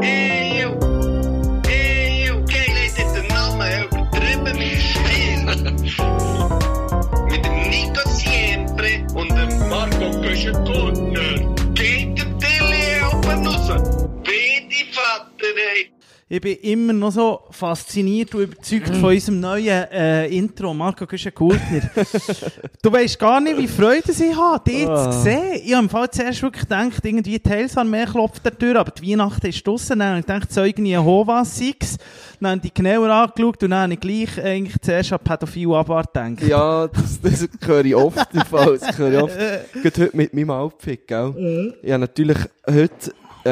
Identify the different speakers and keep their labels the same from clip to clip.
Speaker 1: Hey, yo. Hey, yo. Kijk, hij zit de naam übertrieben mit Spiel. mit dem Nico Siempre und dem Marco Köschen-Gurtner. Geht der Tilly oben raus? Wie die Vater, ey.
Speaker 2: Ich bin immer noch so fasziniert und überzeugt von unserem neuen äh, Intro. Marco, du bist ein Gurtner. du weißt gar nicht, wie Freude sie hat, dich
Speaker 3: Ah.
Speaker 2: zu sehen. Ich habe im Fall zuerst wirklich gedacht, irgendwie Tales an mir klopft der Tür, aber die Weihnachten ist draussen. Dann habe ich gedacht, Zeugen Jehovas sei's. Dann habe ich die genauer angeschaut und dann habe ich gleich eigentlich zuerst an pädophile Abwart gedacht.
Speaker 3: Ja, das, das höre ich oft im Fall. Das höre ich oft. Gerade heute mit meinem Outfit, gell? Ich habe natürlich heute äh,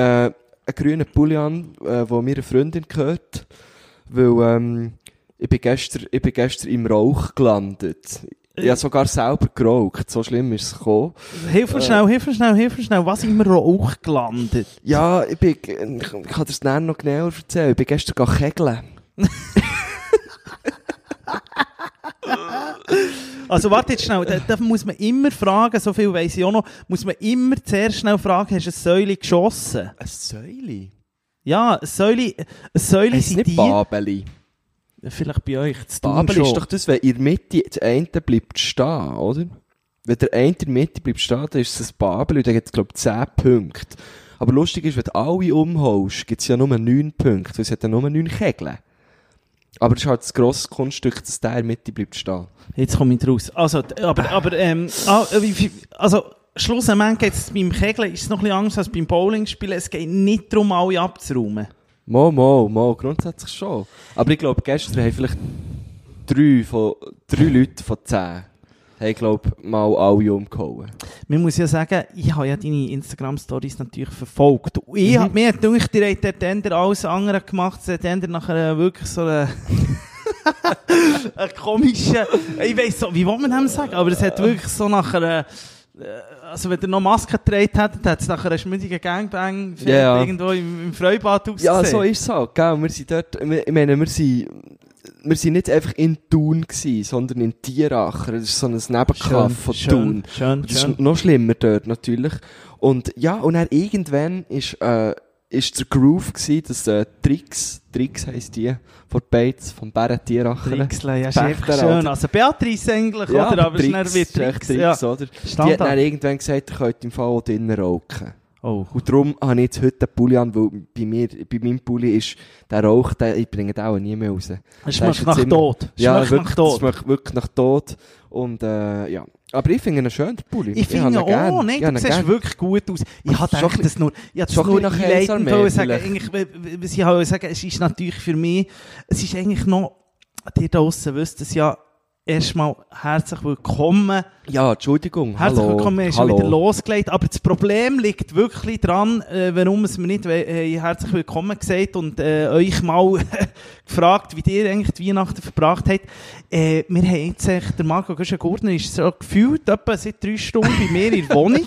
Speaker 3: einen grünen Pulli an, äh, der meiner Freundin gehört. Weil ähm, ich, bin gestern, ich bin gestern im Rauch gelandet. Ich habe sogar selber geraucht. So schlimm ist es gekommen.
Speaker 2: Hilf
Speaker 3: Äh.
Speaker 2: mir schnell, hilf mir schnell, hilf mir schnell. Was sind wir auch gelandet?
Speaker 3: Ja, ich, bin, ich, ich kann dir das dann noch genauer erzählen. Ich bin gestern gegangen kegeln.
Speaker 2: Also warte jetzt schnell, da, da muss man immer fragen, so viel weiss ich auch noch, muss man immer zuerst schnell fragen, hast du eine Säule geschossen?
Speaker 3: Ein Säule?
Speaker 2: Ja, eine Säule, eine Säule
Speaker 3: Ist
Speaker 2: sind
Speaker 3: nicht
Speaker 2: die...
Speaker 3: Babeli.
Speaker 2: Vielleicht bei euch, das
Speaker 3: Babel ist doch das, wenn in der Mitte der eine bleibt stehen, oder? Wenn der eine in der Mitte bleibt stehen, dann ist es ein Babel und dann gibt es, glaube ich, 10 Punkte. Aber lustig ist, wenn du alle umhaust, gibt es ja nur 9 Punkte, weil es hat ja nur 9 Kegeln. Aber das ist halt das grosse Kunststück, dass der in der Mitte bleibt stehen.
Speaker 2: Jetzt komme ich raus. Also, d- aber, aber ähm, ah, wie viel- also schlussendlich geht es beim Kegeln ist es noch ein bisschen anders als beim Bowling spielen, es geht nicht darum, alle abzuräumen.
Speaker 3: Mo, mo, mo, grundsätzlich schon. Aber ich glaube, gestern haben vielleicht drei, von, drei Leute von 10 haben, glaube ich, mal alle umgehauen.
Speaker 2: Man muss ja sagen, ich habe ja deine Instagram-Stories natürlich verfolgt. Und ich
Speaker 3: Mhm.
Speaker 2: hab, mir hat gedacht, ihr habt dort eher alles andere gemacht. Es hat eher nachher eh, wirklich so einen, einen komischen, ich weiss so, wie will man dem sagen, aber es hat wirklich so nachher, äh, also wenn ihr noch Maske getragen hättet, hätte es nachher einen schmutzigen Gangbang
Speaker 3: Ja.
Speaker 2: irgendwo im, im Freibad ausgesehen.
Speaker 3: Ja, so ist es halt, gell. Wir sind dort, wir- ich meine, wir sind, wir sind nicht einfach in Thun gewesen, sondern in Tieracher. Das ist so ein Nebenkaff von Thun.
Speaker 2: schön, schön,
Speaker 3: Das ist
Speaker 2: schön.
Speaker 3: noch schlimmer dort, natürlich. Und ja, und dann irgendwann ist, äh, ist der Groove gewesen, dass, äh, Tricks, Tricks heisst die, von Bates, vom Bären Tieracher.
Speaker 2: Trixle, ja, ist einfach
Speaker 3: Pächter,
Speaker 2: schön. Also Beatrice eigentlich, oder? Aber
Speaker 3: Tricks,
Speaker 2: schnell wird
Speaker 3: ist echt
Speaker 2: Trix. Ja.
Speaker 3: Tricks, oder? Die hat
Speaker 2: Standard.
Speaker 3: dann irgendwann gesagt, ihr könnt im Fall auch drinnen rauchen.
Speaker 2: Oh.
Speaker 3: Und darum habe ich jetzt heute den Pulli an, weil bei, mir, bei meinem Pulli ist der Rauch, der, ich bringe den auch nie mehr
Speaker 2: Es
Speaker 3: raus. Der ist
Speaker 2: schmeckt
Speaker 3: jetzt
Speaker 2: nach
Speaker 3: immer-
Speaker 2: Tod. Es
Speaker 3: Ja,
Speaker 2: schmeckt
Speaker 3: wirklich,
Speaker 2: nach Tod.
Speaker 3: Es schmeckt wirklich nach Tod. Und, äh, ja. Aber ich finde ihn schön, den Pulli.
Speaker 2: Ich
Speaker 3: habe
Speaker 2: finde
Speaker 3: ihn gern.
Speaker 2: auch, nein,
Speaker 3: Ich habe
Speaker 2: du
Speaker 3: ihn
Speaker 2: siehst
Speaker 3: gern.
Speaker 2: wirklich gut aus. Ich habe
Speaker 3: Schon ein
Speaker 2: gedacht, das nur, ich habe das
Speaker 3: schon ein
Speaker 2: nur
Speaker 3: bisschen nach
Speaker 2: einleitend
Speaker 3: Heilsarmee
Speaker 2: wollen sagen,
Speaker 3: vielleicht.
Speaker 2: eigentlich, w- w- was ich wollte sagen, es ist natürlich für mich, es ist eigentlich noch, die da draussen wisst es ja, erstmal herzlich willkommen.
Speaker 3: Ja, Entschuldigung.
Speaker 2: Herzlich
Speaker 3: hallo.
Speaker 2: willkommen, wir haben schon
Speaker 3: hallo.
Speaker 2: wieder losgelegt. Aber das Problem liegt wirklich dran, äh, warum es mir nicht we- äh, herzlich willkommen gesagt und äh, euch mal gefragt, wie ihr eigentlich die Weihnachten verbracht habt. Äh, wir haben jetzt, echt- der Marco Göschen-Gurtner ist so gefühlt etwa seit drei Stunden bei mir in der Wohnung.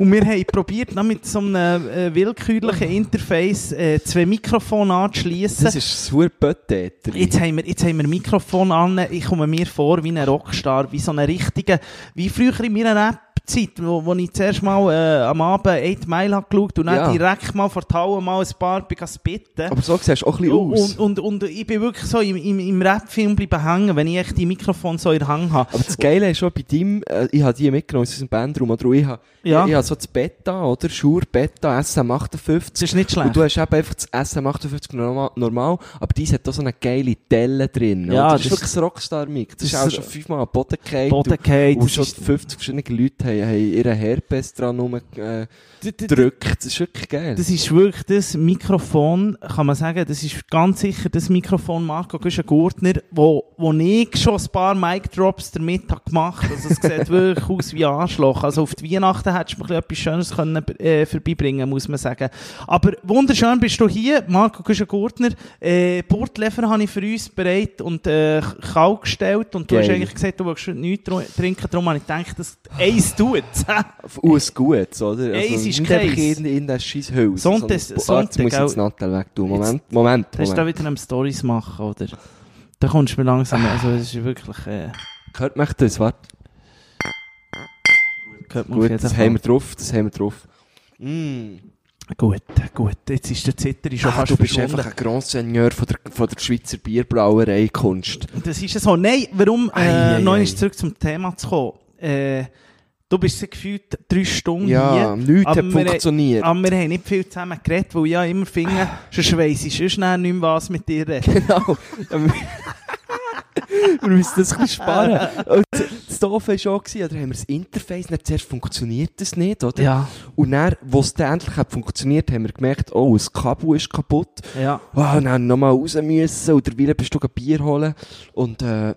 Speaker 2: Und wir haben probiert, noch mit so einem äh, willkürlichen Interface äh, zwei Mikrofone anzuschliessen.
Speaker 3: Das ist super Pöttäter.
Speaker 2: Jetzt haben, wir, jetzt haben wir Mikrofon an. Ich komme mir vor wie ein Rockstar, wie so ein richtiger, wie früher in meiner Rap-Zeit, wo, wo ich zuerst mal äh, am Abend 8 Mile habe geschaut und dann
Speaker 3: Ja.
Speaker 2: direkt mal vor die Halle mal ein paar bin spitten.
Speaker 3: Aber so siehst du auch ein bisschen aus.
Speaker 2: Und, und, und ich bin wirklich so im, im, im Rap-Film bleiben hängen, wenn ich echt die Mikrofon so in der Hand habe.
Speaker 3: aber das Geile ist schon bei deinem, äh, ich habe die mitgenommen aus unserem Bandraum, oder ich habe,
Speaker 2: Ja.
Speaker 3: ich, ich habe so das Beta, oder? Schur Beta
Speaker 2: Das
Speaker 3: SM58.
Speaker 2: ist nicht schlecht.
Speaker 3: Und du hast eben einfach das SM58 normal, normal aber dies hat auch so eine geile Delle drin.
Speaker 2: Ja,
Speaker 3: oder? das,
Speaker 2: das-
Speaker 3: ist wirklich ein Rockstar-Mic. Das,
Speaker 2: das
Speaker 3: ist auch
Speaker 2: ist-
Speaker 3: schon fünfmal am Boden gefallen.
Speaker 2: Boden
Speaker 3: Und,
Speaker 2: geht,
Speaker 3: und
Speaker 2: das
Speaker 3: schon
Speaker 2: ist,
Speaker 3: 50 verschiedene Leute haben, haben ihren Herpes dran rumgedrückt.
Speaker 2: d- d- d-
Speaker 3: gedrückt. das ist wirklich geil.
Speaker 2: das ist wirklich das Mikrofon, kann man sagen, das ist ganz sicher das Mikrofon Marco Güschen-Gurtner, wo, wo ich schon ein paar Mic-Drops damit habe gemacht Also es sieht wirklich aus wie Arschloch. Also auf die Weihnachten hättest du mir ein bisschen etwas Schönes können, äh, vorbeibringen muss man sagen. Aber wunderschön bist du hier, Marco Güschen-Gurtner. Äh, Burtlefer habe ich für uns bereit und äh, kalt gestellt und du hast
Speaker 3: Geil.
Speaker 2: eigentlich gesagt, du willst nichts tr- trinken, darum habe ich gedacht, dass eins tut.
Speaker 3: aus Gutes, oder? Also,
Speaker 2: Eis ist
Speaker 3: nicht
Speaker 2: Käse.
Speaker 3: einfach in, in das scheiß Haus.
Speaker 2: Sonntag-
Speaker 3: Jetzt muss ich
Speaker 2: Sonntag,
Speaker 3: jetzt Nattel weg tun. Moment, Moment,
Speaker 2: Du hast da
Speaker 3: Moment.
Speaker 2: wieder am Stories machen, oder? Da kommst du mir langsam, also es ist wirklich, äh,
Speaker 3: Hört mich das, warte.
Speaker 2: gehört man auf
Speaker 3: Gut,
Speaker 2: jeden
Speaker 3: das
Speaker 2: Fall.
Speaker 3: haben wir drauf, das haben wir drauf. Mm.
Speaker 2: Gut, gut. Jetzt ist der Zitter schon
Speaker 3: Ah,
Speaker 2: fast
Speaker 3: du bist
Speaker 2: verschwunden.
Speaker 3: einfach ein Grand Seigneur von der, von der Schweizer Bierbrauerei-Kunst.
Speaker 2: Das ist ja so. Nein, warum?
Speaker 3: Ei,
Speaker 2: Äh,
Speaker 3: ei,
Speaker 2: noch
Speaker 3: ei.
Speaker 2: einmal zurück zum Thema zu kommen. Äh, du bist so gefühlt drei Stunden
Speaker 3: Ja,
Speaker 2: hier.
Speaker 3: nichts
Speaker 2: Aber
Speaker 3: hat
Speaker 2: wir-
Speaker 3: funktioniert.
Speaker 2: Aber wir haben nicht viel zusammen geredet, weil ich ja immer finde, sonst weiss ich sonst nachher nicht mehr, was mit dir redet.
Speaker 3: Genau. wir müssen das ein bisschen sparen. Oh, Und das Doofe war auch, gewesen, oder haben wir das Interface, nicht zuerst funktioniert das nicht, oder?
Speaker 2: Ja,
Speaker 3: Und dann, wo es dann endlich hat funktioniert, haben wir gemerkt, oh, das Kabel ist kaputt.
Speaker 2: ja.
Speaker 3: Oh, dann nochmal raus müssen und derweil bist du ein Bier holen. Und äh,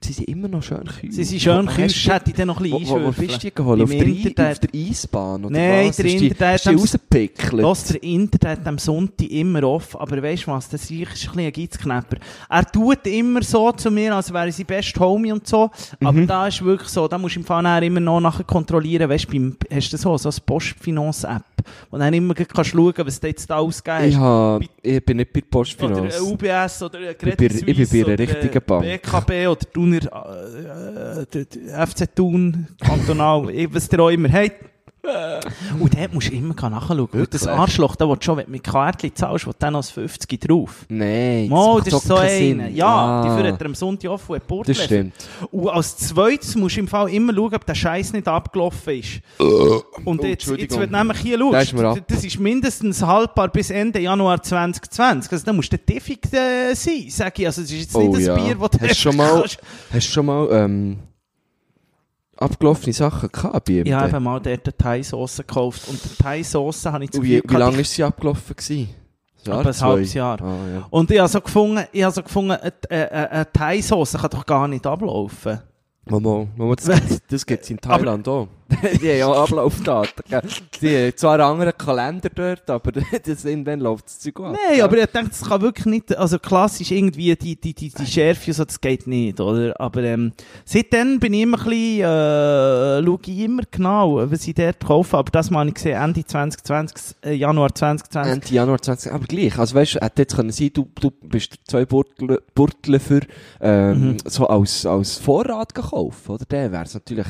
Speaker 3: sie sind immer noch schön kühl.
Speaker 2: Sie sind schön
Speaker 3: Wo-
Speaker 2: küsch,
Speaker 3: hast
Speaker 2: hätte ich dann noch ein
Speaker 3: du- Wo,
Speaker 2: bisschen
Speaker 3: wo, wo bist du die geholt? Auf
Speaker 2: Bei
Speaker 3: der,
Speaker 2: mir
Speaker 3: I-
Speaker 2: Internet.
Speaker 3: auf der Eisbahn? Oder
Speaker 2: Nein,
Speaker 3: was?
Speaker 2: der
Speaker 3: Ist die-
Speaker 2: Internet
Speaker 3: Ist die
Speaker 2: am-
Speaker 3: rausgepickelt?
Speaker 2: Los, der Internet hat am Sonntag immer off, aber weißt du was, das ist ein bisschen ein Gitzknäpper. Er tut immer so zu mir, als wäre ich sein best Homie und so, aber da ist wirklich so, da musst du im Fall nachher immer noch nachher kontrollieren, weißt du, beim- hast du so, so eine Postfinance-App, wo du dann immer gleich kannst schauen, was du jetzt da
Speaker 3: Ich,
Speaker 2: ausgegeben hast.
Speaker 3: hab, ich bin nicht
Speaker 2: Oder
Speaker 3: bei der
Speaker 2: eine
Speaker 3: Postfinance.
Speaker 2: UBS oder eine
Speaker 3: bin
Speaker 2: Credit
Speaker 3: bei- ich bin
Speaker 2: Suisse
Speaker 3: bei einer
Speaker 2: oder
Speaker 3: richtigen Bank.
Speaker 2: BKB oder Thuner, äh, äh, der FC Thun, Kantonal, ich- was der auch immer hat. Und dort musst du immer nachschauen. Und das
Speaker 3: Wirklich?
Speaker 2: Arschloch, da, wo du schon wenn du mit Kärtchen zahlst, wo du dann noch das 50 drauf.
Speaker 3: Nein,
Speaker 2: Mo,
Speaker 3: macht
Speaker 2: das
Speaker 3: doch
Speaker 2: ist so
Speaker 3: keinen
Speaker 2: einer.
Speaker 3: Sinn.
Speaker 2: Ja,
Speaker 3: Ah,
Speaker 2: die führen dir am Sonntag offen und Port
Speaker 3: Das stimmt.
Speaker 2: Und als zweites musst du im Fall immer schauen, ob der Scheiß nicht abgelaufen ist. Und
Speaker 3: Oh,
Speaker 2: jetzt, jetzt
Speaker 3: Entschuldigung.
Speaker 2: wird nämlich hier
Speaker 3: Da ist
Speaker 2: schaust,
Speaker 3: mir ab.
Speaker 2: d- das ist mindestens haltbar bis Ende Januar 2020. Also da musst du defig äh, sein, sag ich. Also es ist jetzt nicht das Bier, das du
Speaker 3: Oh, hast du schon mal, hast du schon mal ähm, abgelaufene Sachen gehabt bei
Speaker 2: Ich habe
Speaker 3: jemandem?
Speaker 2: eben mal dort eine Thai-Sauce gekauft. Und die Thai-Sauce habe ich zu
Speaker 3: Und wie, wie
Speaker 2: gehabt,
Speaker 3: lange
Speaker 2: ich-
Speaker 3: ist sie abgelaufen? Gewesen? Ein
Speaker 2: Etwa ein
Speaker 3: zwei?
Speaker 2: halbes Jahr.
Speaker 3: Ah, ja.
Speaker 2: Und ich habe so gefunden, ich habe so gefunden, äh, äh, äh, eine Thai-Sauce kann doch gar nicht ablaufen.
Speaker 3: Mama, Mama, das, gibt's- das gibt es in Thailand auch. die haben ja Ablaufdaten. gell? Die haben zwar einen anderen Kalender dort, aber das, irgendwann läuft das Zeug ab.
Speaker 2: Nein, aber ich denke, das kann wirklich nicht, also klassisch irgendwie die, die, die, die Schärfe, und so, das geht nicht, oder? Aber ähm, seitdem bin ich immer ein bisschen, äh, schaue ich immer genau, was ich dort kaufe, aber das mal habe ich gesehen, Ende 2020, äh, Januar 2020.
Speaker 3: Ende Januar 20, aber gleich. Also weißt du, hätte jetzt können sein, du, du bist zwei Burtle, Burtle für,
Speaker 2: Mhm.
Speaker 3: ähm, so als, als Vorrat gekauft, oder? Der wär's natürlich,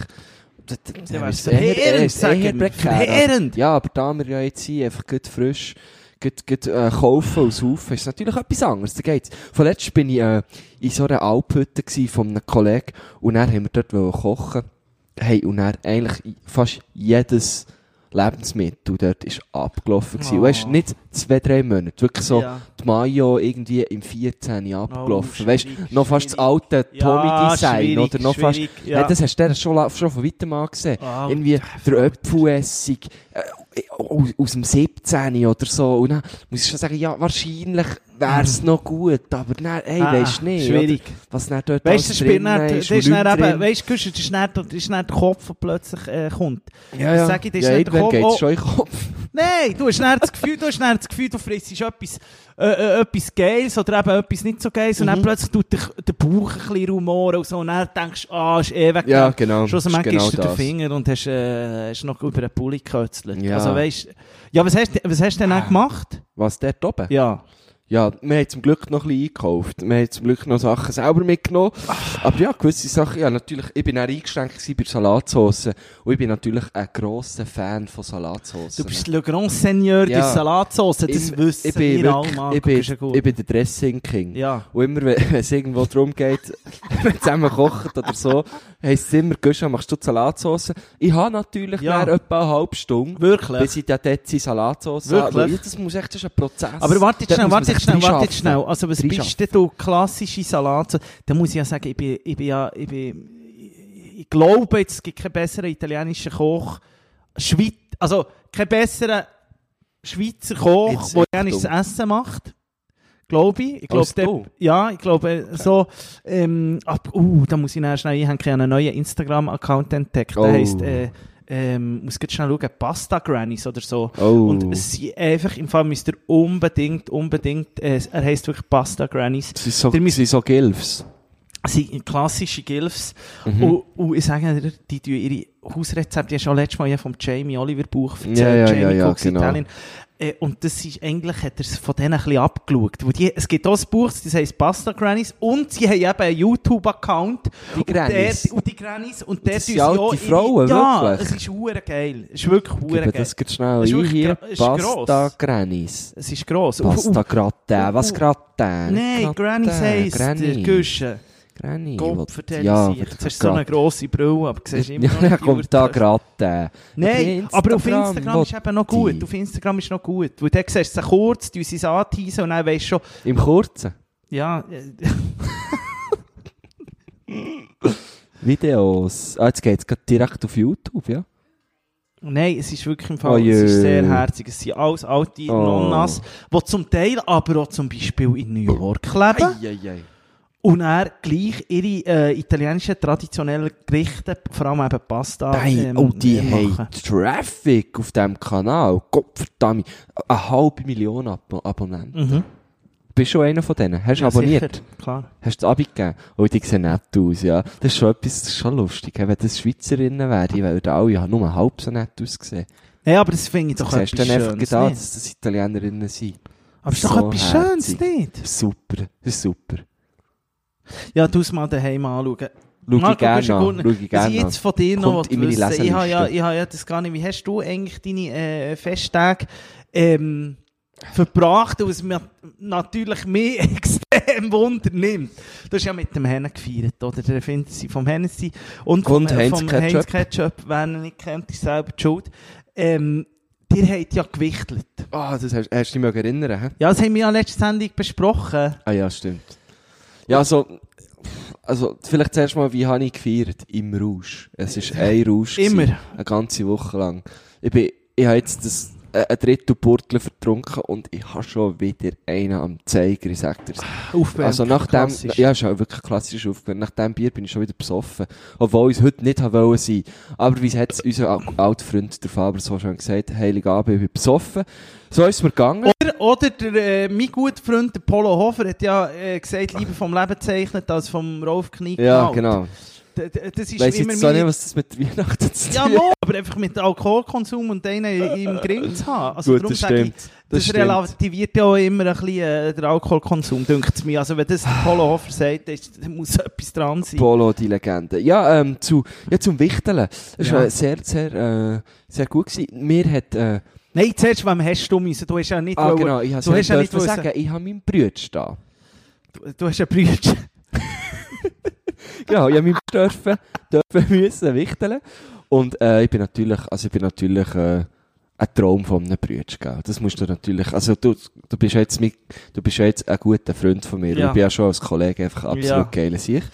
Speaker 3: der, der,
Speaker 2: Der wär's
Speaker 3: eher-
Speaker 2: verheerend,
Speaker 3: eher-
Speaker 2: sagen
Speaker 3: eher
Speaker 2: wir.
Speaker 3: prekär.
Speaker 2: Verheerend.
Speaker 3: Ja, aber da wir ja jetzt hier einfach gut frisch, gut, gut, äh, kaufen und saufen, ist natürlich etwas anderes. Da geht's. Vorletzt bin ich, äh, in so einer Alphütte gsi von einem Kollegen und dann haben wir dort wollen kochen. Hey, und dann eigentlich fast jedes Lebensmittel dort ist abgelaufen gewesen.
Speaker 2: Ah.
Speaker 3: Weißt du, nicht zwei, drei Monate. Wirklich so,
Speaker 2: Ja.
Speaker 3: die Mayo irgendwie im 14. abgelaufen.
Speaker 2: Oh,
Speaker 3: weißt du,
Speaker 2: schwierig,
Speaker 3: noch fast das
Speaker 2: schwierig.
Speaker 3: alte
Speaker 2: Ja,
Speaker 3: Tommy-Design,
Speaker 2: schwierig,
Speaker 3: oder? Noch fast,
Speaker 2: schwierig, ja.
Speaker 3: Hey, das hast du dann schon, la- schon von weitem mal gesehen.
Speaker 2: Ah,
Speaker 3: irgendwie der Apfelessig, äh, aus, aus dem 17. oder so. Und dann muss ich schon sagen, ja, wahrscheinlich wär's noch gut, aber dann, hey,
Speaker 2: Ah,
Speaker 3: weisst nicht.
Speaker 2: schwierig.
Speaker 3: Oder, was dann
Speaker 2: Weißt
Speaker 3: dort
Speaker 2: du,
Speaker 3: alles
Speaker 2: das Bier
Speaker 3: drin
Speaker 2: dann- das
Speaker 3: ist und
Speaker 2: ist dann
Speaker 3: Leute
Speaker 2: eben,
Speaker 3: drin.
Speaker 2: weißt du, das ist dann, das ist dann der Kopf, der plötzlich äh, kommt.
Speaker 3: ja, ja.
Speaker 2: sag ich, das ist
Speaker 3: ja,
Speaker 2: nicht der
Speaker 3: irgendwann
Speaker 2: Kopf-
Speaker 3: geht's
Speaker 2: oh.
Speaker 3: schon in den Kopf.
Speaker 2: Nein, du hast dann das Gefühl, du hast dann das Gefühl, du frisst etwas, äh, äh, etwas Geiles oder eben etwas nicht so Geiles und
Speaker 3: Mhm.
Speaker 2: dann plötzlich tut dich der Bauch ein bisschen rumoren und so und dann denkst du, ah, ist eh weg.
Speaker 3: Ja, genau.
Speaker 2: Schlussendlich
Speaker 3: Ist genau
Speaker 2: gibst du den
Speaker 3: das.
Speaker 2: Finger und hast, äh, hast noch über den Pulli gekötzelt.
Speaker 3: Ja.
Speaker 2: Also weißt, ja, was hast, du- was hast du denn dann gemacht?
Speaker 3: Was, dort oben?
Speaker 2: Ja.
Speaker 3: Ja, wir haben zum Glück noch ein bisschen eingekauft. Wir haben zum Glück noch Sachen selber mitgenommen. Aber ja, gewisse Sachen, ja, natürlich, ich bin auch eingeschränkt gewesen bei Salatsauce. Und ich bin natürlich ein grosser Fan von Salatsauce.
Speaker 2: Du bist Le Grand Seigneur ja.
Speaker 3: Ja.
Speaker 2: der Salatsauce, das
Speaker 3: Ich-
Speaker 2: wissen
Speaker 3: ich bin
Speaker 2: wir alle,
Speaker 3: wirklich-
Speaker 2: Marco,
Speaker 3: ich bin,
Speaker 2: ist ja gut.
Speaker 3: ich bin der Dressing King.
Speaker 2: Ja.
Speaker 3: Und immer, wenn wenn es irgendwo darum geht, wenn wir zusammen kochen oder so, heisst es immer, Göscha, machst du die Salatsauce? Ich habe natürlich
Speaker 2: Ja.
Speaker 3: ja. etwa eine halbe Stunde.
Speaker 2: Wirklich?
Speaker 3: Bis ich dann dort die Salatsauce
Speaker 2: Wirklich?
Speaker 3: habe. Weil Das muss echt, das ist ein Prozess.
Speaker 2: Aber warte jetzt
Speaker 3: Dort
Speaker 2: schnell,
Speaker 3: muss man
Speaker 2: warte jetzt
Speaker 3: sich
Speaker 2: schnell, warte jetzt schnell.
Speaker 3: reinschaffen.
Speaker 2: Also, was
Speaker 3: Reinschaffen.
Speaker 2: bist denn du? Klassische Salate. Da muss ich ja sagen, ich bin, ich bin ja, ich bin, ich glaube jetzt, es gibt keinen besseren italienischen Koch, Schweiz, also, keinen besseren Schweizer Koch,
Speaker 3: Jetzt
Speaker 2: der
Speaker 3: Richtung.
Speaker 2: italienisches Essen macht. Glaube ich. Ich glaube,
Speaker 3: Als
Speaker 2: der,
Speaker 3: du?
Speaker 2: ja, ich glaube, so, ähm, ab, uh, da muss ich nachher schnell, ich habe gerade einen neuen Instagram-Account entdeckt, der
Speaker 3: Oh.
Speaker 2: heisst, äh, ähm, muss jetzt schnell schauen, Pasta Grannies oder so.
Speaker 3: Oh.
Speaker 2: Und es sind einfach, im Fall müsst ihr unbedingt, unbedingt, äh, er heisst wirklich Pasta Grannies.
Speaker 3: Sie so,
Speaker 2: Der
Speaker 3: sie
Speaker 2: mis-
Speaker 3: sind so Gilfs.
Speaker 2: Es sind klassische Gilfs.
Speaker 3: Mhm.
Speaker 2: Und, und ich sage dir, die tun ihre Hausrezepte, die hast du auch letztes Mal ja vom Jamie Oliver Buch erzählt,
Speaker 3: Ja, ja,
Speaker 2: Jamie
Speaker 3: ja, ja,
Speaker 2: Cooks
Speaker 3: genau.
Speaker 2: Italien. Äh, und das ist, eigentlich hat er es von denen ein bisschen abgeschaut. Weil die, es gibt auch ein Buch, das heisst Pasta Grannies und sie haben eben einen YouTube-Account.
Speaker 3: Die Grannies.
Speaker 2: Und, der, und die Grannies. Und der
Speaker 3: das sind alte Frauen,
Speaker 2: Ja,
Speaker 3: wirklich?
Speaker 2: es ist hure geil. Es ist wirklich hure geil.
Speaker 3: Gib das grad schnell
Speaker 2: Es ist
Speaker 3: ein
Speaker 2: wirklich
Speaker 3: hier.
Speaker 2: gra- es ist
Speaker 3: Pasta
Speaker 2: gross.
Speaker 3: Grannies.
Speaker 2: Es ist gross. Auf-
Speaker 3: Pasta
Speaker 2: auf-
Speaker 3: Gratin. Was
Speaker 2: auf-
Speaker 3: Gratin?
Speaker 2: Nein, Grannies heisst der Güsche.
Speaker 3: Granny.
Speaker 2: Gott, vertell
Speaker 3: Ja,
Speaker 2: ja, sich. Jetzt hast du so eine grosse Brille, aber siehst immer noch
Speaker 3: Ja,
Speaker 2: die
Speaker 3: kommt da
Speaker 2: Urteile.
Speaker 3: Gratin.
Speaker 2: Nein, aber auf Instagram ist
Speaker 3: wo-
Speaker 2: eben noch gut.
Speaker 3: die-
Speaker 2: Auf Instagram ist noch gut. Weil dann siehst du sie kurz, du sie es anteisen und dann weisst du schon,
Speaker 3: Im Kurzen.
Speaker 2: ja, äh,
Speaker 3: Videos. Ah, jetzt geht's grad direkt auf YouTube, ja?
Speaker 2: nein, es ist wirklich im Fall,
Speaker 3: Oh
Speaker 2: es
Speaker 3: je.
Speaker 2: ist sehr herzig. Es sind alles alte
Speaker 3: Oh.
Speaker 2: Nonnas, die zum Teil aber auch zum Beispiel in New York leben
Speaker 3: Eieiei.
Speaker 2: und er gleich ihre äh, italienischen traditionellen Gerichte, vor allem eben Pasta,
Speaker 3: Nein,
Speaker 2: ähm,
Speaker 3: oh, die
Speaker 2: machen.
Speaker 3: haben Traffic auf diesem Kanal. Gottverdammt. Eine halbe Million Ab Abonnenten.
Speaker 2: Mhm.
Speaker 3: Bist schon einer von denen? Hast du
Speaker 2: Ja,
Speaker 3: abonniert?
Speaker 2: sicher, klar.
Speaker 3: Hast du das abgegeben? Oh, die sehen nett aus, ja. Das ist schon etwas, das ist schon lustig. Wenn das Schweizerinnen wären, die würden alle ja nur halb so nett aussehen.
Speaker 2: Nein, aber das finde ich
Speaker 3: Du
Speaker 2: doch etwas
Speaker 3: siehst dann einfach
Speaker 2: Schönes.
Speaker 3: gedacht,
Speaker 2: nicht?
Speaker 3: dass das Italienerinnen sind.
Speaker 2: Aber es ist doch
Speaker 3: so
Speaker 2: etwas Schönes,
Speaker 3: herzig.
Speaker 2: nicht?
Speaker 3: Super, das ist super.
Speaker 2: Ja, du es mal daheim anschauen.
Speaker 3: Schau ich
Speaker 2: Marco,
Speaker 3: gerne
Speaker 2: bist du
Speaker 3: an.
Speaker 2: gut-
Speaker 3: Schau ich
Speaker 2: Was
Speaker 3: gerne
Speaker 2: ich
Speaker 3: an.
Speaker 2: jetzt von dir noch
Speaker 3: Kommt in meine
Speaker 2: wissen wollte, ich habe ja,
Speaker 3: Leseliste.
Speaker 2: ich habe ja das gar nicht. Wie hast du eigentlich deine äh, Festtage ähm, verbracht, was mir natürlich mich extrem Wunder nimmt? Du hast ja mit dem Hennen gefeiert, oder? Der Erfinder vom Hennessy und vom,
Speaker 3: Und Heinz
Speaker 2: vom
Speaker 3: Ketchup.
Speaker 2: Heinz Ketchup. Wer ihn nicht kennt, ist selber die schuld. Ähm, ihr habt ja gewichtelt.
Speaker 3: Ah, das hast, hast du dich erinnern, hä?
Speaker 2: Ja, das haben wir ja letzte Sendung besprochen.
Speaker 3: Ah ja, stimmt. Ja, also, also vielleicht zuerst mal, wie habe ich gefeiert? Im Rausch. Es ist ein Rausch.
Speaker 2: Immer.
Speaker 3: gewesen. Eine ganze Woche lang. Ich, bin, ich habe jetzt das, äh, ein Drittel Portle vertrunken und ich habe schon wieder einen am Zeiger, ich sag dir's.
Speaker 2: Aufwärmen.
Speaker 3: Also nach dem,
Speaker 2: Klassisch.
Speaker 3: ja, ist auch wirklich klassisch aufgehört. Nach dem Bier bin ich schon wieder besoffen. Obwohl ich es heute nicht haben wollen sein. Aber wie hat es unser al- alter Freund, der Faber, so schön gesagt, Heiligabend, ich bin besoffen. So ist es mir gegangen.
Speaker 2: Oder, oder der, äh, mein guter Freund der Polo Hofer hat ja äh, gesagt, lieber vom Leben zeichnet als vom Rolf Knick.
Speaker 3: ja, genau.
Speaker 2: D- d- Das ist
Speaker 3: Ich weiss
Speaker 2: immer
Speaker 3: jetzt zwar nicht,
Speaker 2: meine...
Speaker 3: was das mit Weihnachten zu
Speaker 2: Ja,
Speaker 3: tun
Speaker 2: no, aber einfach mit Alkoholkonsum und denen im Gring zu haben. Also
Speaker 3: Gut,
Speaker 2: darum
Speaker 3: das
Speaker 2: sage ich,
Speaker 3: stimmt. Das
Speaker 2: das,
Speaker 3: stimmt.
Speaker 2: relativiert ja auch immer ein bisschen äh, den Alkoholkonsum, dünkt es mir. Also wenn das der Polo Hofer sagt, dann ist- dann muss etwas dran sein.
Speaker 3: Polo, die Legende. Ja, ähm, zu, ja, zum Wichteln. Das war
Speaker 2: Ja.
Speaker 3: äh, sehr, sehr, äh, sehr gut gewesen. Mir hat, äh,
Speaker 2: Nein, zuerst, wem hast du müssen? Du hast ja nicht...
Speaker 3: ah,
Speaker 2: wollen-
Speaker 3: genau, ich habe
Speaker 2: du hast ja nicht wollen-
Speaker 3: sagen, ich habe meinen Bruder da.
Speaker 2: du, du hast ja Brüder.
Speaker 3: genau, ich habe meinen dürfen, dürfen müssen wichteln. Und äh, ich bin natürlich, also ich bin natürlich äh, ein Traum von einem Brütsch, gell. Das musst du natürlich, also du, du bist ja jetzt mit, du bist ja jetzt ein guter Freund von mir.
Speaker 2: Ja.
Speaker 3: Ich bin ja schon als Kollege einfach absolut
Speaker 2: Ja.
Speaker 3: geiler Sieg.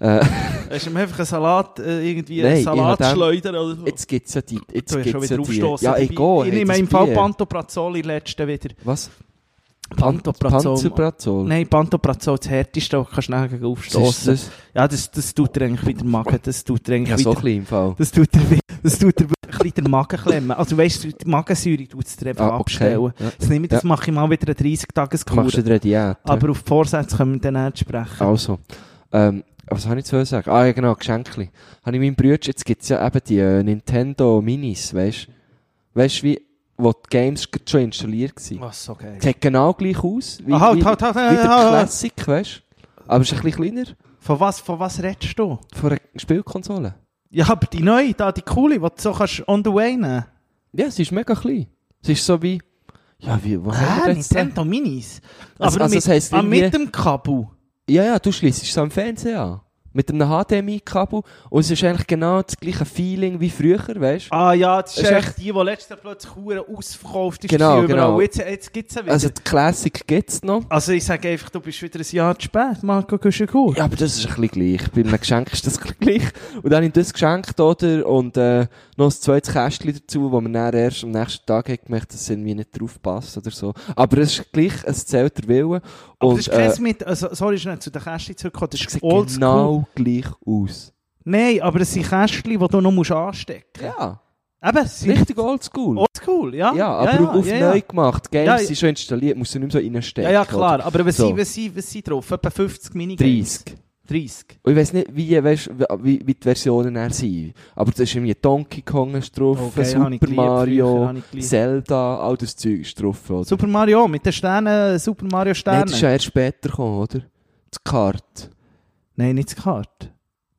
Speaker 3: Äh,
Speaker 2: Hast du ihm einfach einen Salat, äh, irgendwie
Speaker 3: Nein,
Speaker 2: einen
Speaker 3: ich hab
Speaker 2: Salat
Speaker 3: dem-
Speaker 2: schleudern oder so?
Speaker 3: jetzt gibt's ja die, jetzt
Speaker 2: Du hast schon
Speaker 3: gibt's
Speaker 2: wieder
Speaker 3: ja die.
Speaker 2: aufstoßen.
Speaker 3: Ja, ich gehe.
Speaker 2: Ich nehme im Fall Pantoprazol in letzten wieder.
Speaker 3: Was?
Speaker 2: Pantoprazol.
Speaker 3: Panzerbrazol.
Speaker 2: Nein, Pantoprazol, das härteste, das kannst du nachher
Speaker 3: Das ist
Speaker 2: aufstoßen.
Speaker 3: das.
Speaker 2: Ja, das, das tut dir eigentlich wieder den Magen, das tut dir eigentlich
Speaker 3: Ja, so
Speaker 2: wieder...
Speaker 3: ein bisschen im Fall.
Speaker 2: Das tut dir, weh- das tut dir wirklich ein bisschen den Magen klemmen. Also weißt du, die Magensäure tut es dir einfach
Speaker 3: Ah, okay.
Speaker 2: abstellen.
Speaker 3: Ja.
Speaker 2: Das, nehme ich, das
Speaker 3: Ja.
Speaker 2: mache ich mal wieder eine 30 tages
Speaker 3: Machst du
Speaker 2: kur
Speaker 3: dir eine Diät? ja?
Speaker 2: Aber auf die Vorsätze können wir dann nicht sprechen.
Speaker 3: Also, ähm, was habe ich zu sagen? Ah ja, genau, Geschenkli. Habe ich meinem Bruder, jetzt gibt's ja eben die äh, Nintendo Minis, weißt du? Weißt du, wie, wo die Games grad schon installiert waren?
Speaker 2: Was, so geil.
Speaker 3: Sieht genau gleich aus, wie,
Speaker 2: Ah, halt,
Speaker 3: wie,
Speaker 2: halt, halt,
Speaker 3: wie
Speaker 2: halt,
Speaker 3: der
Speaker 2: halt.
Speaker 3: Classic, weißt du? Aber es ist ein bisschen kleiner,
Speaker 2: Von was, von was redest du?
Speaker 3: von einer Spielkonsole.
Speaker 2: Ja, aber die neue, da, die coole, die du so kannst on the way nehmen.
Speaker 3: Ja, es ist mega klein. Es ist so wie, ja, wie, wo haben
Speaker 2: Ah,
Speaker 3: wir jetzt
Speaker 2: Nintendo Minis. Aber
Speaker 3: Äh, Also- also
Speaker 2: mit,
Speaker 3: das heisst
Speaker 2: ah, mit
Speaker 3: irgendwie-
Speaker 2: dem Kabel.
Speaker 3: Ja, ja, du schließt es am Fernseher an. Mit einem HDMI-Kabel. Und es ist eigentlich genau das gleiche Feeling wie früher, weißt du?
Speaker 2: Ah ja, das ist
Speaker 3: Es ist
Speaker 2: echt die, die letztes Jahr plötzlich hure ausverkauft ist.
Speaker 3: Genau,
Speaker 2: gewesen überall.
Speaker 3: genau.
Speaker 2: Jetzt, jetzt gibt es ja wieder.
Speaker 3: Also,
Speaker 2: Also,
Speaker 3: die Classic gibt's noch.
Speaker 2: ich sage einfach, du bist wieder ein Jahr zu spät, Marco Guschenkur.
Speaker 3: Ja, aber das ist ein bisschen gleich. Bei einem Geschenk ist das ein bisschen gleich. Und dann habe ich das geschenkt, oder? Und äh, noch ein zweites Kästchen dazu, wo man dann erst am nächsten Tag hat gemerkt, dass es irgendwie nicht drauf passt oder so. Aber es ist gleich, es zählt der Wille.
Speaker 2: Aber
Speaker 3: und
Speaker 2: das ist
Speaker 3: äh,
Speaker 2: kein mit, also, sorry, schnell zu den Kästchen zurückkommen, das
Speaker 3: es
Speaker 2: ist
Speaker 3: sieht
Speaker 2: oldschool.
Speaker 3: genau gleich aus.
Speaker 2: Nein, aber es sind Kästchen, die du noch musst anstecken
Speaker 3: Ja,
Speaker 2: musst. Eben, es sind
Speaker 3: richtig oldschool.
Speaker 2: oldschool, Ah, ja.
Speaker 3: ja, aber auf
Speaker 2: ja,
Speaker 3: neu
Speaker 2: ja.
Speaker 3: gemacht. Die Games
Speaker 2: Ja, ja.
Speaker 3: sind schon installiert, musst du nicht mehr so reinstecken.
Speaker 2: Ja, ja, klar, aber was
Speaker 3: So.
Speaker 2: sind was sind- was sind drauf? Etwa 50
Speaker 3: oder?
Speaker 2: Minigames?
Speaker 3: 30.
Speaker 2: 30.
Speaker 3: Und ich weiß nicht, wie, weißt, wie, wie die Versionen er sind. Aber da ist irgendwie Donkey Kong ist drauf,
Speaker 2: Okay, Oh, hab ich
Speaker 3: Super
Speaker 2: geliebt, früher
Speaker 3: Mario,
Speaker 2: hab ich geliebt.
Speaker 3: Zelda, all das Zeug ist drauf. Oder?
Speaker 2: Super Mario mit den Sternen, Super Mario
Speaker 3: Nein,
Speaker 2: Sternen.
Speaker 3: das ist ja erst später gekommen, oder? Das Kart.
Speaker 2: Nein, nicht das Kart.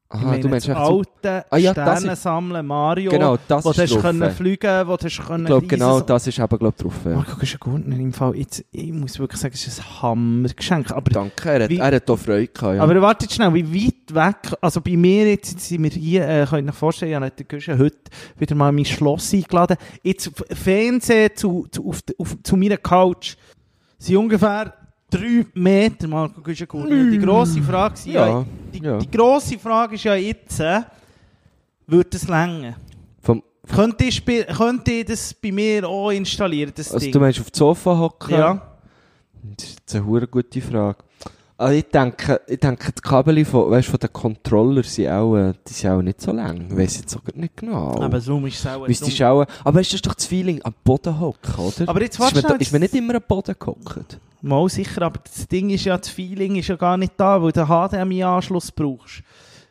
Speaker 3: Aha,
Speaker 2: Ich meine,
Speaker 3: du meinst
Speaker 2: das
Speaker 3: echt so-
Speaker 2: alte
Speaker 3: Ah ja, das
Speaker 2: Sternen sammeln Mario,
Speaker 3: Genau, das
Speaker 2: wo du
Speaker 3: ist
Speaker 2: hast
Speaker 3: drauf.
Speaker 2: können
Speaker 3: Ich
Speaker 2: fliegen, wo du hast können
Speaker 3: glaube, genau
Speaker 2: reisen.
Speaker 3: das ist eben glaub, drauf. ja.
Speaker 2: Marco, das ist ein Gurtner im Fall. Jetzt, ich muss wirklich sagen, es ist ein Hammergeschenk. Aber,
Speaker 3: Danke, er hat,
Speaker 2: Wie-
Speaker 3: er hat auch Freude gehabt. Ja.
Speaker 2: aber warte schnell, wie weit weg, also bei mir jetzt, jetzt sind wir hier, äh, könnt ihr euch vorstellen, ich habe den Guschen heute wieder mal in mein Schloss eingeladen. Jetzt auf Fernsehen zu, zu, auf, auf, zu meiner Couch sind ungefähr drei Meter, Marco Guschen Gurtner. Die grosse Frage ist ja,
Speaker 3: Mm. Ja,
Speaker 2: die,
Speaker 3: ja.
Speaker 2: die grosse Frage ist ja jetzt, äh, würde es länger?
Speaker 3: Vom,
Speaker 2: Könnte ich, bei- könnte ich das bei mir auch installieren, das
Speaker 3: also
Speaker 2: Ding?
Speaker 3: du meinst auf dem Sofa hocken?
Speaker 2: ja.
Speaker 3: Das ist jetzt eine hure gute Frage. Also ich denke, ich denke, die Kabel von, weißt, von den Controller sind auch, äh, die sind auch nicht so lang. Ich weiss jetzt sogar nicht genau.
Speaker 2: Aber Zoom ist sauer.
Speaker 3: Müsstest du auch, aber weißt, das ist doch das Feeling am Boden hocken, oder?
Speaker 2: Aber jetzt
Speaker 3: ist
Speaker 2: warte
Speaker 3: man, da-
Speaker 2: schnell,
Speaker 3: ist man nicht immer am Boden gehockt?
Speaker 2: Mal sicher, aber das Ding ist ja, das Feeling ist ja gar nicht da, weil du den HDMI-Anschluss brauchst.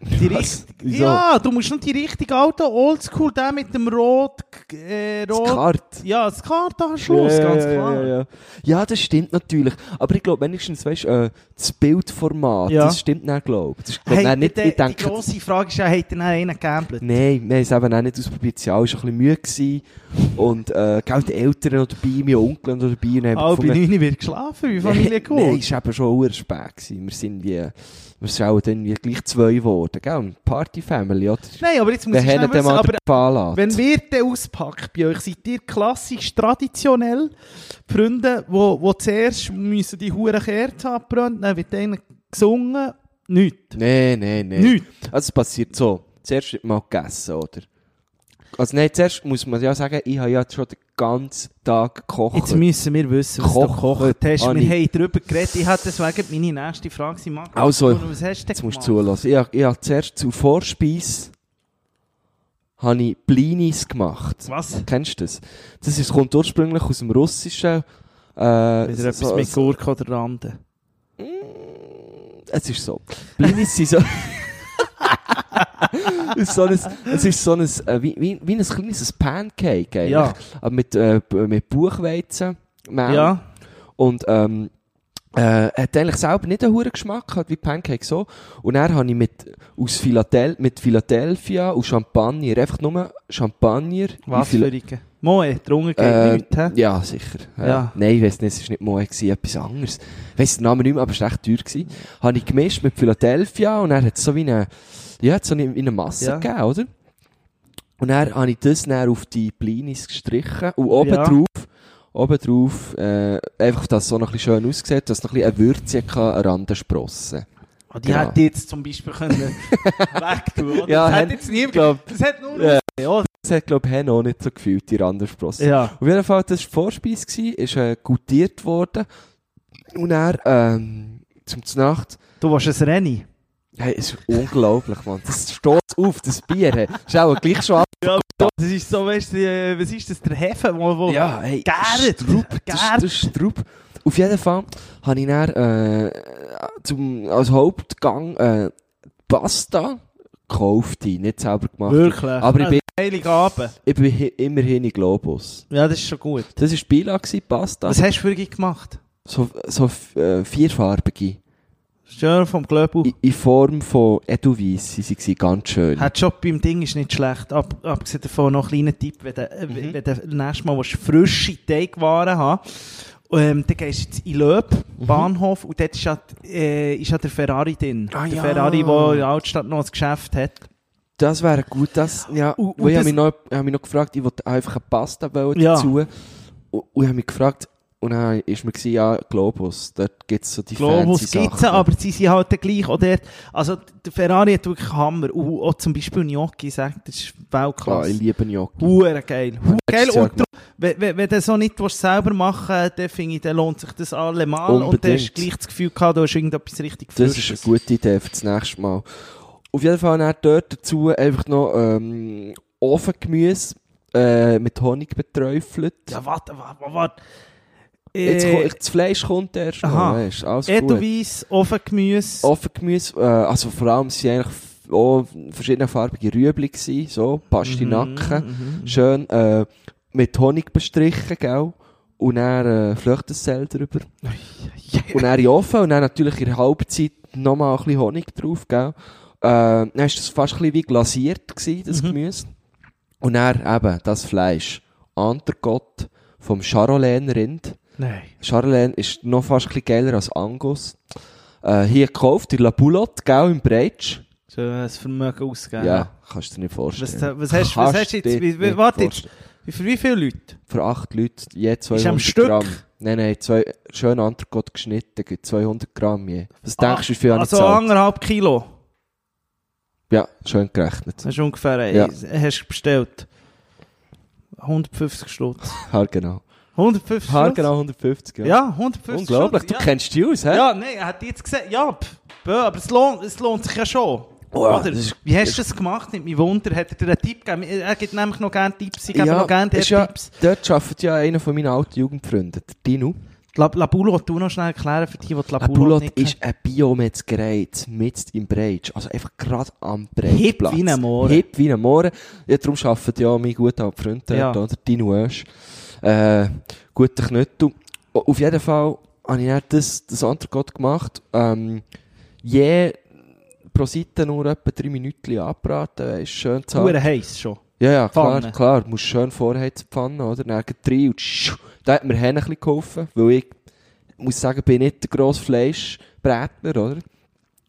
Speaker 2: Die
Speaker 3: Was?
Speaker 2: richt-
Speaker 3: Wieso?
Speaker 2: ja, du musst noch die richtige alte Oldschool, der mit dem rot, äh,
Speaker 3: Das
Speaker 2: rot
Speaker 3: Kart.
Speaker 2: ja, das Kartanschluss,
Speaker 3: Ja,
Speaker 2: ganz
Speaker 3: ja,
Speaker 2: klar.
Speaker 3: Ja, ja. ja, das stimmt natürlich. Aber ich glaube, wenigstens, weißt, äh, das Bildformat,
Speaker 2: Ja.
Speaker 3: das stimmt dann, glaube ich. Das ist, glaub,
Speaker 2: Hey,
Speaker 3: dann nicht,
Speaker 2: die,
Speaker 3: ich
Speaker 2: die
Speaker 3: denke,
Speaker 2: grosse Frage ist ja, hat er dann einen gegambelt?
Speaker 3: Nein, wir haben es eben auch nicht ausprobiert. Es war auch schon ein bisschen müde. Gewesen. Und äh, gell, die Eltern noch dabei, mein Onkel noch dabei. Und haben
Speaker 2: Alle bei
Speaker 3: gefunden-
Speaker 2: 9 wird geschlafen, wie Familie gut.
Speaker 3: Nein, es war eben schon sehr spät. Gewesen. Wir sind wie, wir sind auch dann wie gleich zwei geworden. Gell, eine Party-Family, oder?
Speaker 2: Nein, aber jetzt muss
Speaker 3: Wir
Speaker 2: ich schnell
Speaker 3: haben
Speaker 2: wissen,
Speaker 3: dem mal
Speaker 2: aber äh,
Speaker 3: den Gefallen an.
Speaker 2: Wenn wir den auspackt bei euch, seid ihr klassisch traditionell die Freunde, wo, wo zuerst müssen die hure Kerze abbrennen, dann wird einer gesungen, nichts.
Speaker 3: Nein, nein, nein.
Speaker 2: Nichts.
Speaker 3: Also es passiert so. Zuerst wird mal gegessen, oder? Also nein, zuerst muss man ja sagen, ich habe ja schon den ganzen Tag gekocht.
Speaker 2: Jetzt müssen wir wissen, was
Speaker 3: Kochen.
Speaker 2: du gekocht hast. wir
Speaker 3: Ah, nicht.
Speaker 2: haben darüber geredet. Ich hatte deswegen meine nächste Frage gewesen, Marco.
Speaker 3: Also,
Speaker 2: was hast du denn
Speaker 3: Jetzt musst du
Speaker 2: gemacht?
Speaker 3: zulassen. Ich, hab- ich habe zuerst zu Vorspeis habe ich Blinis gemacht.
Speaker 2: Was?
Speaker 3: Kennst du das? Das ist, kommt ursprünglich aus dem Russischen. Äh,
Speaker 2: Wieder
Speaker 3: so-
Speaker 2: etwas
Speaker 3: so-
Speaker 2: mit Gurke oder Rande.
Speaker 3: Es ist so. Blinis sind so... Es ist so ein, es ist so ein, äh, wie, wie, wie ein kleines Pancake eigentlich.
Speaker 2: Ja.
Speaker 3: Aber mit, äh, b- mit Buchweizen, Mehl.
Speaker 2: Ja.
Speaker 3: Und ähm, äh, hat eigentlich selber nicht einen hohen Geschmack gehabt, wie Pancake so. Und dann habe ich mit, aus Philatel mit Philadelphia und Champagner, einfach nur Champagner.
Speaker 2: Was
Speaker 3: in Phila-
Speaker 2: für Ecke? Moe, drunter geht
Speaker 3: Äh,
Speaker 2: nichts, hä?
Speaker 3: Ja, sicher. Ja.
Speaker 2: Ja.
Speaker 3: Nein, ich weiss nicht, es war nicht Moe, gewesen, etwas anderes. Ich weiss den Namen nicht mehr, aber es war recht teuer. Gewesen. Habe ich gemischt mit Philadelphia und er hat so wie eine, ja, hat's so eine, wie eine Masse
Speaker 2: Ja.
Speaker 3: gegeben, oder? Und dann habe ich das dann auf die Blinis gestrichen und oben
Speaker 2: Ja.
Speaker 3: drauf, oben drauf, äh, einfach, dass es so noch ein bisschen schön aussieht, dass es noch ein bisschen eine Würze kann, eine Randensprosse.
Speaker 2: Ah, Die
Speaker 3: genau.
Speaker 2: hätte jetzt zum Beispiel können wegtun können.
Speaker 3: Ja,
Speaker 2: das
Speaker 3: haben-
Speaker 2: hat jetzt niemand.
Speaker 3: glaub-
Speaker 2: das hat nur.
Speaker 3: Ja.
Speaker 2: Ja.
Speaker 3: Das hat, glaube ich, Hen auch nicht so gefühlt, die Randensprosse.
Speaker 2: ja.
Speaker 3: Auf jeden Fall, das war Vorspeis, gewesen, ist äh, gutiert worden. Und er, ähm, zum Nacht,
Speaker 2: Du warst ein Renny.
Speaker 3: hey, es ist unglaublich, Mann. Das stoßt auf, das Bier. Hey. Ist auch gleich schon ab.
Speaker 2: Das ist so, weißt du, äh, was ist das, der Hefe, wo, wo
Speaker 3: Ja, hey.
Speaker 2: Gärt,
Speaker 3: Strupp, das, ist-
Speaker 2: Gärt.
Speaker 3: das ist Strupp. Auf jeden Fall habe ich dann, äh, zum, als Hauptgang, äh, Pasta gekauft, die nicht selber gemacht.
Speaker 2: wirklich.
Speaker 3: Aber ich bin,
Speaker 2: Heiligabend.
Speaker 3: ich bin hi- immerhin in Globus.
Speaker 2: Ja, das ist schon gut.
Speaker 3: Das war Bila, gewesen, Pasta.
Speaker 2: Was hast du wirklich gemacht?
Speaker 3: So, so äh, vierfarbige.
Speaker 2: Schön vom Glöbel.
Speaker 3: In, in Form von Edelweiss, sie waren ganz schön.
Speaker 2: Hat schon beim Ding ist nicht schlecht. Ab, abgesehen davon noch ein kleiner Tipp, wenn du, äh,
Speaker 3: Mhm.
Speaker 2: wenn du nächstes Mal willst, frische Teigwaren haben ähm, dann gehst du jetzt in Löb, Bahnhof, und dort ist ja, die- äh, ist ja der Ferrari drin.
Speaker 3: Ah,
Speaker 2: der
Speaker 3: ja.
Speaker 2: Ferrari, der in der Altstadt noch ein Geschäft hat.
Speaker 3: Das wäre gut, das, ja.
Speaker 2: Und-
Speaker 3: Und,
Speaker 2: und
Speaker 3: ich
Speaker 2: das-
Speaker 3: habe mich, noch- ich hab mich noch gefragt, ich wollte einfach eine Pasta wollen
Speaker 2: Ja.
Speaker 3: dazu. Und, und ich habe mich gefragt, und dann ist mir gewesen, ja, Globus, dort gibt es so die
Speaker 2: Globus
Speaker 3: fancy
Speaker 2: gibt's,
Speaker 3: Sachen.
Speaker 2: aber sie sind halt dann gleich auch dort. Also, der Ferrari hat wirklich Hammer. Und auch zum Beispiel Gnocchi sagt, das ist
Speaker 3: Ja, ich
Speaker 2: Weltklasse.
Speaker 3: liebe Gnocchi.
Speaker 2: Hure geil. Hure geil.
Speaker 3: Letztes Jahr
Speaker 2: Und drum, wenn, wenn, wenn du so nicht willst, selber machen willst, dann finde ich, dann lohnt sich das allemal. Und dann
Speaker 3: Unbedingt.
Speaker 2: hast du gleich das Gefühl gehabt, du hast irgendetwas richtig
Speaker 3: Das ist eine
Speaker 2: Frisches.
Speaker 3: gute Idee für das nächste Mal. Auf jeden Fall dann dort dazu einfach noch ähm, Ofengemüse äh, mit Honig beträufelt.
Speaker 2: Ja, warte, warte, warte, warte.
Speaker 3: Jetzt
Speaker 2: Äh,
Speaker 3: ko- das Fleisch kommt erst noch,
Speaker 2: Aha.
Speaker 3: weisst du, alles gut.
Speaker 2: Edelweiss, Ofengemüse.
Speaker 3: Ofengemüse, äh, also vor allem sie waren eigentlich f- auch verschiedenfarbige Rüebli, gewesen, so, Pastinaken,
Speaker 2: Mhm, mhm.
Speaker 3: schön äh, mit Honig bestrichen, gell? Und dann äh, Flöchtensel drüber. Und dann in den Ofen und dann natürlich in der Halbzeit nochmal ein bisschen Honig drauf, gell? Äh, dann war das fast ein bisschen wie glasiert, gewesen, das
Speaker 2: Mhm.
Speaker 3: Gemüse. Und dann eben das Fleisch. Antergott vom Charolain-Rind.
Speaker 2: Nein.
Speaker 3: Charlene ist noch fast ein bisschen geiler als Angus. Äh, hier gekauft, in La Boulotte, gell, im Breitsch.
Speaker 2: Schönes Vermögen ausgeben.
Speaker 3: Ja, kannst du dir nicht
Speaker 2: Genau. Was,
Speaker 3: vorstellen.
Speaker 2: was hast was hast
Speaker 3: Kannst
Speaker 2: du
Speaker 3: dir
Speaker 2: jetzt? Wie, wie,
Speaker 3: nicht
Speaker 2: warte jetzt.
Speaker 3: vorstellen.
Speaker 2: Wie- Für wie viele Leute?
Speaker 3: Für acht Leute, je 200
Speaker 2: Ist am Stück?
Speaker 3: Gramm. Nein, nein, zwei, schön Antergott geschnitten, gibt 200 Gramm je. Was denkst du, wie viel habe ich
Speaker 2: Also
Speaker 3: gezahlt?
Speaker 2: anderthalb Kilo.
Speaker 3: Ja, schön gerechnet.
Speaker 2: Das ist ungefähr
Speaker 3: Ja.
Speaker 2: eins. Hast du bestellt. 150 Stutz.
Speaker 3: Haar genau.
Speaker 2: 150
Speaker 3: Haar
Speaker 2: Stutz?
Speaker 3: genau 150, ja.
Speaker 2: Ja, 150
Speaker 3: Unglaublich, du
Speaker 2: Stutz. ja.
Speaker 3: kennst die aus, hä?
Speaker 2: Ja, nein, er hat jetzt gesehen. Ja, pff, bö, aber es lohnt, es lohnt sich ja schon.
Speaker 3: Oh,
Speaker 2: Oder?
Speaker 3: das ist-
Speaker 2: Wie hast du das gemacht? Nicht mein Wunder, hat er dir einen Tipp gegeben? Er gibt nämlich noch gerne Tipps, ich gebe noch gerne dir
Speaker 3: ist ja,
Speaker 2: Tipps.
Speaker 3: dort arbeitet ja einer von meinen alten Jugendfreunden, der Dino.
Speaker 2: La, La Boulotte, du noch schnell erklären für die, die die La
Speaker 3: La
Speaker 2: Boulotte
Speaker 3: Boulotte
Speaker 2: nicht
Speaker 3: ist ein Biometzgerei mit im Breitsch. Also einfach gerade am Breitsch.
Speaker 2: Hip wie ein Mohren.
Speaker 3: Hip wie ein Mohren. Ja, darum arbeiten ja meine guten alten Freunde
Speaker 2: Ja.
Speaker 3: ja. dort, oder Dino Oesch. Äh, guter Knöttel. O- Auf jeden Fall habe ich dann das, das Antragott gemacht. Ähm, je pro Seite nur etwa drei Minuten anbraten, weisst, schön
Speaker 2: kennen.
Speaker 3: zart.
Speaker 2: Hure heiß schon.
Speaker 3: Ja, ja, klar,
Speaker 2: Pfanne.
Speaker 3: klar. Du musst schön vorheizen, oder? Dann geht rein und schuh. Da hat mir Hen ein bisschen geholfen, weil ich, muss sagen, bin nicht der grosse Fleischbrätner, oder?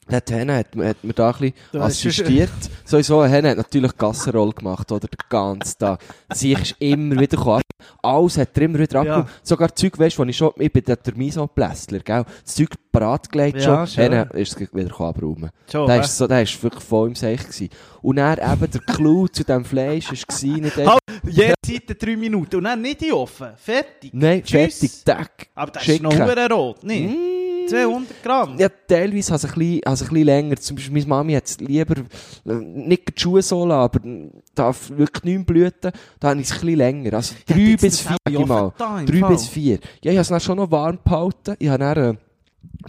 Speaker 3: Dann hat Hen hat, mir- hat mir da ein
Speaker 2: Du
Speaker 3: bisschen
Speaker 2: hast
Speaker 3: assistiert. Sowieso, Hen hat natürlich Gassenrolle gemacht, oder? Den ganzen Tag. Sie ist immer wieder gekommen. Alles hat er immer wieder abgekommen. Sogar Zeug, weißt du, wo ich schon, ich bin der Termiso-Plässler, gell? Das Zeug parat gelegt
Speaker 2: Ja,
Speaker 3: schon.
Speaker 2: schön.
Speaker 3: Hen ist es wieder abräumen.
Speaker 2: Schon,
Speaker 3: Der
Speaker 2: hä?
Speaker 3: ist, so, der ist wirklich voll im Seich gewesen. Und dann eben der Clou zu diesem Fleisch war nicht einfach...
Speaker 2: Halt, jede Seite drei Minuten und dann nicht in offen. Fertig.
Speaker 3: Nein,
Speaker 2: Tschüss. Hm.
Speaker 3: fertig, tack.
Speaker 2: Aber das ist
Speaker 3: Schicken.
Speaker 2: noch hure rot, nicht?
Speaker 3: Mm.
Speaker 2: 200 Gramm.
Speaker 3: Ja, teilweise has es ein bisschen, has es ein bisschen länger. Zum Beispiel, meine Mami hat es lieber, äh, nicht gerade die Schuhe so lassen, aber mm, darf wirklich nicht blüten, da habe ich es ein bisschen länger. Also
Speaker 2: Ja,
Speaker 3: drei
Speaker 2: jetzt
Speaker 3: bis
Speaker 2: das
Speaker 3: vier
Speaker 2: auch in
Speaker 3: Mal.
Speaker 2: Ofen da, im
Speaker 3: Drei
Speaker 2: Fall.
Speaker 3: bis vier. Ja, ich habe es dann schon noch warm behalten. Ich habe dann äh,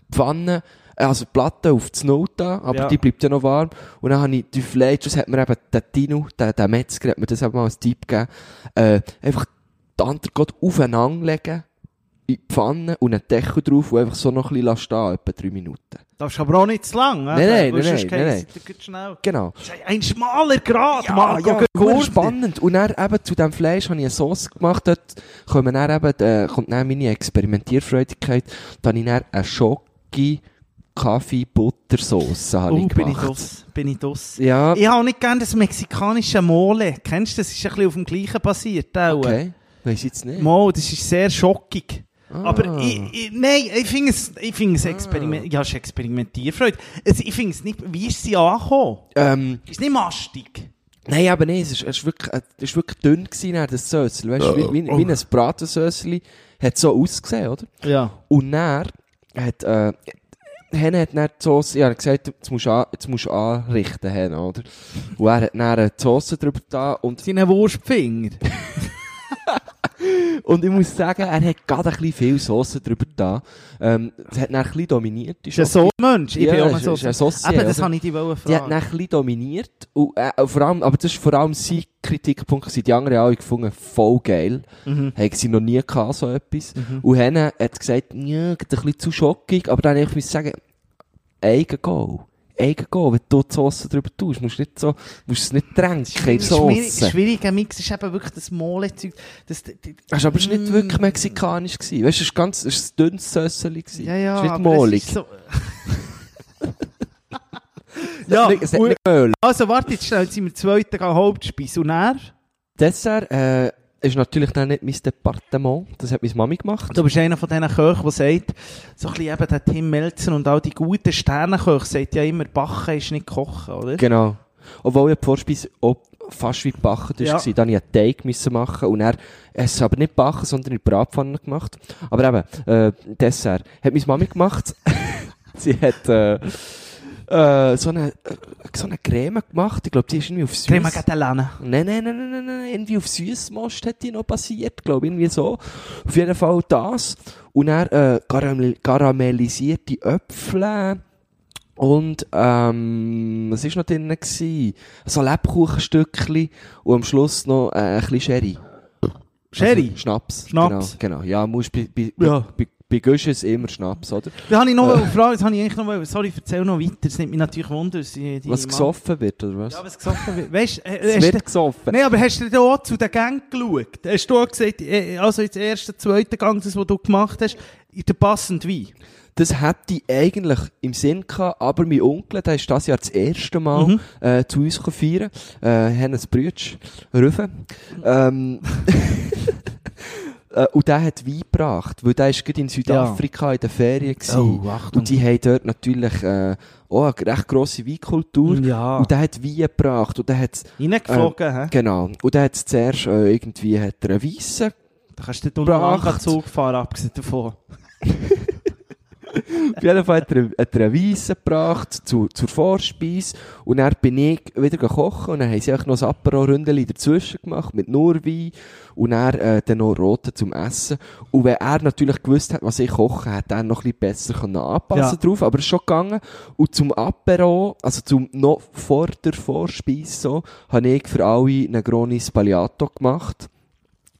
Speaker 3: die Pfanne, äh, also die Platte auf das Null da, aber
Speaker 2: Ja.
Speaker 3: die bleibt ja noch warm. Und dann habe ich die Fleisch, das hat mir eben der Dino, der, der Metzger, hat mir das eben mal als Tipp gegeben, äh, einfach die andere Gott aufeinander legen, in die Pfanne und einen Deckel drauf und einfach so noch ein bisschen lassen stehen, etwa drei Minuten.
Speaker 2: Darfst aber auch nicht zu lang.
Speaker 3: Nein, nein, nein, nein, nein.
Speaker 2: Schnell.
Speaker 3: Genau.
Speaker 2: Ein schmaler Grat, Marco.
Speaker 3: huere
Speaker 2: Gurtner.
Speaker 3: spannend. Und dann eben zu diesem Fleisch habe ich eine Sauce gemacht. Dort kommen dann eben, äh, kommt dann meine Experimentierfreudigkeit. Da habe ich dann eine Schocke, Kaffee, Buttersauce habe
Speaker 2: Oh,
Speaker 3: ich
Speaker 2: bin ich
Speaker 3: gemacht.
Speaker 2: dus. Bin ich dus.
Speaker 3: ja,
Speaker 2: Ich habe nicht gerne das mexikanische Mole. Kennst du das? Das ist ein bisschen auf dem gleichen basiert. auch.
Speaker 3: okay. Weiss jetzt nicht.
Speaker 2: Mal, das ist sehr schockig.
Speaker 3: Ah.
Speaker 2: Aber ich, ich, nein, ich finde es, ich finde es Experiment, ja, es ist Experimentierfreude. Es, ich finde es nicht, wie ist sie angekommen?
Speaker 3: Ähm,
Speaker 2: Ist nicht mastig.
Speaker 3: nein, aber nein, es ist, es ist wirklich, äh, es ist wirklich dünn gewesen, dann, das Sösel. Weißt du, wie, wie,
Speaker 2: Oh.
Speaker 3: wie ein Bratensäuschen hat so ausgesehen, oder?
Speaker 2: Ja.
Speaker 3: Und dann hat, äh, Hen hat dann die Soße, ich habe gesagt, jetzt musst du, an, jetzt musst du anrichten, Hen, oder? Und er hat dann äh, die Soße drüber da und,
Speaker 2: Seine Wurstfinger.
Speaker 3: und ich muss sagen, er hat gerade ein bisschen viel Soße drüber da. Ähm, es hat dann ein bisschen dominiert. die
Speaker 2: Ist ein
Speaker 3: Soße.
Speaker 2: Soßenmensch. Ich
Speaker 3: Ja,
Speaker 2: bin auch
Speaker 3: ist-
Speaker 2: ein
Speaker 3: ist
Speaker 2: Soße.
Speaker 3: ein Soße,
Speaker 2: Eben, das
Speaker 3: oder?
Speaker 2: habe ich dich wollen
Speaker 3: Die hat
Speaker 2: fragen.
Speaker 3: dann ein bisschen dominiert. Und, äh, vor allem, aber das ist vor allem sein Kritikpunkt. gewesen. Die anderen haben alle gefunden, voll geil.
Speaker 2: Mhm.
Speaker 3: Haben sie noch nie gehabt, so etwas. Und Hen hat gesagt, eh, ja, geht ein bisschen zu schockig. Aber dann muss ich sagen, eigen Goal. Eigen Goal. Wenn du die Soße drüber tust, musst du nicht so, musst es nicht drängen. Keine
Speaker 2: Schwierig,
Speaker 3: Soße.
Speaker 2: schwieriger Mix ist eben wirklich das Mole-Zeug. Das, das,
Speaker 3: Das war aber nicht
Speaker 2: Mhm.
Speaker 3: wirklich mexikanisch. Gewesen. Weißt du, es war ganz, es war ein dünnes Sösseli. gewesen.
Speaker 2: ja, ja,
Speaker 3: Es war nicht
Speaker 2: aber
Speaker 3: mahlig.
Speaker 2: es ist so... ja,
Speaker 3: es hat
Speaker 2: und-
Speaker 3: nicht Öl.
Speaker 2: also warte jetzt schnell, jetzt sind wir zweiten Gang Hauptspeis. Und er?
Speaker 3: Dessert, äh, ist natürlich dann nicht mein Departement. Das hat meine Mami gemacht.
Speaker 2: Du bist einer von diesen Köchen, der sagt, so ein bisschen eben der Tim Melzer und all die guten Sternenköche sagt ja immer, Backen ist nicht Kochen, oder?
Speaker 3: Genau. Obwohl ja die Vorspeise auch fast wie gebacken
Speaker 2: Ja.
Speaker 3: war. Dann musste ich einen Teig müssen machen und er es aber nicht backen, sondern in die Bratpfanne gemacht. Aber eben, äh, Dessert hat meine Mami gemacht. sie hat, äh, äh, so eine, äh, so eine Creme gemacht. Ich glaube, die ist irgendwie auf süß.
Speaker 2: Crema Catalana.
Speaker 3: Nein, nein, nein, nein, nein, nein, irgendwie auf Süßmost hat die noch passiert, glaube irgendwie so. Auf jeden Fall das. Und dann äh, karamell karamellisierte Äpfel und ähm, was ist noch drin gewesen? So Lebkuchenstückchen und am Schluss noch äh, ein bisschen Sherry.
Speaker 2: Sherry?
Speaker 3: Also Schnaps.
Speaker 2: Schnaps.
Speaker 3: Genau, genau. ja, musst bei, bei,
Speaker 2: Ja.
Speaker 3: bei, bei Güsches immer Schnaps, oder?
Speaker 2: Da habe ich noch
Speaker 3: Äh.
Speaker 2: eine Frage, das habe ich eigentlich noch wollen. Sorry, erzähl noch weiter. Es nimmt mich natürlich Wunder, dass die, die
Speaker 3: Was
Speaker 2: Mann-
Speaker 3: gesoffen wird, oder was?
Speaker 2: Ja, was gesoffen wird. Weißt du, äh,
Speaker 3: es
Speaker 2: hast du,
Speaker 3: wird gesoffen.
Speaker 2: nein, aber hast du da auch zu den Gang geschaut? Hast du auch gesagt, äh, also jetzt ersten, zweiten Gang, das, was du gemacht hast, in der passenden Wein?
Speaker 3: Das hätte ich eigentlich im Sinn gehabt, aber mein Onkel, der ist das Jahr das erste Mal
Speaker 2: Mhm.
Speaker 3: äh, zu uns gekommen feiern, äh, haben ein Brötchen, Rüfen, ähm, äh, und der hat Wein gebracht, weil der ist gerade in Südafrika in der Ferien gewesen.
Speaker 2: Achtung.
Speaker 3: Und die haben dort natürlich äh, auch eine recht grosse Weinkultur.
Speaker 2: Ja.
Speaker 3: Und der hat Wein gebracht und der hat
Speaker 2: Reingeflogen, hä?
Speaker 3: genau, und der hat zuerst äh, irgendwie hat er einen Weissen
Speaker 2: Da kannst du nicht unter
Speaker 3: Bracht.
Speaker 2: einen Zug fahren, abgesehen davon.
Speaker 3: Auf jeden Fall hat er, hat er einen Weissen gebracht zu, zur Vorspeise und dann bin ich wieder gekocht und dann haben sie einfach noch ein Aperol-Ründeli dazwischen gemacht mit nur Wein und dann, äh, dann noch Roten zum Essen. Und wenn er natürlich gewusst hat, was ich koche, hätte er noch ein bisschen besser können anpassen
Speaker 2: Ja.
Speaker 3: drauf, aber es ist schon gegangen. Und zum Aperol, also zum noch vor der Vorspeise so, habe ich für alle Negroni Spagliato gemacht.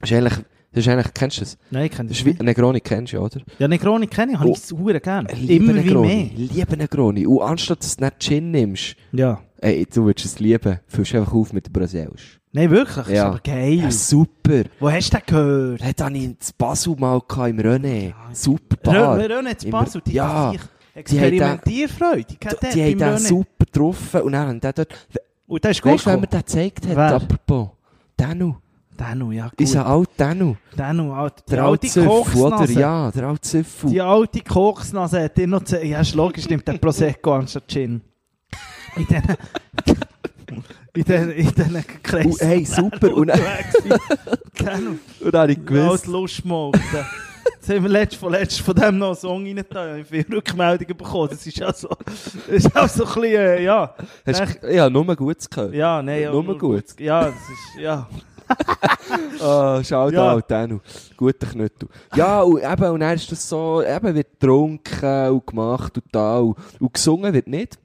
Speaker 3: Das ist eigentlich, das ist eigentlich kennst du das?
Speaker 2: Nein, ich kenne das
Speaker 3: das ist wie,
Speaker 2: nicht.
Speaker 3: Negroni kennst du, oder?
Speaker 2: Ja, Negroni kenne ich, habe
Speaker 3: Oh.
Speaker 2: ich super gerne.
Speaker 3: Liebe
Speaker 2: Immer wie
Speaker 3: Negroni.
Speaker 2: mehr.
Speaker 3: Liebe Negroni. Und anstatt dass du nicht Gin nimmst,
Speaker 2: Ja.
Speaker 3: ey, du würdest es lieben, füllst einfach auf mit dem Brasilisch.
Speaker 2: Nein, wirklich, das
Speaker 3: Ja.
Speaker 2: ist aber geil.
Speaker 3: Ja, super.
Speaker 2: Wo hast du den gehört?
Speaker 3: Das hatte ich in Basel mal gehabt, im René. Super Bar.
Speaker 2: Röne, Röne, jetzt
Speaker 3: Immer-
Speaker 2: Basel, die
Speaker 3: Ja.
Speaker 2: die- Experimentierfreude, die hat
Speaker 3: Die,
Speaker 2: dort
Speaker 3: die haben
Speaker 2: beim
Speaker 3: den
Speaker 2: Röne.
Speaker 3: super getroffen und dann haben die dort...
Speaker 2: Und das ist gut
Speaker 3: Weißt du, wer
Speaker 2: gekommen.
Speaker 3: mir den gezeigt hat,
Speaker 2: Wer?
Speaker 3: apropos? Danu.
Speaker 2: Danu, ja gut.
Speaker 3: Unser alter Danu.
Speaker 2: Danu, alt, die
Speaker 3: Der
Speaker 2: alte
Speaker 3: alte Süffel, oder?
Speaker 2: Koksnase.
Speaker 3: Ja, der alte Süffel.
Speaker 2: Die alte Koksnase hat dir noch zu... Ja, ist logisch, nimmt der Prosecco anstatt Gin. In diesen... In diesen... In diesen Kreisen.
Speaker 3: Und, hey, super. Und dann,
Speaker 2: Danu,
Speaker 3: und dann habe ich
Speaker 2: als
Speaker 3: gewusst...
Speaker 2: Lustmolten. Jetzt haben wir letztes von, letztes von dem noch einen Song reingetan. Ich habe viele Rückmeldungen bekommen. Das ist ja so... Das ist auch so ein bisschen... Äh, ja.
Speaker 3: Hast du- Ja, nur Gutes gehört.
Speaker 2: Ja, nein... ja,
Speaker 3: Nur gut.
Speaker 2: Ja, das ist... Ja.
Speaker 3: Ah, schau
Speaker 2: Ja.
Speaker 3: da, Danu. Guter Knüttel. Ja, und eben, und dann ist das so, eben wird getrunken und gemacht und da. Und, und gesungen wird nicht.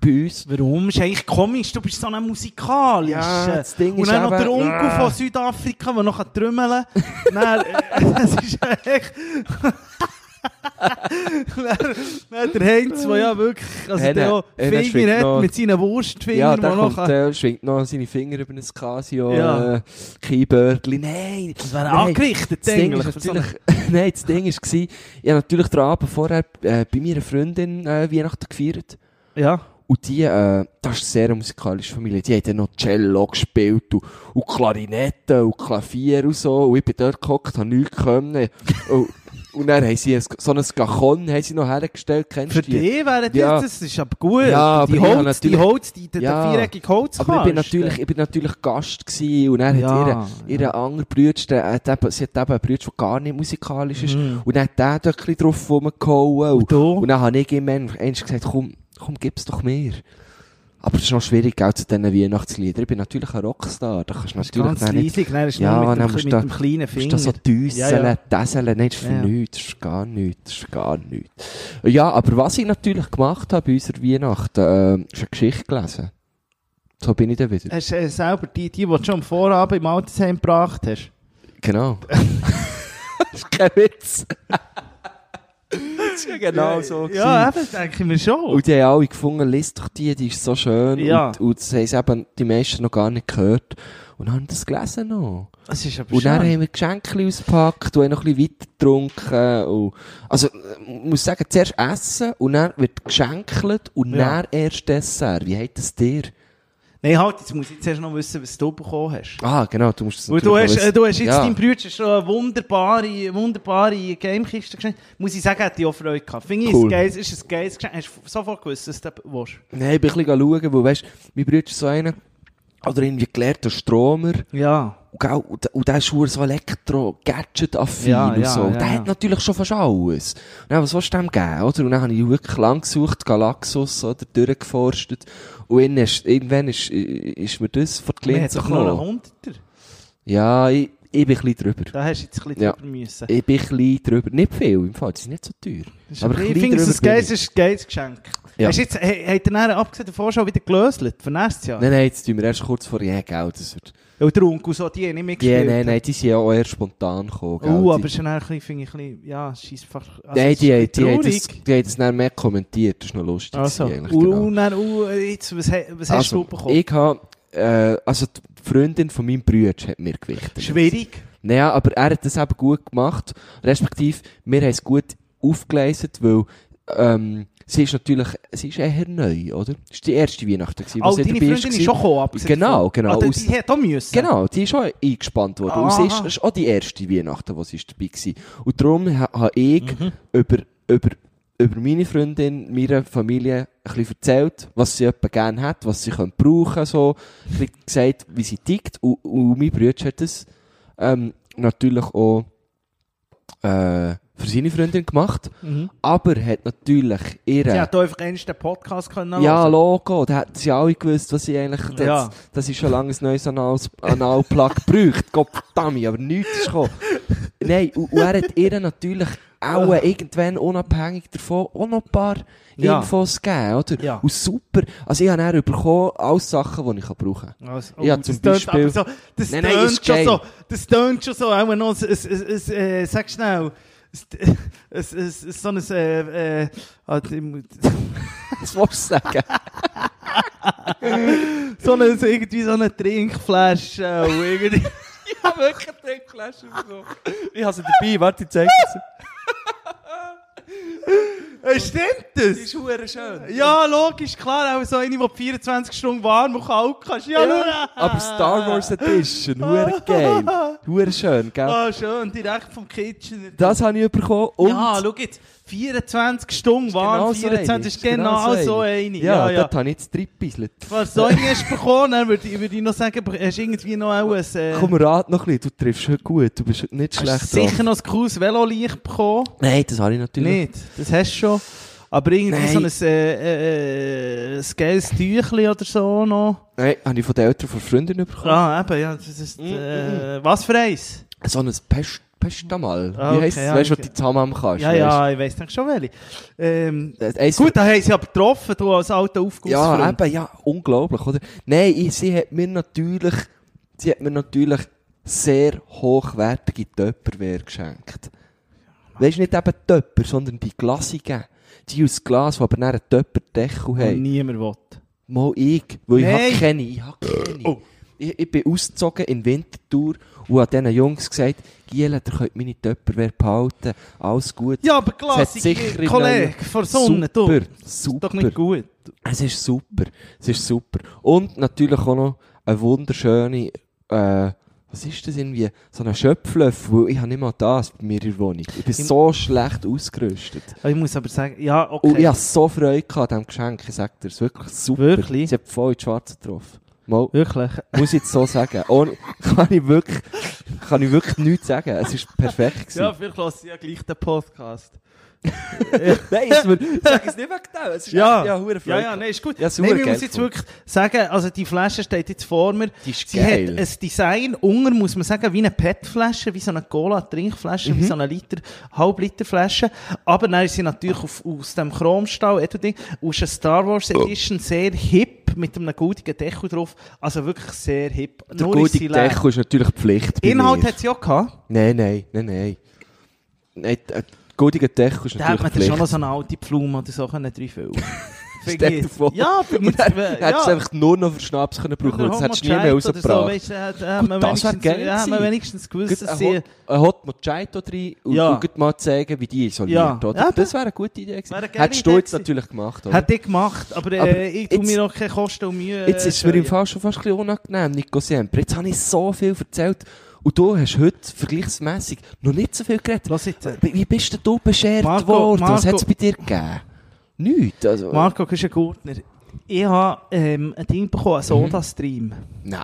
Speaker 3: Bei uns.
Speaker 2: Warum? Ist eigentlich komisch, du bist so ein musikalisch.
Speaker 3: Ja, das Ding
Speaker 2: Und
Speaker 3: ist
Speaker 2: dann noch der
Speaker 3: eben-
Speaker 2: Onkel von Südafrika, der noch trümmeln kann. Dann, äh, es ist echt... dann, dann der Heinz, der ja wirklich also
Speaker 3: Henne-
Speaker 2: der auch
Speaker 3: Henne
Speaker 2: Finger
Speaker 3: schwingt
Speaker 2: hat
Speaker 3: noch-
Speaker 2: mit seinen Wurstfingern,
Speaker 3: Ja, eh,
Speaker 2: die
Speaker 3: der,
Speaker 2: noch...
Speaker 3: kommt,
Speaker 2: Kann.
Speaker 3: der schwingt noch seine Finger über ein Casio,
Speaker 2: Ja.
Speaker 3: äh, Keybördli. Nein!
Speaker 2: Das wäre
Speaker 3: nein.
Speaker 2: angerichtet,
Speaker 3: Das Ding ist
Speaker 2: eigentlich. für so eine-
Speaker 3: natürlich, nein, das Ding ist gewesen, ich habe natürlich den Abend vorher äh, bei meiner Freundin äh, Weihnachten gefeiert.
Speaker 2: Ja,
Speaker 3: Und die, äh, das ist eine sehr musikalische Familie, die hat dann noch Cello gespielt und, und Klarinette und Klavier und so. Und ich bin dort gehockt, hab nichts können. und, und dann haben sie ein, so ein Gachon haben sie noch hergestellt, kennst
Speaker 2: für
Speaker 3: du die?
Speaker 2: dich wäre das,
Speaker 3: Ja.
Speaker 2: das ist aber gut.
Speaker 3: Ja, aber
Speaker 2: die
Speaker 3: ich habe
Speaker 2: Holz, die
Speaker 3: natürlich-
Speaker 2: Holz, die, die,
Speaker 3: Ja.
Speaker 2: der viereckige Holz
Speaker 3: Aber ich bin, natürlich, ich bin natürlich Gast gewesen und er
Speaker 2: Ja,
Speaker 3: hat ihre, ihre andere Brüder, äh, hat eben, sie hat eben einen Brüder, der gar nicht musikalisch ist.
Speaker 2: Mhm.
Speaker 3: Und dann hat der dort ein bisschen drauf rumgehauen. Und,
Speaker 2: Und du?
Speaker 3: und dann habe ich ihm einmal gesagt, komm, komm, gib's doch mehr. Aber es ist noch schwierig, auch zu diesen Weihnachtsliedern. Ich bin natürlich ein Rockstar, da kannst du
Speaker 2: natürlich
Speaker 3: natürlich
Speaker 2: ganz
Speaker 3: dann nicht
Speaker 2: riesig, dann ist
Speaker 3: Ja,
Speaker 2: nur
Speaker 3: nou
Speaker 2: mit,
Speaker 3: dann
Speaker 2: dem,
Speaker 3: musst
Speaker 2: mit
Speaker 3: du-
Speaker 2: dem kleinen
Speaker 3: Musst
Speaker 2: Finger.
Speaker 3: du so düsseln,
Speaker 2: Ja, ja.
Speaker 3: täseln, nein, das ist für
Speaker 2: Ja.
Speaker 3: nichts, das ist gar nichts, das ist gar nichts. Ja, aber was ich natürlich gemacht habe bei unserer Weihnachten, äh, ist eine Geschichte gelesen. So bin ich dann wieder.
Speaker 2: Hast du äh, selber die, die, die du schon am Vorabend im Altersheim gebracht hast?
Speaker 3: Genau. das ist kein Witz. das ist ja genau so.
Speaker 2: Ja,
Speaker 3: gewesen.
Speaker 2: eben, denke ich mir schon.
Speaker 3: Und die haben alle gefunden, lest doch die, die ist so schön.
Speaker 2: Ja.
Speaker 3: Und, und das haben sie eben die meisten noch gar nicht gehört. Und haben das gelesen noch.
Speaker 2: Es ist aber
Speaker 3: Und dann
Speaker 2: schön.
Speaker 3: haben wir Geschenke ausgepackt und haben noch ein bisschen weiter getrunken. Und, also, ich muss sagen, zuerst essen und dann wird geschenkelt und
Speaker 2: Ja.
Speaker 3: dann erst Dessert. Wie heißt das dir?
Speaker 2: Nein, halt, jetzt muss ich zuerst noch wissen, was du bekommen hast.
Speaker 3: Ah, genau, du musst es
Speaker 2: Weil du
Speaker 3: natürlich
Speaker 2: hast,
Speaker 3: wissen.
Speaker 2: äh, du hast jetzt
Speaker 3: ja.
Speaker 2: deinem Bruder schon eine wunderbare, wunderbare Gamekiste geschenkt. Muss ich sagen, hat die auch Freude gehabt. Finde ich,
Speaker 3: Cool.
Speaker 2: es ist ein geiles Geschenk. Hast du sofort gewusst, dass du das willst?
Speaker 3: Nein, ich bin ein bisschen schauen, weil, weißt, mein Bruder ist so einer, oder irgendwie gelehrter Stromer,
Speaker 2: Ja.
Speaker 3: Und, gell, und, und der ist verdammt so Elektro-Gadget-affin
Speaker 2: Ja,
Speaker 3: und
Speaker 2: ja,
Speaker 3: so. Und
Speaker 2: ja,
Speaker 3: der
Speaker 2: ja.
Speaker 3: hat natürlich schon fast alles. Und dann, was willst du dem geben, oder? Und dann habe ich wirklich lang gesucht, Galaxus, oder, durchgeforstet. Und dann ist, irgendwann ist, ist mir das vor die
Speaker 2: Man
Speaker 3: Linse
Speaker 2: hat doch noch einen
Speaker 3: gekommen.
Speaker 2: Hunderter.
Speaker 3: Ja, ich, ich bin ein bisschen drüber.
Speaker 2: Da hast du jetzt ein bisschen
Speaker 3: Ja.
Speaker 2: drüber müssen.
Speaker 3: Ich bin ein bisschen drüber. Nicht viel im Fall, die sind nicht so teuer.
Speaker 2: Das ist
Speaker 3: Aber
Speaker 2: aber
Speaker 3: ein
Speaker 2: ich
Speaker 3: bisschen
Speaker 2: finde es ein
Speaker 3: drüber
Speaker 2: geiles,
Speaker 3: bin
Speaker 2: ist ein geiles Geschenk.
Speaker 3: Ja.
Speaker 2: Hast du jetzt, hey, hat er dann abgesehen davon schon wieder gelöselt für nächstes Jahr?
Speaker 3: Nein, nein, jetzt tun wir erst kurz vor Ja, gell, das wird...
Speaker 2: Und der Onkel so, die haben nicht
Speaker 3: Ja,
Speaker 2: mitgespielt.
Speaker 3: nein, nein, die sind ja auch eher spontan gekommen, gell.
Speaker 2: Uh,
Speaker 3: Die-
Speaker 2: aber schon ein bisschen, finde ich, ein bisschen, ja, scheiss fach. Also,
Speaker 3: Nein,
Speaker 2: es ist
Speaker 3: die,
Speaker 2: ein
Speaker 3: haben- die, haben das,
Speaker 2: bisschen traurig.
Speaker 3: die haben das dann mehr kommentiert, das ist noch lustig
Speaker 2: Also,
Speaker 3: gewesen, eigentlich, genau.
Speaker 2: und dann, uh, jetzt, was, he- was hast du bekommen?
Speaker 3: Ich habe, äh, also die Freundin von meinem Bruder hat mir gewichtet.
Speaker 2: Schwierig.
Speaker 3: Naja, aber er hat das eben gut gemacht, respektive wir haben es gut aufgeleistet, weil ähm, sie ist natürlich, sie ist eher neu, oder? Das war die erste Weihnachten, gewesen, wo
Speaker 2: Oh,
Speaker 3: sie
Speaker 2: deine
Speaker 3: dabei
Speaker 2: Freundin ist schon gekommen, abgesehen
Speaker 3: Genau,
Speaker 2: davon.
Speaker 3: genau.
Speaker 2: Ah, die-
Speaker 3: Aus-
Speaker 2: die hätte auch müssen.
Speaker 3: Genau, die ist auch eingespannt worden. Und sie
Speaker 2: Aha.
Speaker 3: ist, das ist auch die erste Weihnachten, die sie ist dabei war. Und darum ha- habe ich
Speaker 2: Mhm.
Speaker 3: über, über, über meine Freundin, meiner Familie ein bisschen erzählt, was sie jemand gerne hat, was sie können brauchen so. Ein bisschen gesagt, wie sie tickt. Und, und mein Bruder hat das ähm, natürlich auch äh, für seine Freundin gemacht.
Speaker 2: Mhm.
Speaker 3: Aber hat natürlich ihre...
Speaker 2: Sie hat einfach endlich den Podcast können
Speaker 3: Ja,
Speaker 2: hören.
Speaker 3: Logo, da hat sie alle gewusst, was sie eigentlich, das,
Speaker 2: Ja.
Speaker 3: das ist schon lange ein neues Anal Analplug braucht. Gottverdammt, aber nichts ist gekommen. Nein, und, und er hat ihr natürlich auch irgendwann unabhängig davon auch noch ein paar
Speaker 2: Ja.
Speaker 3: Infos gegeben, oder?
Speaker 2: Ja.
Speaker 3: Und super. Also ich habe dann bekommen, alle Sachen, die ich kann brauchen kann.
Speaker 2: Also,
Speaker 3: Ja,
Speaker 2: das
Speaker 3: zum
Speaker 2: tönt aber
Speaker 3: Beispiel-
Speaker 2: So, das nein,
Speaker 3: Nein, nein,
Speaker 2: tönt
Speaker 3: ist
Speaker 2: schon
Speaker 3: geil.
Speaker 2: so. Das tönt schon so. Auch noch, ein, ein, ein, ein, äh, sag schnell. ein- ein- ein- So ein. Äh, äh, ah, die mu-
Speaker 3: Das wolltest du sagen.
Speaker 2: so ein. Irgendwie so eine Trinkflasche. äh, und irgendwie.
Speaker 3: habe wirklich eine Trinkflasche bekommen. Ich habe sie dabei, warte, ich zeige sie.
Speaker 2: Äh, Stimmt das?
Speaker 3: Schuhe schön.
Speaker 2: Ja, logisch, klar. Auch so eine, die 24 Stunden warm und kalt kannst. Ja, ja.
Speaker 3: Aber Star Wars Edition, hure geil. Hure schön, gell?
Speaker 2: Ah, schön. Direkt vom Kitchen.
Speaker 3: Das habe ich bekommen und...
Speaker 2: ja, schau jetzt. 24 Stunden warm. 24 ist genau, so eine.
Speaker 3: Ja,
Speaker 2: Ja, ja.
Speaker 3: dort habe ich jetzt drei Pieselt.
Speaker 2: Was so eine hast du bekommen, dann würde ich, würde ich noch sagen, bek- hast du irgendwie noch auch ein, äh,
Speaker 3: Komm, rat noch ein bisschen, du triffst heute gut, du bist Ah, nicht
Speaker 2: hast du
Speaker 3: schlecht
Speaker 2: sicher
Speaker 3: drauf.
Speaker 2: noch ein cooles Velolicht bekommen?
Speaker 3: Nein, das habe ich natürlich.
Speaker 2: Nicht, das hast du schon. Aber irgendwie
Speaker 3: Nein.
Speaker 2: so ein, äh, äh, ein geiles Tüchli oder so noch.
Speaker 3: Nein, habe ich von den Eltern von Freundinnen bekommen.
Speaker 2: Ah, eben, ja, das ist, äh, was für eins?
Speaker 3: So ein Pest Pestamal.
Speaker 2: Ah,
Speaker 3: Wie
Speaker 2: okay,
Speaker 3: heisst es?
Speaker 2: ja,
Speaker 3: Weißt du, was
Speaker 2: okay.
Speaker 3: du zusammen kannst?
Speaker 2: Ja, ja, ich weiss nicht schon welche. Ähm,
Speaker 3: weisst du? Eins
Speaker 2: gut, da haben sie aber getroffen, du als alter Aufgussfreund.
Speaker 3: Ja, eben, ja, unglaublich, oder? Nein, ich, sie hat mir natürlich, sie hat mir natürlich sehr hochwertige Töpperware geschenkt. Weißt du, nicht eben Töpper, sondern die glassigen. Die aus Glas, die aber dann einen Töpperdeckel
Speaker 2: Und
Speaker 3: haben.
Speaker 2: niemand will.
Speaker 3: Mal ich, weil ich
Speaker 2: Nein.
Speaker 3: habe keine, ich habe keine.
Speaker 2: Oh.
Speaker 3: Ich, ich bin ausgezogen in Winterthur und habe diesen Jungs gesagt, Giele, ihr könnt meine Töpperware behalten, alles gut.
Speaker 2: Ja, aber
Speaker 3: hat sicher
Speaker 2: klassisch,
Speaker 3: in
Speaker 2: Kollege, vor Sonne, du.
Speaker 3: super,
Speaker 2: Ist
Speaker 3: super.
Speaker 2: doch nicht gut.
Speaker 3: Es ist super, es ist super. Und natürlich auch noch eine wunderschöne, äh, was ist das irgendwie, so ein Schöpflöffel, weil ich habe nicht mal das bei mir in der Wohnung. Ich bin
Speaker 2: Ich-
Speaker 3: so schlecht ausgerüstet.
Speaker 2: Aber Ich muss aber sagen, Oh, ja, okay.
Speaker 3: Und ich habe so Freude gehabt an diesem Geschenk, ich sage dir, es ist wirklich super.
Speaker 2: Wirklich?
Speaker 3: Sie hat voll in die Schwarze getroffen. Mal,
Speaker 2: Wirklich?
Speaker 3: muss ich jetzt so sagen. Ohne, kann, ich wirklich, kann ich wirklich nichts sagen. Es war perfekt. Gewesen.
Speaker 2: Ja, vielleicht lasse ich ja gleich den Podcast.
Speaker 3: Nein, es wird, ich sage es nicht wegen dem. Es ist
Speaker 2: Ja.
Speaker 3: echt, ja, hure
Speaker 2: Ja,
Speaker 3: Freude.
Speaker 2: ja, nein, ist gut.
Speaker 3: Ja,
Speaker 2: Ja,
Speaker 3: super,
Speaker 2: nein, ich
Speaker 3: geil,
Speaker 2: muss jetzt
Speaker 3: voll.
Speaker 2: wirklich sagen, also die Flasche steht jetzt vor mir.
Speaker 3: Die ist
Speaker 2: Sie
Speaker 3: geil.
Speaker 2: hat ein Design, unter muss man sagen, wie eine PET-Flasche, wie so eine Cola-Trinkflasche,
Speaker 3: Mhm.
Speaker 2: wie so eine Liter, Halb-Liter-Flasche. Aber dann ist sie natürlich auf, aus dem Chromstahl, äh, du Ding, aus einer Star Wars
Speaker 3: Oh.
Speaker 2: Edition sehr hip, mit einem goutigen Deckel drauf. Also wirklich sehr hip.
Speaker 3: Der
Speaker 2: Nur ist
Speaker 3: gute
Speaker 2: sie leer.
Speaker 3: Deckel ist natürlich die Pflicht bei
Speaker 2: Inhalt
Speaker 3: mir.
Speaker 2: hat sie auch gehabt.
Speaker 3: Nein, nein, nein, nein. Nein, d- äh, goldige Deckel ist
Speaker 2: Da hat
Speaker 3: natürlich
Speaker 2: man dann schon noch
Speaker 3: Pflicht.
Speaker 2: so eine alte Pflume oder so können reinfüllen
Speaker 3: Stell dir vor.
Speaker 2: Ja, finde
Speaker 3: Und
Speaker 2: ich jetzt-
Speaker 3: dann hättest du
Speaker 2: ja.
Speaker 3: es einfach nur noch für Schnaps können brauchen können, das hättest du nie mehr
Speaker 2: Oder So,
Speaker 3: rausgebracht.
Speaker 2: weißt, du, hat, hat
Speaker 3: Gut,
Speaker 2: man
Speaker 3: das wär
Speaker 2: wenigstens- ja,
Speaker 3: geil
Speaker 2: hat man
Speaker 3: gewesen.
Speaker 2: wenigstens gewusst,
Speaker 3: Gut,
Speaker 2: dass
Speaker 3: Ein
Speaker 2: sie...
Speaker 3: Hot- ein Hot Mojito drin und
Speaker 2: Ja.
Speaker 3: ja. mal zeigen, wie die isoliert.
Speaker 2: Ja.
Speaker 3: Oder?
Speaker 2: Ja,
Speaker 3: das wäre eine gute Idee gewesen.
Speaker 2: Wäre eine geile
Speaker 3: Hättest du
Speaker 2: Idee
Speaker 3: jetzt
Speaker 2: gewesen.
Speaker 3: natürlich gemacht, oder?
Speaker 2: Hat die gemacht, aber,
Speaker 3: Aber
Speaker 2: äh, ich tue
Speaker 3: jetzt-
Speaker 2: mir noch keine Kosten und Mühe.
Speaker 3: Jetzt
Speaker 2: äh,
Speaker 3: ist es mir im
Speaker 2: scheuen.
Speaker 3: Fall schon fast ein bisschen unangenehm, Nico Siemper. Jetzt habe ich so viel erzählt und du hast heute vergleichsmässig noch nicht so viel geredet.
Speaker 2: Lass jetzt, äh,
Speaker 3: Wie wie bist denn du beschert
Speaker 2: Marco,
Speaker 3: worden? Was
Speaker 2: Marco.
Speaker 3: hat es bei dir gegeben? Nichts, also...
Speaker 2: Marco, du
Speaker 3: Mhm.
Speaker 2: bist ein Gurtner. Ich habe ähm, ein Ding bekommen, einen Soda-Stream. äh,
Speaker 3: Nein.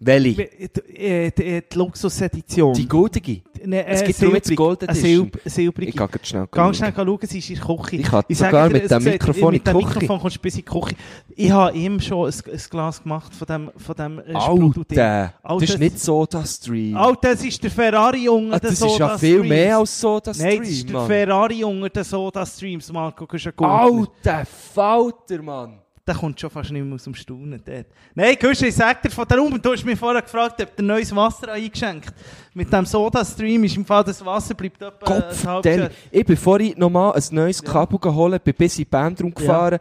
Speaker 4: Welche?
Speaker 2: Die, die, die, die Luxusedition.
Speaker 4: Die goldige.
Speaker 2: Nee,
Speaker 4: es gibt darum jetzt Golden
Speaker 2: eine
Speaker 4: Edition.
Speaker 2: silb- silbrige.
Speaker 3: Ich kann grad schnell
Speaker 2: Ganz schnell schauen, sie ist in der Küche.
Speaker 3: Ich kann
Speaker 2: sage
Speaker 3: sogar
Speaker 2: dir,
Speaker 3: mit
Speaker 2: es
Speaker 3: dem
Speaker 2: sieht-
Speaker 3: Mikrofon
Speaker 2: mit
Speaker 3: in die
Speaker 2: dem Mikrofon kommst du bis in die Küche. Ich habe ihm schon ein, ein Glas gemacht von dem, von dem äh, Sprudel-Ding.
Speaker 3: Alter, das ist nicht Soda Stream.
Speaker 2: Alter, das ist der Ferrari unter
Speaker 3: Ah,
Speaker 2: den
Speaker 3: das ist ja
Speaker 2: Soda
Speaker 3: viel
Speaker 2: Streams.
Speaker 3: mehr als Soda
Speaker 2: Nein,
Speaker 3: Stream,
Speaker 2: das ist der
Speaker 3: Mann.
Speaker 2: Ferrari unter den Soda-Streams, Marco Guschakoglu.
Speaker 3: Alter Falter, Mann.
Speaker 2: Da kommt schon fast nicht mehr aus dem Staunen dort. Nein, Gusch, ich sag dir von darum, du hast mich vorher gefragt, ob dir neues Wasser eingeschenkt Mit dem Soda-Stream ist im Fall, das Wasser bleibt etwa
Speaker 3: Gott,
Speaker 2: ein halbes
Speaker 3: verdammt.
Speaker 2: Jahr-
Speaker 3: äh, ich bin vorhin nochmal ein neues Kabel geholt, bin bis in die Bandraum gefahren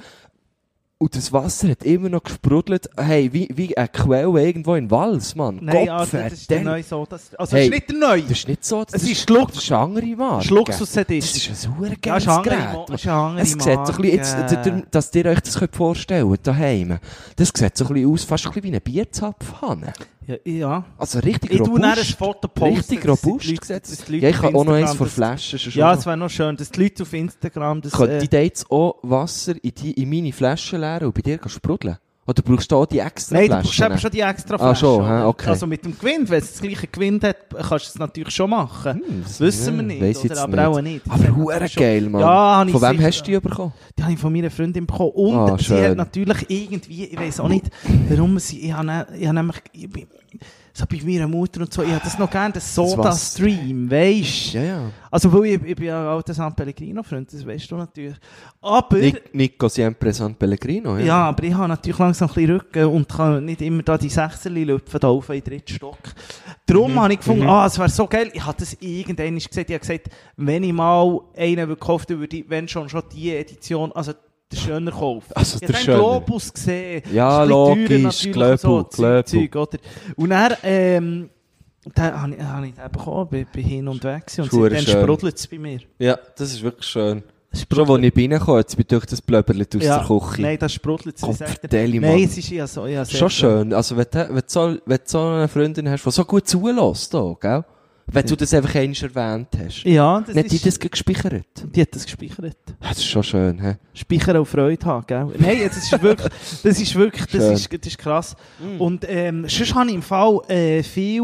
Speaker 3: und das Wasser hat immer noch gesprudelt. Hey, wie, wie eine Quelle irgendwo in Wals, Mann.
Speaker 2: Nein,
Speaker 3: Gott,
Speaker 2: Alter, das ist der
Speaker 3: verdammt.
Speaker 2: neue Soda-Stream. Also, das
Speaker 3: Hey,
Speaker 2: ist nicht der neue.
Speaker 3: Das ist nicht so. Das
Speaker 2: Es ist Lux-
Speaker 3: Das ist eine andere Marke.
Speaker 2: Das ist Luxus-Edition.
Speaker 3: Das ist ein super
Speaker 2: Ja, das
Speaker 3: geiles
Speaker 2: ist eine andere Mo-
Speaker 3: Gerät.
Speaker 2: das ist eine andere
Speaker 3: Es sieht so ein bisschen, jetzt,
Speaker 2: Marke.
Speaker 3: d- d- dass ihr euch das könnt vorstellen könnt, daheim. Das sieht so ein bisschen aus, fast ein bisschen wie eine Bierzapfhanne.
Speaker 2: Ja, ja.
Speaker 3: Also richtig
Speaker 2: Ich tu
Speaker 3: robust.
Speaker 2: dann ein Foto posten. dass
Speaker 3: richtig
Speaker 2: die
Speaker 3: robust
Speaker 2: Leute- dass
Speaker 3: gesetzt.
Speaker 2: die Leute
Speaker 3: Ja, ich habe
Speaker 2: auf
Speaker 3: auch noch eins
Speaker 2: Instagram
Speaker 3: von
Speaker 2: das-
Speaker 3: Flaschen. schon
Speaker 2: Ja,
Speaker 3: noch.
Speaker 2: es wäre noch schön, dass die Leute auf Instagram das...
Speaker 3: Könnte
Speaker 2: äh,
Speaker 3: ich dir jetzt auch Wasser in, die, in meine Flaschen leeren und bei dir gehen sprudeln? Oder brauchst du auch die extra
Speaker 2: Nein, du brauchst
Speaker 3: Flaschen?
Speaker 2: eben schon die extra Flasche.
Speaker 3: Ah, schon, hä,
Speaker 2: oder?
Speaker 3: okay.
Speaker 2: Also mit dem Gewinn, wenn es das gleiche Gewinn hat, kannst du es natürlich schon machen. das wissen wir nicht,
Speaker 3: Hm? Weiss
Speaker 2: oder?
Speaker 3: jetzt
Speaker 2: aber
Speaker 3: nicht.
Speaker 2: auch nicht. Das hat
Speaker 3: Aber hure
Speaker 2: natürlich schon-
Speaker 3: geil, Mann.
Speaker 2: Ja, hab ich
Speaker 3: Von wem
Speaker 2: sicher.
Speaker 3: hast du die bekommen?
Speaker 2: Die habe ich von meiner Freundin bekommen. Und
Speaker 3: Ah,
Speaker 2: sie
Speaker 3: schön.
Speaker 2: hat natürlich irgendwie, ich weiß auch nicht, warum sie, ich habe, ne- ich habe nämlich, ich bin, so bei meiner Mutter und so, ich habe das noch gerne, das
Speaker 3: was-
Speaker 2: Soda-Stream, weisst
Speaker 3: Ja, ja.
Speaker 2: Also, weil ich, ich bin ja auch der San Pellegrino-Freund, das weißt du natürlich. Aber...
Speaker 3: Nic Nico Siempre San Pellegrino, ja.
Speaker 2: Ja, aber ich habe natürlich langsam ein bisschen Rücken und kann nicht immer da die Sechserli lüpfen, da auf in den dritten Stock. Darum
Speaker 3: Mhm.
Speaker 2: habe ich gefunden, ah, es wäre so geil. Ich habe das irgendwann gesagt, ich habe gesagt, wenn ich mal einen gekauft würde, ich, wenn schon, schon die Edition, also der schöner Kauf.
Speaker 3: Also
Speaker 2: ich
Speaker 3: der
Speaker 2: habe
Speaker 3: schöner.
Speaker 2: den Globus gesehen.
Speaker 3: Ja,
Speaker 2: Ist ein bisschen teurer
Speaker 3: logisch,
Speaker 2: natürlich und
Speaker 3: Glöbel, Glöbel.
Speaker 2: Zeug, oder? Und dann, ähm, dann habe ich, habe ich den bekommen, bin, bin hin und weg gewesen
Speaker 3: Ist
Speaker 2: und
Speaker 3: verdammt
Speaker 2: dann
Speaker 3: schön.
Speaker 2: sprudelt es bei mir.
Speaker 3: Ja, das ist wirklich schön.
Speaker 2: Es
Speaker 3: Schon, als ich reinkomme, jetzt bin ich durch das Blöberlet aus der Küche.
Speaker 2: Nein, das sprudelt es. ich
Speaker 3: Gott,
Speaker 2: sag dir.
Speaker 3: verteile, Mann.
Speaker 2: Nein, es ist ja so. Ja, sehr
Speaker 3: Schon schön. Also, wenn du, wenn, du so, wenn du so eine Freundin hast, die so gut zulässt, da, gell? Wenn du das einfach einmal erwähnt hast.
Speaker 2: Ja, das
Speaker 3: Nicht die
Speaker 2: ist,
Speaker 3: das gleich gespeichert.
Speaker 2: die hat das gespeichert.
Speaker 3: Das ist schon schön, hä?
Speaker 2: Speichern auf Freude haben, gell? Nein, jetzt ist wirklich, das ist wirklich, das
Speaker 3: Schön.
Speaker 2: ist, das ist krass. Und ähm, sonst habe ich im Fall äh, viel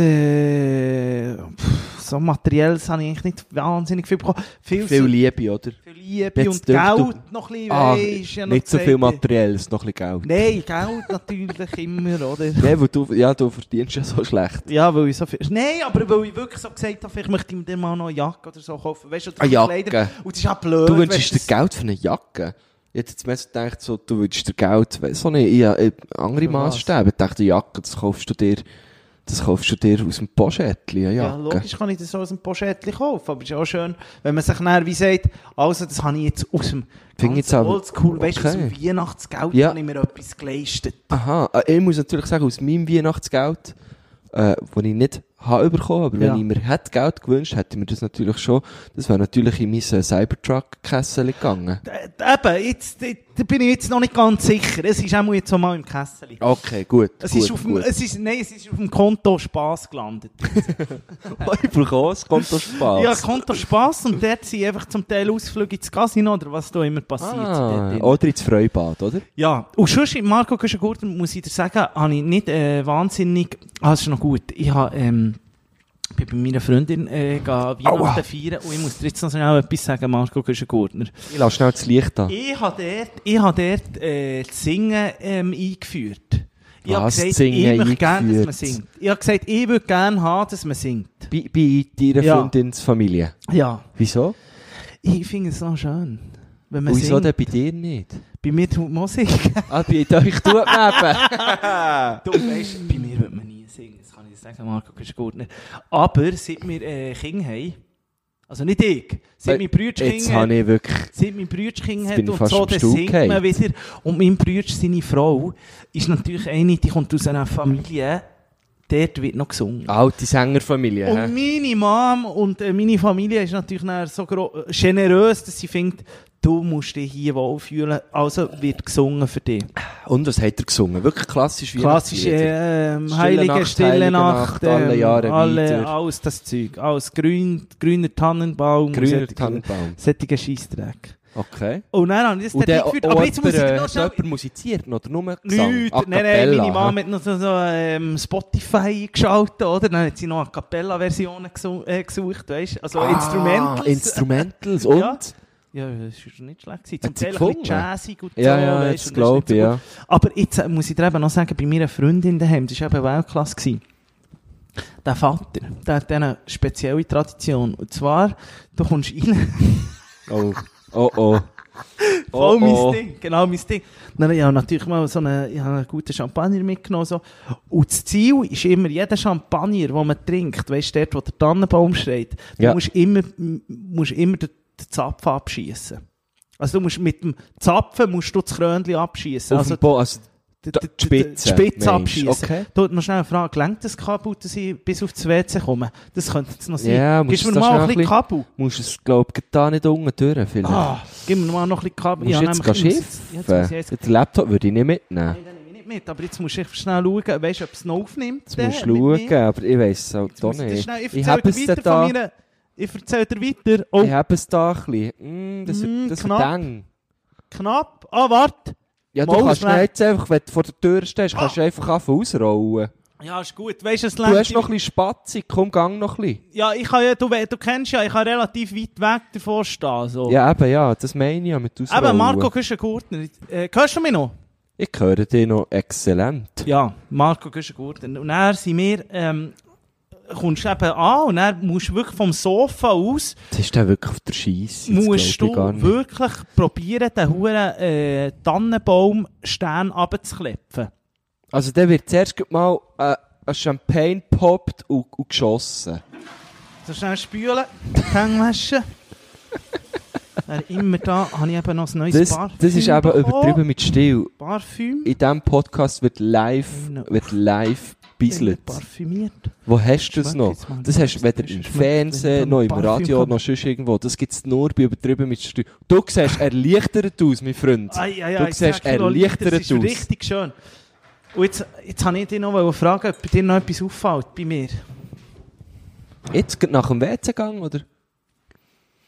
Speaker 2: äh, pff, so Materielles habe ich eigentlich nicht wahnsinnig viel bekommen. Viel,
Speaker 3: Viel
Speaker 2: so-
Speaker 3: Liebe, oder?
Speaker 2: viel Liebe
Speaker 3: Jetzt
Speaker 2: und
Speaker 3: dürft du-
Speaker 2: Geld noch ein bisschen,
Speaker 3: Ah,
Speaker 2: weisst, ja, noch
Speaker 3: nicht so
Speaker 2: gesagt. äh,
Speaker 3: viel Materielles, noch ein bisschen Geld.
Speaker 2: Nein, Geld natürlich immer, oder?
Speaker 3: Nein, weil du, ja, du verdienst ja so schlecht.
Speaker 2: Ja, weil ich so viel... Nein, aber weil ich wirklich so gesagt habe, vielleicht möchte ich mir dann mal noch eine Jacke oder so kaufen. Weißt du, oder
Speaker 3: Eine Ah, Jacke.
Speaker 2: Kleider. Und das ist auch blöd.
Speaker 3: Du
Speaker 2: weisst
Speaker 3: wünschst
Speaker 2: du,
Speaker 3: dir Geld für eine Jacke? Ich hätte jetzt mehr so gedacht, so, du wünschst dir Geld, weiss auch nicht, ich habe äh, andere
Speaker 2: Für was?
Speaker 3: Maßstäbe. Ich dachte, Jacke, das kaufst du dir, das kaufst du dir aus dem Poschettli, eine
Speaker 2: Ja,
Speaker 3: Jacke.
Speaker 2: logisch kann ich das so aus dem Poschettchen kaufen, aber es ist auch schön, wenn man sich nachher wie sagt, also das habe ich jetzt aus dem
Speaker 3: Finde ich jetzt aber-
Speaker 2: Oldschool, weißt du, aus
Speaker 3: okay.
Speaker 2: dem Weihnachtsgeld
Speaker 3: Ja.
Speaker 2: habe ich mir etwas geleistet.
Speaker 3: Aha, äh, ich muss natürlich sagen, aus meinem Weihnachtsgeld, äh, das ich nicht habe bekommen, aber
Speaker 2: Ja.
Speaker 3: wenn ich mir hätte Geld gewünscht, hätte ich mir das natürlich schon, das wäre natürlich in mein äh, Cybertruck-Kessel gegangen.
Speaker 2: Äh, Eben, jetzt, äh, da bin ich jetzt noch nicht ganz sicher, es ist auch jetzt auch mal im Kessel.
Speaker 3: Okay, gut,
Speaker 2: Es
Speaker 3: gut,
Speaker 2: ist, auf dem,
Speaker 3: gut.
Speaker 2: es, ist, nein, es ist auf dem Konto Spass gelandet.
Speaker 3: ich brauche auch ein Kontospaß.
Speaker 2: Ja, Konto Spass und dort sind einfach zum Teil Ausflüge ins Casino oder was da immer passiert.
Speaker 3: ah,
Speaker 2: Dort-
Speaker 3: oder ins Freibad, oder?
Speaker 2: Ja, und sonst, Marco Güschengurter, muss ich dir sagen, habe ich nicht äh, wahnsinnig... Ah, das ist noch gut. Ich habe... Ähm, bin bei meiner Freundin äh, gehe Weihnachten feiern und ich muss dir jetzt noch schnell etwas sagen, Marco Güschengurtner.
Speaker 3: Ich lasse schnell das Licht an.
Speaker 2: Ich habe dort, ich habe dort äh, das Singen ähm, eingeführt. Ich habe
Speaker 3: Was?
Speaker 2: gesagt,
Speaker 3: Singen
Speaker 2: ich möchte gerne, dass man
Speaker 3: eingeführt?
Speaker 2: singt. Ich habe gesagt, ich würde gerne haben, dass man singt.
Speaker 3: Bei, bei deiner
Speaker 2: Ja.
Speaker 3: Freundins Familie.
Speaker 2: Ja.
Speaker 3: Wieso?
Speaker 2: Ich finde es noch schön, wenn man
Speaker 3: Wieso
Speaker 2: singt.
Speaker 3: denn bei dir nicht?
Speaker 2: Bei mir tut Musik.
Speaker 3: Ah, bei euch tut man eben.
Speaker 2: Du weißt, bei mir wird man nie singen, das kann ich dir sagen, Marco, das ist gut nicht. Aber seit wir äh, Kinder haben, also nicht ich, seit mein Bruder
Speaker 3: Äh, Jetzt
Speaker 2: Kinder
Speaker 3: habe
Speaker 2: hat,
Speaker 3: ich wirklich...
Speaker 2: seit mein Bruder Kinder
Speaker 3: Jetzt
Speaker 2: hat
Speaker 3: bin ich
Speaker 2: und
Speaker 3: fast
Speaker 2: so,
Speaker 3: am
Speaker 2: dann
Speaker 3: Stuhl
Speaker 2: singt man wieder. Und mein Bruder, seine Frau, ist natürlich eine, die kommt aus einer Familie, dort wird noch gesungen.
Speaker 3: Alte Sängerfamilie, hä?
Speaker 2: Und meine Mom und äh, meine Familie ist natürlich nachher so gro- äh, generös, dass sie findet, du musst dich hier wohlfühlen, also wird gesungen für dich.
Speaker 3: Und was hat er gesungen? Wirklich klassisch wie
Speaker 2: Klassische ähm, Heilige
Speaker 3: Nacht,
Speaker 2: Stille
Speaker 3: Heilige
Speaker 2: Nacht,
Speaker 3: Nacht, alle
Speaker 2: ähm,
Speaker 3: Jahre
Speaker 2: alle,
Speaker 3: wieder.
Speaker 2: alles das Zeug, alles grün, grüner Tannenbaum,
Speaker 3: Grüner
Speaker 2: solche-
Speaker 3: Tannenbaum.
Speaker 2: solche Scheissdreck.
Speaker 3: Okay.
Speaker 2: Und dann habe ich das
Speaker 3: Und
Speaker 2: Tattoo
Speaker 3: der,
Speaker 2: geführt. Aber jetzt muss ich dir noch
Speaker 3: hat
Speaker 2: schnell...
Speaker 3: jemand musiziert noch, oder nur Gesang?
Speaker 2: Nichts.
Speaker 3: A
Speaker 2: Nein, nein, meine
Speaker 3: cappella,
Speaker 2: Mama
Speaker 3: hä?
Speaker 2: hat noch so, so ähm, Spotify eingeschaltet, oder? Dann hat sie noch A Cappella-Versionen gesu äh, gesucht, weißt du? Also
Speaker 3: Ah,
Speaker 2: Instrumentals.
Speaker 3: Instrumentals und?
Speaker 2: Ja. Ja, das war nicht schlecht. Gewesen. Zum
Speaker 3: sie
Speaker 2: Teil ein bisschen
Speaker 3: gefunden?
Speaker 2: jazzig und
Speaker 3: Ja,
Speaker 2: so.
Speaker 3: ja,
Speaker 2: weisst, und äh,
Speaker 3: jetzt
Speaker 2: das ist nicht
Speaker 3: glaub ich,
Speaker 2: so
Speaker 3: ja.
Speaker 2: gut. Aber jetzt äh, muss ich dir eben noch sagen, bei meiner Freundin daheim, das war eben Weltklasse, gewesen. der Vater, der hat eine spezielle Tradition. Und zwar, du kommst rein,
Speaker 3: Oh, oh, oh.
Speaker 2: voll
Speaker 3: Oh,
Speaker 2: mein
Speaker 3: oh.
Speaker 2: Ding, genau mein Ding. Dann, ich habe natürlich mal so eine, ich habe einen guten Champagner mitgenommen. So. Und das Ziel ist immer, jeder Champagner, den man trinkt, weißt du, dort, wo der Tannenbaum steht, du
Speaker 3: Ja.
Speaker 2: musst immer, m- musst immer den, den Zapfen abschießen. Also du musst mit dem Zapfen musst du das Krönchen abschießen.
Speaker 3: Auf
Speaker 2: also
Speaker 3: dem Bo also,
Speaker 2: die,
Speaker 3: die Spitze, meinst
Speaker 2: Spitze
Speaker 3: du?
Speaker 2: abschießen.
Speaker 3: Okay.
Speaker 2: Du noch schnell eine Frage, lenkt das Kabel, dass ich bis auf das WC komme? Das könnte jetzt noch sein.
Speaker 3: Ja, musst
Speaker 2: Gibst
Speaker 3: du
Speaker 2: mir
Speaker 3: das
Speaker 2: mal
Speaker 3: schnell
Speaker 2: ein bisschen Kabel.
Speaker 3: musst du es, glaube ich, da nicht unten durch, vielleicht.
Speaker 2: Ah, gib mir mal noch ein bisschen Kabel.
Speaker 3: musst
Speaker 2: Ja,
Speaker 3: du jetzt
Speaker 2: nämlich-
Speaker 3: gehen
Speaker 2: Ja, jetzt muss ich
Speaker 3: schiffen.
Speaker 2: jetzt
Speaker 3: Den Laptop würde ich nicht mitnehmen.
Speaker 2: Nein, den nehme ich nicht mit, aber jetzt musst du echt schnell schauen, weißt, ob es noch aufnimmt.
Speaker 3: Jetzt
Speaker 2: der
Speaker 3: musst
Speaker 2: mit
Speaker 3: du
Speaker 2: mir.
Speaker 3: schauen, aber ich weiss es halt
Speaker 2: Jetzt
Speaker 3: auch
Speaker 2: muss ich das
Speaker 3: nicht.
Speaker 2: schnell- Ich
Speaker 3: Ich
Speaker 2: erzähle
Speaker 3: habe es
Speaker 2: dir
Speaker 3: da,
Speaker 2: weiter von meiner... Ich erzähle dir weiter. Oh,
Speaker 3: ich habe es da ein bisschen. Mm, das
Speaker 2: Mm,
Speaker 3: wird, das wird
Speaker 2: knapp.
Speaker 3: eng.
Speaker 2: knapp. Ah, warte.
Speaker 3: Ja, du
Speaker 2: Mal, Ah.
Speaker 3: kannst
Speaker 2: das wär-
Speaker 3: nicht jetzt einfach, wenn du vor der Tür stehst, kannst du einfach anfangen ausrollen.
Speaker 2: Ja, ist gut. Weißt du, es
Speaker 3: Du
Speaker 2: lenkt
Speaker 3: hast
Speaker 2: mich-
Speaker 3: noch ein bisschen Spatzig, komm, gang noch ein bisschen.
Speaker 2: Ja, ich kann ja... Du, we- du kennst ja, ich kann relativ weit weg davor stehen. So.
Speaker 3: Ja, eben, ja, das meine ich ja mit ausrollen.
Speaker 2: Oh. Eben, Marco Küschen-Gurtner. Äh, hörst du mich noch?
Speaker 3: Ich höre dich noch exzellent.
Speaker 2: Ja, Marco Güschen-Gurtner. Und dann sind wir... Ähm, kommst du eben an und dann musst du wirklich vom Sofa aus...
Speaker 3: Das ist dann wirklich auf der Scheisse. das
Speaker 2: musst
Speaker 3: glaub
Speaker 2: du
Speaker 3: ich gar nicht.
Speaker 2: wirklich probieren, den huren äh, Tannenbaumstern abzuklepfen.
Speaker 3: Also, der wird zuerst gleich mal äh, ein Champagne poppt und, und geschossen.
Speaker 2: So schnell spülen, Hänge waschen. Dann immer da habe ich eben noch ein neues
Speaker 3: Das,
Speaker 2: Parfüm.
Speaker 3: das ist eben
Speaker 2: bekommen.
Speaker 3: übertrieben mit Stil.
Speaker 2: Parfüm.
Speaker 3: In diesem Podcast wird live,
Speaker 2: No.
Speaker 3: wird live
Speaker 2: Bin
Speaker 3: gebisselt.
Speaker 2: Parfümiert.
Speaker 3: Wo hast du das
Speaker 2: Schmeckt
Speaker 3: noch?
Speaker 2: jetzt mal.
Speaker 3: Das hast du weder
Speaker 2: Das
Speaker 3: im
Speaker 2: schmeckt,
Speaker 3: Fernsehen,
Speaker 2: wenn
Speaker 3: noch im
Speaker 2: Parfüm
Speaker 3: Radio,
Speaker 2: kommt.
Speaker 3: noch sonst irgendwo. Das gibt es nur bei übertrieben mit Steu. Du siehst erleichtert aus, mein Freund.
Speaker 2: Ai, ai, ai,
Speaker 3: Du siehst
Speaker 2: sag, Lolli,
Speaker 3: erleichtert
Speaker 2: Das
Speaker 3: aus.
Speaker 2: ist richtig schön. Und jetzt, jetzt habe ich dich noch wollen fragen, ob bei dir noch etwas auffällt bei mir.
Speaker 3: Jetzt geht nach dem WC gegangen, oder?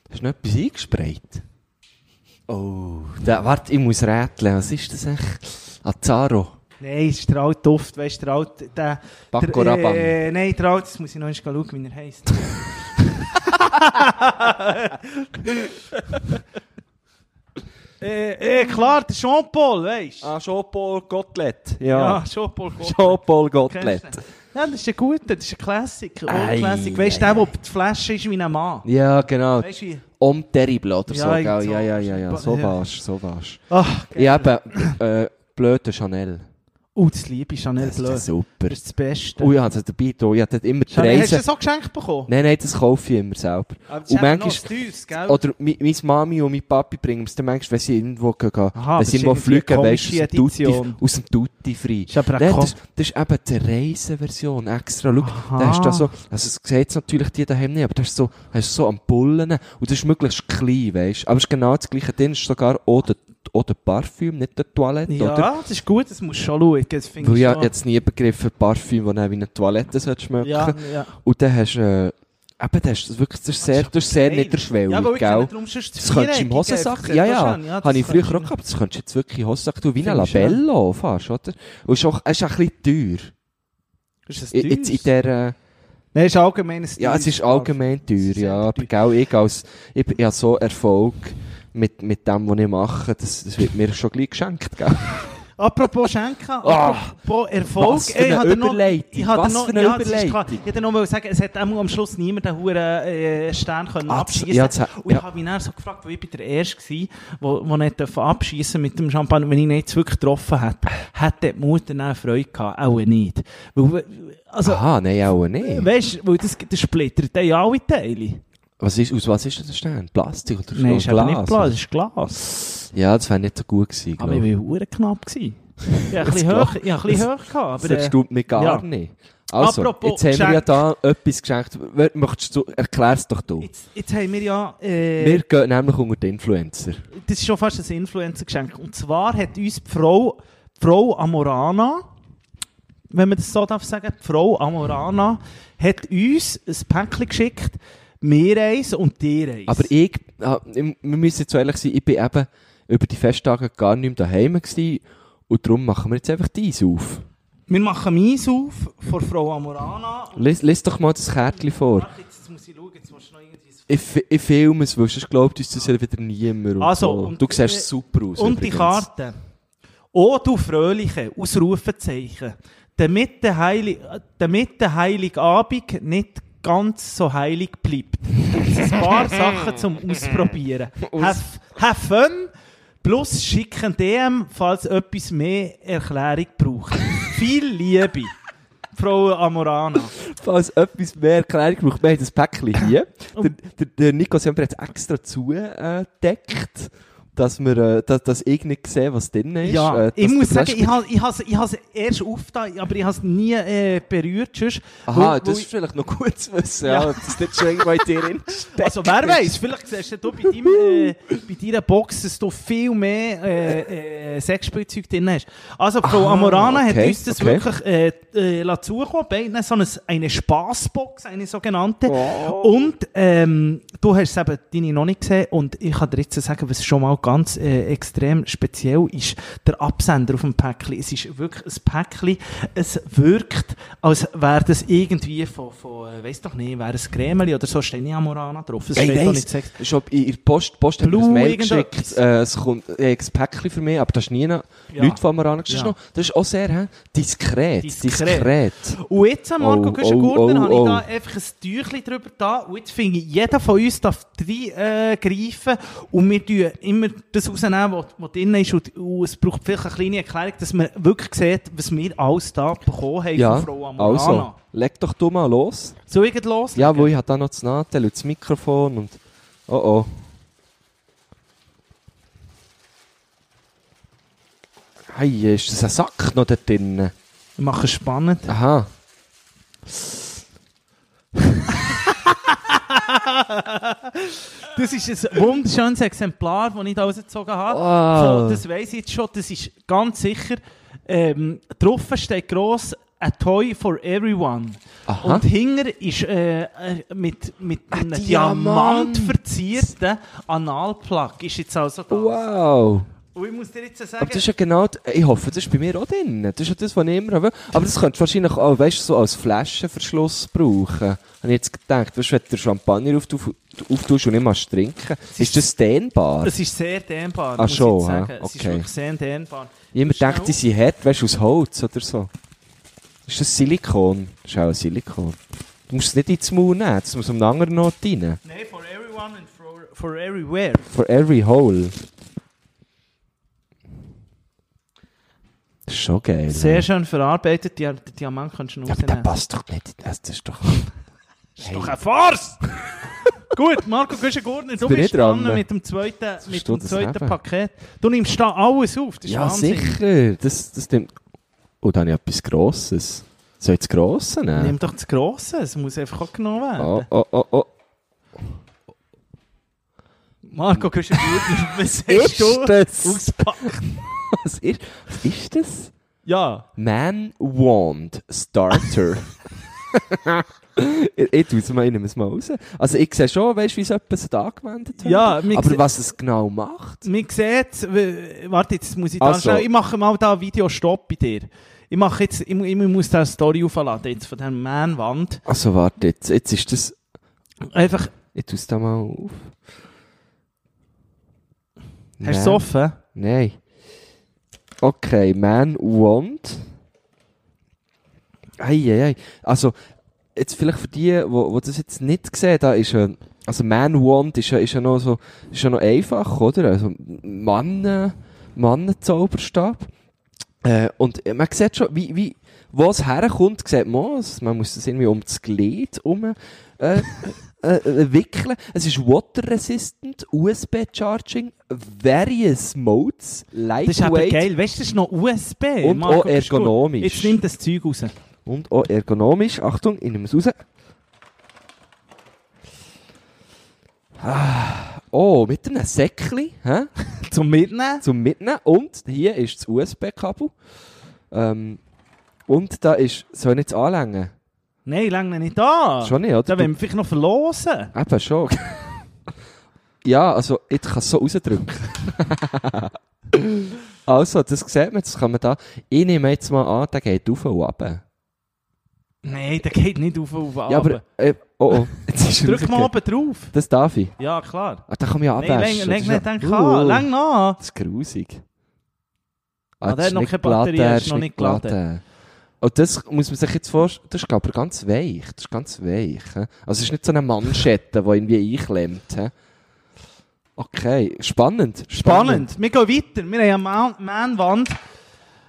Speaker 3: Hast du noch etwas eingesprayt? Oh, da, warte, ich muss rätseln. Was ist das echt? Azaro.
Speaker 2: Nein, es ist der alte Duft, weißt du, der alte... Der,
Speaker 3: Paco
Speaker 2: der,
Speaker 3: Rabanne.
Speaker 2: äh, Nein, der alte, das muss ich noch einmal schauen, wie er heisst. äh, äh, klar, der Jean-Paul, weißt du.
Speaker 3: Ah, Jean-Paul Gottlet.
Speaker 2: ja,
Speaker 3: Ja.
Speaker 2: Jean-Paul Gaultier.
Speaker 3: Jean-Paul
Speaker 2: Kennst du
Speaker 3: Gottlet.
Speaker 2: den? Ja, das ist ein guter, das ist ein Classic. Old
Speaker 3: Ei,
Speaker 2: Classic. Weißt du,
Speaker 3: ei,
Speaker 2: der, der die Flasche ist wie ein Mann.
Speaker 3: Ja, genau.
Speaker 2: Weißt du, wie...
Speaker 3: Om terrible oder
Speaker 2: Ja,
Speaker 3: so,
Speaker 2: irgend
Speaker 3: gell?
Speaker 2: so.
Speaker 3: Ja, ja, ja, ja. So
Speaker 2: Ja.
Speaker 3: warst so warst
Speaker 2: Ach, geil.
Speaker 3: Ich habe äh, blöde Chanel.
Speaker 2: Oh, das liebe Chanel
Speaker 3: Das ist
Speaker 2: Bleu.
Speaker 3: ja
Speaker 2: Das
Speaker 3: super.
Speaker 2: ist das Beste.
Speaker 3: Ui, ich hatte dabei, da. ich hatte immer die
Speaker 2: Chanel, hast du
Speaker 3: Reise.
Speaker 2: das auch geschenkt bekommen?
Speaker 3: Nein, nein, das kaufe ich immer selber.
Speaker 2: Aber das
Speaker 3: Und
Speaker 2: ist eben noch
Speaker 3: manchmal-
Speaker 2: ein teures, gell?
Speaker 3: Oder mi- meine Mami und mein Papi bringen es dann manchmal, wenn sie irgendwo gehen,
Speaker 2: Aha,
Speaker 3: wenn
Speaker 2: Ah, das
Speaker 3: sie
Speaker 2: ist
Speaker 3: irgendwo
Speaker 2: irgendwie
Speaker 3: fliegen,
Speaker 2: eine
Speaker 3: weißt du, aus
Speaker 2: komische
Speaker 3: dem Tutti-
Speaker 2: Edition.
Speaker 3: aus dem Tutti frei.
Speaker 2: Ist aber auch
Speaker 3: Nein,
Speaker 2: kom-
Speaker 3: das, das ist eben die Reiseversion extra. Schau,
Speaker 2: Aha.
Speaker 3: da hast du da so, also es sieht jetzt natürlich die daheim nicht, aber da hast du so, hast du so am Bullen und das ist möglichst klein, weißt du. Aber es ist genau das gleiche drin, es ist sogar auch der, auch der Parfüm, nicht der Toilette,
Speaker 2: Ja,
Speaker 3: oder?
Speaker 2: das ist gut, das musst du schon schauen. Das finde
Speaker 3: Weil
Speaker 2: ich
Speaker 3: ich
Speaker 2: schon.
Speaker 3: habe jetzt nie begriffen, Parfüm, das dann wie eine Toilette sollte schmecken
Speaker 2: ja, ja.
Speaker 3: Und dann hast du, äh, eben, das ist wirklich, das ist sehr, das ist sehr
Speaker 2: Geil.
Speaker 3: niederschwellig,
Speaker 2: Ja, weil ich
Speaker 3: Äh, gell?
Speaker 2: kenne darum sonst
Speaker 3: Das könntest du im
Speaker 2: Viereckige,
Speaker 3: Hosensack,
Speaker 2: einfach
Speaker 3: ja,
Speaker 2: sehr
Speaker 3: ja,
Speaker 2: schön. das
Speaker 3: habe ich früher auch
Speaker 2: könntest du-
Speaker 3: gehabt, das könntest du jetzt wirklich in Hosensack tun, wie ein
Speaker 2: Findest du, ja.
Speaker 3: Labello fast, oder? Und es ist auch, es ist auch ein bisschen teuer.
Speaker 2: Ist das
Speaker 3: I- Jetzt in
Speaker 2: teures?
Speaker 3: der, äh,
Speaker 2: Nein, ist allgemein ein
Speaker 3: ja, es
Speaker 2: teures
Speaker 3: ist allgemein teuer,
Speaker 2: Es ist sehr
Speaker 3: ja, aber
Speaker 2: teuer.
Speaker 3: gell, ich als, ich, bin- ich habe so Erfolg mit, mit dem, was ich mache, das, das wird mir schon gleich geschenkt, gell?
Speaker 2: Apropos Schenken,
Speaker 3: Ah,
Speaker 2: apropos Erfolg.
Speaker 3: was für eine
Speaker 2: ich hatte noch-
Speaker 3: Überleitung,
Speaker 2: Ich hatte
Speaker 3: was
Speaker 2: noch,
Speaker 3: für eine
Speaker 2: ja, das ist klar.
Speaker 3: Überleitung.
Speaker 2: Ich hätte noch mal sagen, es hat am am Schluss niemand den hohen äh, Stern können
Speaker 3: Ah, das-
Speaker 2: abschießen.
Speaker 3: ja, das hat-
Speaker 2: und ich
Speaker 3: ja.
Speaker 2: habe mich dann so gefragt, weil ich bin der Erste war, wo, wo nicht durfte abschießen mit dem Champagner. Wenn ich ihn jetzt wirklich getroffen hätte, hätte die Mutter dann Freude gehabt. Auch nicht. Weil, also,
Speaker 3: Aha, nein, auch nicht.
Speaker 2: Weißt du, weil das, das splittert dann ja alle Teile.
Speaker 3: Was ist, aus was ist das Stern? Plastik oder
Speaker 2: Nein, ist
Speaker 3: so?
Speaker 2: eben nicht Glas, es ist Glas.
Speaker 3: Ja, das wäre nicht so gut gewesen,
Speaker 2: Aber
Speaker 3: glaub.
Speaker 2: ich war verdammt knapp. gewesen. Ich hatte ein bisschen
Speaker 3: glaub-
Speaker 2: hoch, ich hatte ein bisschen hoch gehabt,
Speaker 3: Das
Speaker 2: aber... äh,
Speaker 3: erstaunt mich gar
Speaker 2: ja.
Speaker 3: nicht. Also,
Speaker 2: Apropos
Speaker 3: jetzt haben wir ja
Speaker 2: geschenkt.
Speaker 3: da etwas geschenkt. Wer- Möchtest du, erklär's doch du.
Speaker 2: äh, Jetzt, jetzt haben wir ja... Äh,
Speaker 3: Wir gehen nämlich unter die Influencer.
Speaker 2: das ist schon fast ein Influencer-Geschenk. Und zwar hat uns die Frau, die Frau Amorana, wenn man das so darf sagen, die Frau Amorana hat uns ein Päckchen geschickt, mir eins und dir eins.
Speaker 3: Aber ich ah, ich- wir müssen jetzt so ehrlich sein, ich bin eben über die Festtage gar nicht mehr daheim gewesen, und darum machen wir jetzt einfach dies auf.
Speaker 2: Wir machen Eis auf von Frau Amorana. Und
Speaker 3: Lies, lies doch mal das Kärtchen vor.
Speaker 2: Warte, jetzt muss ich schauen, jetzt musst du noch irgendwie... so-
Speaker 3: Ich, fi- ich filme es, weil sonst glaubt uns das ja wieder niemand. und
Speaker 2: Also,
Speaker 3: so.
Speaker 2: und-
Speaker 3: du siehst super aus.
Speaker 2: Und die
Speaker 3: übrigens.
Speaker 2: Karte. O du Fröhliche, Ausrufezeichen, damit der, Heilig, damit der Heiligabend nicht ganz so heilig bleibt, gibt es ein paar Sachen zum Ausprobieren. Have, have fun, plus schicken DM, falls etwas mehr Erklärung braucht. Viel Liebe, Frau Amorana.
Speaker 3: Falls etwas mehr Erklärung braucht, wir haben das Päckchen hier.
Speaker 2: Oh.
Speaker 3: der, der, der Nico Semper hat es extra zugedeckt, dass, wir, äh, dass, dass ich nicht sehe, was drin ist.
Speaker 2: Ja,
Speaker 3: äh,
Speaker 2: ich
Speaker 3: dass
Speaker 2: muss
Speaker 3: der
Speaker 2: sagen,
Speaker 3: Flash-
Speaker 2: ich habe ich has, ich has erst aufgetan, aber ich habe es nie äh, berührt. Sonst,
Speaker 3: Aha,
Speaker 2: weil-
Speaker 3: das
Speaker 2: weil-
Speaker 3: ist vielleicht noch gut zu wissen,
Speaker 2: Ja.
Speaker 3: ja. dass das nicht schon irgendwo in dir drinsteckt.
Speaker 2: Also wer weiß, vielleicht siehst du bei, deinem, äh, bei deiner Box, dass du viel mehr äh, äh, Sexspielzeug drin hast. Also Frau
Speaker 3: Ah,
Speaker 2: Amorana hat
Speaker 3: okay,
Speaker 2: uns das
Speaker 3: okay.
Speaker 2: wirklich äh, äh, lassen zukommen, beiden so eine, eine Spaßbox, eine sogenannte.
Speaker 3: Oh.
Speaker 2: Und ähm, du hast es eben deine noch nicht gesehen und ich kann dir jetzt sagen, was schon mal ganz äh, extrem speziell ist, der Absender auf dem Päckchen. Es ist wirklich ein Päckchen, es wirkt, als wäre das irgendwie von, von äh, weiss doch nicht, wäre es Cremeli oder so, steht nicht Amorana drauf. Es
Speaker 3: Ja, ich
Speaker 2: steht doch
Speaker 3: weiss,
Speaker 2: nicht Sex.
Speaker 3: ich hab in der Post, Post hat mir
Speaker 2: Blue
Speaker 3: ein Mail
Speaker 2: irgendetwas.
Speaker 3: geschickt, äh, es kommt äh, ein Päckchen für mich, aber das ist nie ja.
Speaker 2: Ja.
Speaker 3: Leute von mir angeschaut.
Speaker 2: Ja.
Speaker 3: Das, ist noch- das ist auch sehr hä? diskret,
Speaker 2: Diskret.
Speaker 3: diskret.
Speaker 2: Und jetzt, Marco
Speaker 3: Oh,
Speaker 2: Güschengurten,
Speaker 3: oh,
Speaker 2: habe ich
Speaker 3: oh,
Speaker 2: da einfach ein Tüchlein drüber da und jetzt finde ich, jeder von uns darf drei äh, greifen und wir tun immer das rausnehmen, was, was drin ist und, und es braucht vielleicht eine kleine Erklärung, dass man wirklich sieht, was wir alles da bekommen haben
Speaker 3: Ja,
Speaker 2: von Frau Amorana.
Speaker 3: also, leg doch du mal los.
Speaker 2: Soll ich gleich los?
Speaker 3: Ja, wo ich habe da noch das Nadel und das Mikrofon und... Oh oh. Hey, ist das ein Sack noch da drinnen?
Speaker 2: Ich mache es spannend.
Speaker 3: Aha.
Speaker 2: Das ist ein wunderschönes Exemplar, das ich da rausgezogen habe.
Speaker 3: Wow.
Speaker 2: So, das weiss ich jetzt schon, das ist ganz sicher. Ähm, drauf steht gross, a toy for everyone.
Speaker 3: Aha.
Speaker 2: Und hinger ist äh, äh, mit, mit einem Diamant
Speaker 3: Diamant.
Speaker 2: verzierten Analplug. Ist jetzt also da.
Speaker 3: Wow.
Speaker 2: Und ich muss dir jetzt sagen,
Speaker 3: Oh. Aber das ist ja genau, die- ich hoffe, das ist bei mir auch drin. Das ist ja das, was ich immer will. Aber das könntest du wahrscheinlich auch, weißt du, so als Flaschenverschluss brauchen. Habe ich jetzt gedacht, weißt du, wenn du den Champagner auftuf- auftust und nicht mal trinken, ist das dehnbar?
Speaker 2: es ist sehr dehnbar,
Speaker 3: Ah,
Speaker 2: muss ich
Speaker 3: schon,
Speaker 2: jetzt sagen.
Speaker 3: hä?
Speaker 2: Es ist
Speaker 3: Okay.
Speaker 2: wirklich sehr dehnbar.
Speaker 3: Jemand
Speaker 2: Schnell.
Speaker 3: denkt, die sind hart, weißt du, aus Holz oder so. Ist das Silikon? Das ist auch ein Silikon. Du musst es nicht ins Maul nehmen, das muss an einem anderen Ort rein.
Speaker 2: Nein, for everyone and for, for everywhere.
Speaker 3: For every hole. Das ist schon geil.
Speaker 2: Sehr schön verarbeitet, Dia- der Diamant kannst du noch
Speaker 3: Ja, aber der
Speaker 2: rausnehmen.
Speaker 3: passt doch nicht. Das das ist doch.
Speaker 2: Hey. Doch eine Farce! Gut, Marco Güschengurtner, du
Speaker 3: bin
Speaker 2: bist
Speaker 3: ich dran.
Speaker 2: dran mit dem zweiten, mit
Speaker 3: ist doch
Speaker 2: dem
Speaker 3: das
Speaker 2: zweiten
Speaker 3: Leben.
Speaker 2: Paket. Du nimmst da alles auf, das ist
Speaker 3: ja,
Speaker 2: Wahnsinn.
Speaker 3: sicher. Das, das nimmt. Oh, da habe ich etwas Grosses. Soll ich das Grosse
Speaker 2: Nimm
Speaker 3: nehmen?
Speaker 2: doch das Grosse, es muss einfach auch genommen werden.
Speaker 3: Oh, oh, oh, oh.
Speaker 2: Marco Güschengurtner, was hast
Speaker 3: Ist
Speaker 2: du
Speaker 3: das?
Speaker 2: ausgepackt?
Speaker 3: Was ist, was ist das?
Speaker 2: Ja,
Speaker 3: Man Wand Starter. ich ich tue es mal, ich nehme es mal raus. Also ich sehe schon, weißt, wie es etwas da angewendet wird.
Speaker 2: Ja, wir se-
Speaker 3: Aber was es genau macht?
Speaker 2: man sieht, w- warte, jetzt muss ich da
Speaker 3: Also.
Speaker 2: schnell, ich mache mal da ein Video Stopp bei dir. Ich mache jetzt, ich, mu- ich muss da eine Story aufladen jetzt von diesem Man-Wand.
Speaker 3: Also warte, jetzt, jetzt ist das...
Speaker 2: Einfach,
Speaker 3: Ich tue es da mal auf.
Speaker 2: hast du es offen?
Speaker 3: Nein. Okay, Man Want. Eieiei. Also, jetzt vielleicht für die, wo, wo das jetzt nicht sehen, da ist ein, also Man Want ist ja, ist ja noch so, ist ja noch einfach, oder? Also, Mann, Mannenzauberstab. Äh, und man sieht schon, wie, wie, wo es herkommt, sieht man, es. man muss das irgendwie um das Glied herum äh, äh, äh, wickeln. Es ist water resistant, USB charging, various modes,
Speaker 2: Das ist aber
Speaker 3: lightweight
Speaker 2: geil, weißt du, das ist noch USB.
Speaker 3: Und
Speaker 2: Marco
Speaker 3: auch ergonomisch.
Speaker 2: Güschengurtner. Jetzt nimm das Zeug raus.
Speaker 3: und auch ergonomisch. Achtung, ich nehme es raus. Ah, oh, mit einem Säckchen, hä?
Speaker 2: Zum Mitnehmen?
Speaker 3: zum Mitnehmen. Und hier ist das USB-Kabel. Ähm, und da ist, soll ich jetzt anlängen?
Speaker 2: Nein, lange nicht da.
Speaker 3: Schon nicht, oder?
Speaker 2: Da wollen wir vielleicht noch verlosen.
Speaker 3: Eben schon. Ja, also jetzt kann es so rausdrücken. also, das sieht man, das kann man da. Ich nehme jetzt mal an, der geht auf und runter.
Speaker 2: Nein, der geht nicht auf und ab.
Speaker 3: Ja, aber. Äh, oh, oh. Jetzt ist er
Speaker 2: Drück mal
Speaker 3: rausgegangen.
Speaker 2: oben drauf.
Speaker 3: Das darf ich.
Speaker 2: Ja, klar.
Speaker 3: Ah, da kann man ja
Speaker 2: Nein, läng,
Speaker 3: abwaschen.
Speaker 2: läng
Speaker 3: Das
Speaker 2: nicht
Speaker 3: ist ja-
Speaker 2: denk an.
Speaker 3: Uh,
Speaker 2: Läng nach.
Speaker 3: Das ist grusig.
Speaker 2: Ah, der
Speaker 3: das
Speaker 2: hat
Speaker 3: ist
Speaker 2: noch
Speaker 3: nicht
Speaker 2: keine Batterie,
Speaker 3: geladen,
Speaker 2: er
Speaker 3: das
Speaker 2: ist noch nicht geladen.
Speaker 3: Und das muss man sich jetzt vorstellen, das ist aber ganz weich, das ist ganz weich. hä? Also es ist nicht so eine Manschette, die irgendwie einklemmt. hä? Okay, spannend.
Speaker 2: Spannend. Wir gehen weiter. Wir haben eine Man- Man-Wand.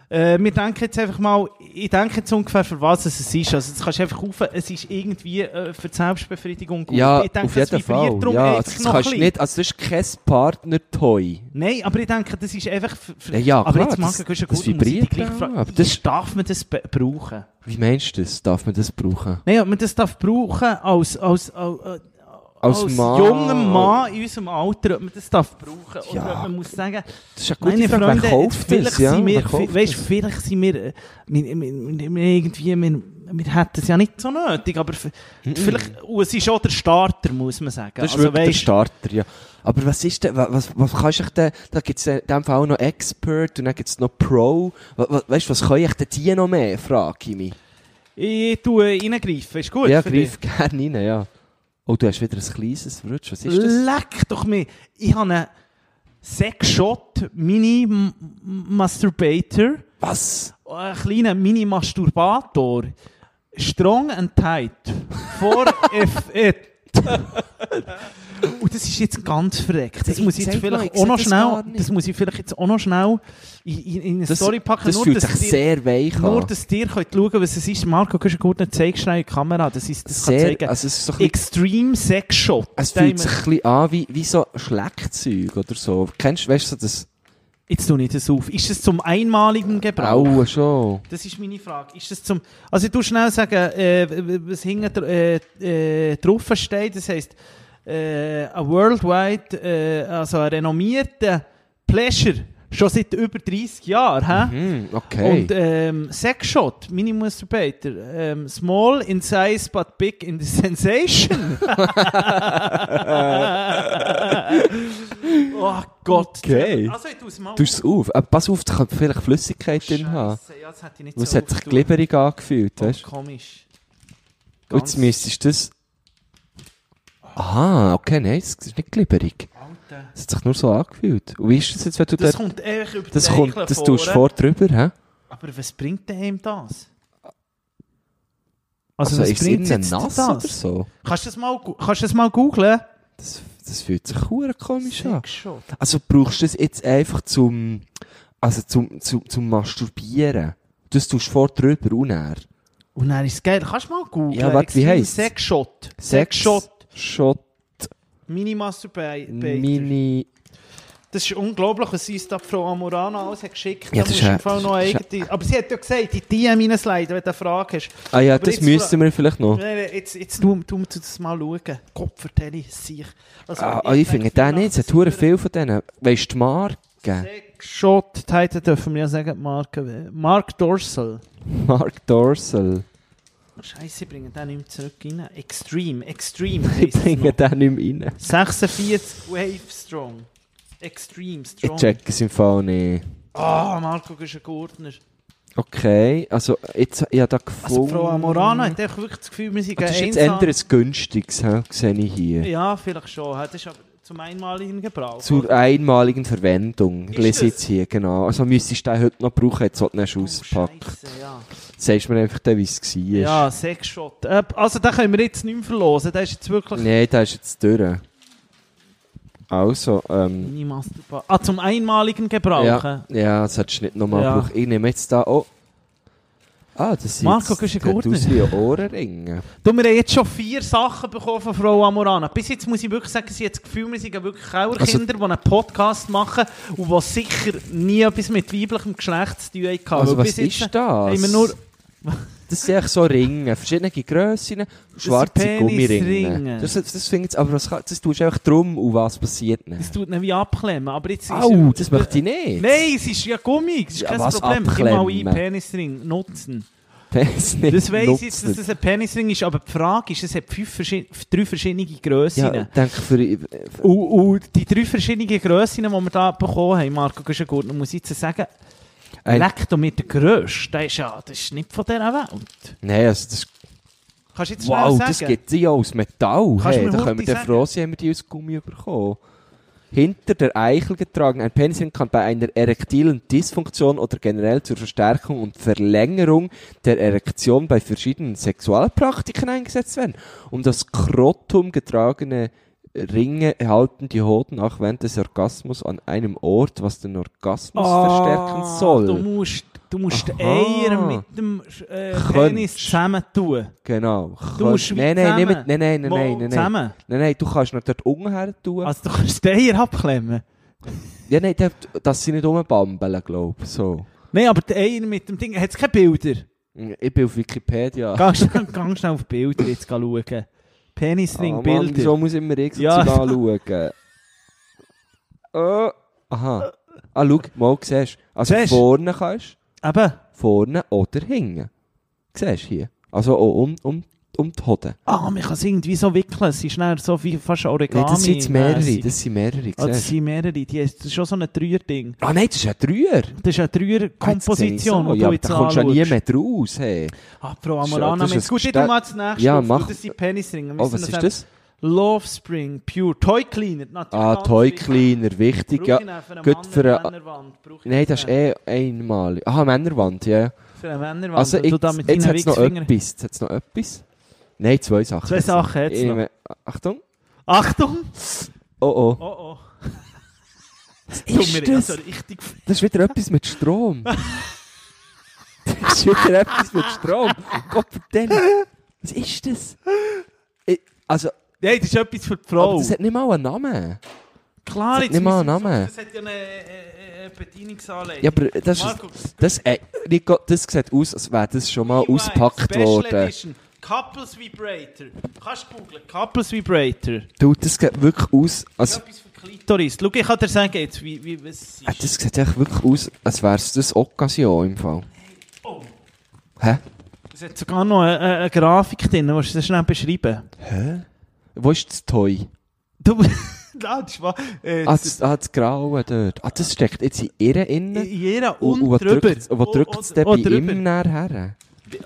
Speaker 2: Äh, wir denken jetzt einfach mal, ich denke jetzt ungefähr, für was es ist. Also, das kannst du einfach rauf, es ist irgendwie äh, für die Selbstbefriedigung gut.
Speaker 3: Ja,
Speaker 2: ich denke,
Speaker 3: auf jeden
Speaker 2: das vibriert
Speaker 3: Fall.
Speaker 2: darum
Speaker 3: Ja,
Speaker 2: einfach
Speaker 3: also das,
Speaker 2: noch
Speaker 3: kannst
Speaker 2: ein
Speaker 3: nicht, also das ist kein Partner-Toy.
Speaker 2: bisschen. Nein, aber ich denke, das ist einfach für, für
Speaker 3: Ja, ja,
Speaker 2: aber
Speaker 3: klar,
Speaker 2: jetzt
Speaker 3: das-
Speaker 2: machen wir schon
Speaker 3: das
Speaker 2: gut, muss ich dich
Speaker 3: vibriert
Speaker 2: gleich
Speaker 3: auch,
Speaker 2: fragen.
Speaker 3: aber das-
Speaker 2: darf man das be- brauchen?
Speaker 3: Wie meinst du das? Darf man das brauchen?
Speaker 2: Nein, ob man das darf brauchen als, als, als, als,
Speaker 3: Als Mann.
Speaker 2: junger Mann in unserem Alter, ob man das darf brauchen. Oder
Speaker 3: Ja.
Speaker 2: ob man muss sagen,
Speaker 3: Das ist eine gute
Speaker 2: Meine
Speaker 3: Frage.
Speaker 2: Freunde,
Speaker 3: wer kauft
Speaker 2: vielleicht
Speaker 3: das? Ja,
Speaker 2: sind
Speaker 3: wer
Speaker 2: wir,
Speaker 3: kauft
Speaker 2: weißt,
Speaker 3: das?
Speaker 2: vielleicht sind wir, äh, wir, wir, wir, wir irgendwie, wir, wir hätten es ja nicht so nötig, aber f- vielleicht, und es ist auch der Starter, muss man sagen.
Speaker 3: Das ist
Speaker 2: also,
Speaker 3: wirklich
Speaker 2: weißt,
Speaker 3: der Starter, ja. Aber was ist denn, wa- was, was kannst du denn, da gibt's in dem Fall auch noch Expert und dann gibt's noch Pro. Wa- wa- Weißt du, was kann ich denn die noch mehr, frage ich mich.
Speaker 2: ich tue reingreifen, ist gut.
Speaker 3: ja,
Speaker 2: für
Speaker 3: greif gerne rein, ja. Oh, du hast wieder ein kleines Rutsch, was
Speaker 2: dich.
Speaker 3: ist das?
Speaker 2: Leck doch mir. Ich habe einen Sechs-Shot Mini-Masturbator,
Speaker 3: Was?
Speaker 2: einen kleinen Oh, Mini-Masturbator. Strong and tight. For F1. Und das ist jetzt ganz verreckt. Das
Speaker 3: Ich
Speaker 2: muss ich jetzt
Speaker 3: zeig mal,
Speaker 2: vielleicht
Speaker 3: ich
Speaker 2: auch noch
Speaker 3: seh das gar
Speaker 2: schnell,
Speaker 3: nicht.
Speaker 2: das muss ich vielleicht jetzt auch noch schnell in, in, in eine
Speaker 3: Das,
Speaker 2: Story packen.
Speaker 3: das
Speaker 2: nur,
Speaker 3: fühlt
Speaker 2: dass
Speaker 3: sich
Speaker 2: dir-
Speaker 3: sehr weich
Speaker 2: Nur,
Speaker 3: an.
Speaker 2: dass ihr könnt schauen, was es ist. Marco, kannst du gut nicht zeigen, schnell in die Kamera, das ist, das kann
Speaker 3: Sehr,
Speaker 2: zeigen.
Speaker 3: also es ist so ein bisschen-
Speaker 2: Extreme Sex Shot.
Speaker 3: Es
Speaker 2: Den
Speaker 3: fühlt
Speaker 2: haben
Speaker 3: sich
Speaker 2: wir-
Speaker 3: ein bisschen an wie, wie so Schleckzeug oder so. Kennst du, weißt du, so das
Speaker 2: Jetzt tue ich das auf. Ist es zum einmaligen Gebrauch?
Speaker 3: Brauen schon?
Speaker 2: Das ist meine Frage. Ist das zum, also du schnell sagen, äh, w- w- was hinten dr- äh, äh, drauf steht, das heisst, äh, ein worldwide, äh, also ein renommierter Pleasure, schon seit über 30 Jahren, hä?
Speaker 3: Hm, okay.
Speaker 2: Und ähm, Sexshot, Minimus Bater, ähm, small in size but big in the sensation. oh Gott.
Speaker 3: Okay.
Speaker 2: Also ich tue es mal
Speaker 3: du hast es auf. Äh, Pass auf, da kann vielleicht Flüssigkeit drin haben.
Speaker 2: Scheisse, ja, das hätte ich nicht
Speaker 3: Es
Speaker 2: so
Speaker 3: hat sich
Speaker 2: aufgetan.
Speaker 3: glibberig angefühlt,
Speaker 2: Oh,
Speaker 3: weißt du?
Speaker 2: Komisch.
Speaker 3: Und Jetzt müsstest du das. Aha, okay, nein, es ist nicht glibberig.
Speaker 2: Alter.
Speaker 3: Es hat sich nur so angefühlt. Und wie ist das jetzt, wenn du
Speaker 2: Das
Speaker 3: das.
Speaker 2: kommt ehrlich über die
Speaker 3: Das kommt,
Speaker 2: Regeln
Speaker 3: das tust
Speaker 2: vor.
Speaker 3: du
Speaker 2: Also
Speaker 3: vor drüber, hä?
Speaker 2: Aber was bringt denn ihm das?
Speaker 3: Also,
Speaker 2: was
Speaker 3: ist es
Speaker 2: bringt
Speaker 3: innen
Speaker 2: jetzt
Speaker 3: nass
Speaker 2: das?
Speaker 3: oder so?
Speaker 2: Kannst du das mal, gu- kannst du das mal googlen?
Speaker 3: Das, das fühlt sich hure komisch an.
Speaker 2: Sexshot.
Speaker 3: Also brauchst du das jetzt einfach zum. Also zum, zum, zum Masturbieren. Das tust du vor drüber und näher.
Speaker 2: Und dann ist es geil. Kannst du mal googeln?
Speaker 3: Ja, warte, wie
Speaker 2: Extreme
Speaker 3: heisst's?
Speaker 2: Sexshot.
Speaker 3: Sex
Speaker 2: Sexshot.
Speaker 3: Shot
Speaker 2: Mini-Masturbator.
Speaker 3: Mini.
Speaker 2: Das ist unglaublich, was uns da die Frau Amorana alles hat geschickt
Speaker 3: Ja,
Speaker 2: Da musst
Speaker 3: das ist
Speaker 2: du
Speaker 3: ein-
Speaker 2: im Fall noch
Speaker 3: das ist ein-
Speaker 2: eigene... Aber sie hat ja gesagt, die DM reinsliden, wenn du eine Frage hast.
Speaker 3: Ah ja,
Speaker 2: Aber
Speaker 3: das
Speaker 2: jetzt
Speaker 3: müssen wir vielleicht noch.
Speaker 2: Nein, nein, jetzt, jetzt tu, tu, tu das mal schauen. Kopfverteile, sich. Also,
Speaker 3: Ah, ah, ich finde den nicht. Es hat hure viel von denen. Weißt du die Marke?
Speaker 2: Shot Titan dürfen wir ja sagen, die Marke. Mark Dorsal. Oh,
Speaker 3: Mark Dorsal.
Speaker 2: Scheiße, bringen den nicht mehr zurück rein. Extreme, Extreme.
Speaker 3: Ich
Speaker 2: heisst es
Speaker 3: bringe
Speaker 2: noch.
Speaker 3: den nicht mehr rein.
Speaker 2: 46 Wave Strong. Extreme
Speaker 3: Ich
Speaker 2: Strong.
Speaker 3: check es im Fall nicht.
Speaker 2: Ah, Marco ist ein Gurtner.
Speaker 3: Okay, also jetzt, ich habe da gefunden... Ah,
Speaker 2: Also, Frau Amorana hat echt wirklich das Gefühl, wir sind
Speaker 3: Das ist jetzt
Speaker 2: einsam.
Speaker 3: eher ein günstiges, he? sehe ich hier.
Speaker 2: Ja, vielleicht schon. Das ist aber zum einmaligen Gebrauch.
Speaker 3: Zur einmaligen Verwendung,
Speaker 2: Ist
Speaker 3: lese ich
Speaker 2: das-
Speaker 3: jetzt hier, genau. Also müsstest du den heute noch brauchen, jetzt sollten wir ihn
Speaker 2: Oh,
Speaker 3: auspacken.
Speaker 2: Scheisse, ja.
Speaker 3: Sagst mir einfach, dann, wie es war.
Speaker 2: Oh, Ja, sechs Shot. Äh, Also, den können wir jetzt nicht mehr verlosen. Der ist jetzt wirklich
Speaker 3: Nein, der ist jetzt durch. Also, ähm...
Speaker 2: mini Masturba- Ah, zum einmaligen Gebrauchen.
Speaker 3: Ja, ja, das hättest du nicht nochmal
Speaker 2: Ja.
Speaker 3: brauchen. Ich nehme jetzt da auch... Ah, das sind
Speaker 2: Marco,
Speaker 3: jetzt,
Speaker 2: gehst du
Speaker 3: das
Speaker 2: gut
Speaker 3: sieht aus
Speaker 2: nicht?
Speaker 3: wie ein Ohrenring.
Speaker 2: Du, wir haben jetzt schon vier Sachen bekommen von Frau Amorana. Bis jetzt muss ich wirklich sagen, sie hat das Gefühl, wir sind ja wirklich
Speaker 3: Also-
Speaker 2: Kauerkinder, die einen Podcast machen und die sicher nie etwas mit weiblichem Geschlecht zu tun hatten. Weil
Speaker 3: Also was
Speaker 2: bis jetzt
Speaker 3: ist das?
Speaker 2: Haben wir nur
Speaker 3: Das sind eigentlich so Ringe, verschiedene Grössen, schwarze
Speaker 2: sind
Speaker 3: Gummiringe.
Speaker 2: Penisringe.
Speaker 3: Das, das finde ich jetzt, aber was, kann- das tust du einfach drum und was passiert
Speaker 2: das
Speaker 3: nicht.
Speaker 2: tut nicht wie abklemmen, aber jetzt ist...
Speaker 3: Au, das möchte ich nicht.
Speaker 2: Nein, es ist ja Gummig, es ist
Speaker 3: Ja,
Speaker 2: kein
Speaker 3: was
Speaker 2: Problem.
Speaker 3: abklemmen?
Speaker 2: Immer ein Penisring nutzen.
Speaker 3: Penis-Ring.
Speaker 2: Das weiss ich
Speaker 3: nutzt
Speaker 2: jetzt, dass das ein Penisring ist, aber die Frage ist, es hat fünf verschi- drei verschiedene Grössen.
Speaker 3: Ja, ich denke, für,
Speaker 2: Und, und die drei verschiedenen Grössen, die wir da bekommen haben, Marco, ist ja gut, dann muss ich jetzt sagen,
Speaker 3: Ein-
Speaker 2: Lektomir der Grösste, der ist ja, das ist nicht von dieser Welt.
Speaker 3: Nein, also das,
Speaker 2: Kannst du jetzt schnell
Speaker 3: wow,
Speaker 2: sagen?
Speaker 3: das gibt es ja aus Metall.
Speaker 2: Kannst du
Speaker 3: Hey,
Speaker 2: mir
Speaker 3: da
Speaker 2: Hurti
Speaker 3: können wir dann
Speaker 2: sagen?
Speaker 3: froh sein, haben wir die aus Gummi bekommen. Hinter der Eichel getragen. Ein Penisring kann bei einer erektilen Dysfunktion oder generell zur Verstärkung und Verlängerung der Erektion bei verschiedenen Sexualpraktiken eingesetzt werden. Um das Krotum getragene Ringe halten die Hoden auch während des Orgasmus an einem Ort, was den Orgasmus verstärken soll.
Speaker 2: Ah, Du musst, du musst die
Speaker 3: Aha.
Speaker 2: Eier mit dem äh,
Speaker 3: Könntest.
Speaker 2: Penis zusammen tun.
Speaker 3: Genau.
Speaker 2: Du musst
Speaker 3: nein,
Speaker 2: wie
Speaker 3: nein,
Speaker 2: zusammen.
Speaker 3: nicht mit, nein, nein, nein,
Speaker 2: Wo
Speaker 3: nein, nein, nein.
Speaker 2: zusammen.
Speaker 3: Nein, nein, du kannst nicht dort unten her tun.
Speaker 2: Also du kannst die Eier abklemmen.
Speaker 3: Ja, nein, dort, dass sie nicht rumbambeln, glaube ich. So.
Speaker 2: Nein, aber die Eier mit dem Ding, hat es keine Bilder?
Speaker 3: Ich bin auf Wikipedia.
Speaker 2: Geh schnell, geh schnell auf Bilder jetzt schauen. Penisring,
Speaker 3: Ah, Mann,
Speaker 2: Bilder.
Speaker 3: wieso muss ich mir irgendwas
Speaker 2: Ja.
Speaker 3: ja. anschauen? äh, aha. Ah, schau, mal, siehst du. Also
Speaker 2: Siehst du?
Speaker 3: vorne kannst
Speaker 2: Eben.
Speaker 3: vorne oder hinten. Siehst du hier? Also auch um, um, um die Hoden.
Speaker 2: Ah, man kann es irgendwie so wickeln. Es ist dann so wie fast Origami.
Speaker 3: Nein, das sind jetzt mehrere,
Speaker 2: mässig.
Speaker 3: das sind mehrere,
Speaker 2: Ah, das
Speaker 3: siehst du.
Speaker 2: sind mehrere. Die, das ist schon so ein Dreier-Ding.
Speaker 3: Ah nein, das ist ein Dreier.
Speaker 2: Das ist eine Dreier-Komposition,
Speaker 3: Ah,
Speaker 2: die
Speaker 3: jetzt sehe ich so. Ja,
Speaker 2: du
Speaker 3: aber
Speaker 2: jetzt
Speaker 3: da kommst du ja nie
Speaker 2: anschaust.
Speaker 3: mehr draus. Hey.
Speaker 2: Ah, Frau
Speaker 3: Das ist-
Speaker 2: Amorana,
Speaker 3: das ist
Speaker 2: mit gut,
Speaker 3: ein
Speaker 2: ich tu mal das nächste.
Speaker 3: Ja,
Speaker 2: auf.
Speaker 3: mach.
Speaker 2: Das sind Penisringe. Wir
Speaker 3: Oh,
Speaker 2: müssen
Speaker 3: was
Speaker 2: noch
Speaker 3: ist
Speaker 2: sagen,
Speaker 3: das?
Speaker 2: Love Spring Pure. Toy Cleaner. Natürlich
Speaker 3: Ah,
Speaker 2: ganz
Speaker 3: Toy
Speaker 2: wichtig.
Speaker 3: Cleaner, wichtig,
Speaker 2: Brauche
Speaker 3: ja.
Speaker 2: ich ihn für eine
Speaker 3: Gut für
Speaker 2: Mann-
Speaker 3: eine-
Speaker 2: Männerwand. Brauche ich
Speaker 3: Nein,
Speaker 2: ihn
Speaker 3: das ist
Speaker 2: für-
Speaker 3: eh einmal. Aha, Männerwand, ja.
Speaker 2: Für eine Männerwand.
Speaker 3: Also,
Speaker 2: und du
Speaker 3: jetzt,
Speaker 2: da mit
Speaker 3: jetzt
Speaker 2: deinen
Speaker 3: hat es noch
Speaker 2: Wichsfingern-
Speaker 3: etwas. Jetzt hat's noch etwas. Nein, zwei Sachen.
Speaker 2: Zwei Sachen hat's
Speaker 3: Ich
Speaker 2: noch.
Speaker 3: meine, Achtung.
Speaker 2: Achtung!
Speaker 3: Oh, oh.
Speaker 2: Oh oh.
Speaker 3: Was
Speaker 2: Tut mir
Speaker 3: ist das?
Speaker 2: also richtig
Speaker 3: Das ist wieder etwas mit Strom. das ist wieder etwas mit Strom. Gott verdammt. Was ist das? Ich, also,
Speaker 2: Nein, das ist etwas für die
Speaker 3: aber
Speaker 2: Frau.
Speaker 3: das hat nicht mal einen Namen.
Speaker 2: Klar,
Speaker 3: das hat nicht mal einen
Speaker 2: Oh. Ah, müssen wir-
Speaker 3: Namen.
Speaker 2: Das hat ja eine äh, äh, Bedienungsanleitung.
Speaker 3: Ja, aber das ist...
Speaker 2: Marco,
Speaker 3: Das, äh, Nico, das sieht aus, als wäre das schon mal ausgepackt
Speaker 2: Special
Speaker 3: worden.
Speaker 2: Edition. Couples Vibrator. Kannst du googeln. Couples Vibrator.
Speaker 3: Du, das sieht wirklich aus,
Speaker 2: Das
Speaker 3: als...
Speaker 2: ist etwas für Klitoris. Schau, ich kann dir sagen jetzt, wie, wie was es
Speaker 3: Äh,
Speaker 2: ist.
Speaker 3: Das sieht echt wirklich aus, als wäre es das Occasion im Fall.
Speaker 2: Oh,
Speaker 3: Hä?
Speaker 2: es hat sogar noch eine, eine, eine Grafik drin. Willst du das schnell beschreiben?
Speaker 3: Hä? Wo ist das Toy?
Speaker 2: Du... Nein, das war... Äh,
Speaker 3: Ah, das, ah, das Graue dort. Ah, das steckt jetzt in ihr
Speaker 2: in
Speaker 3: innen.
Speaker 2: jeder
Speaker 3: Und,
Speaker 2: und,
Speaker 3: und,
Speaker 2: drüber.
Speaker 3: drückt, und wo
Speaker 2: Oh,
Speaker 3: drückt es denn bei
Speaker 2: drüber.
Speaker 3: ihm näher her?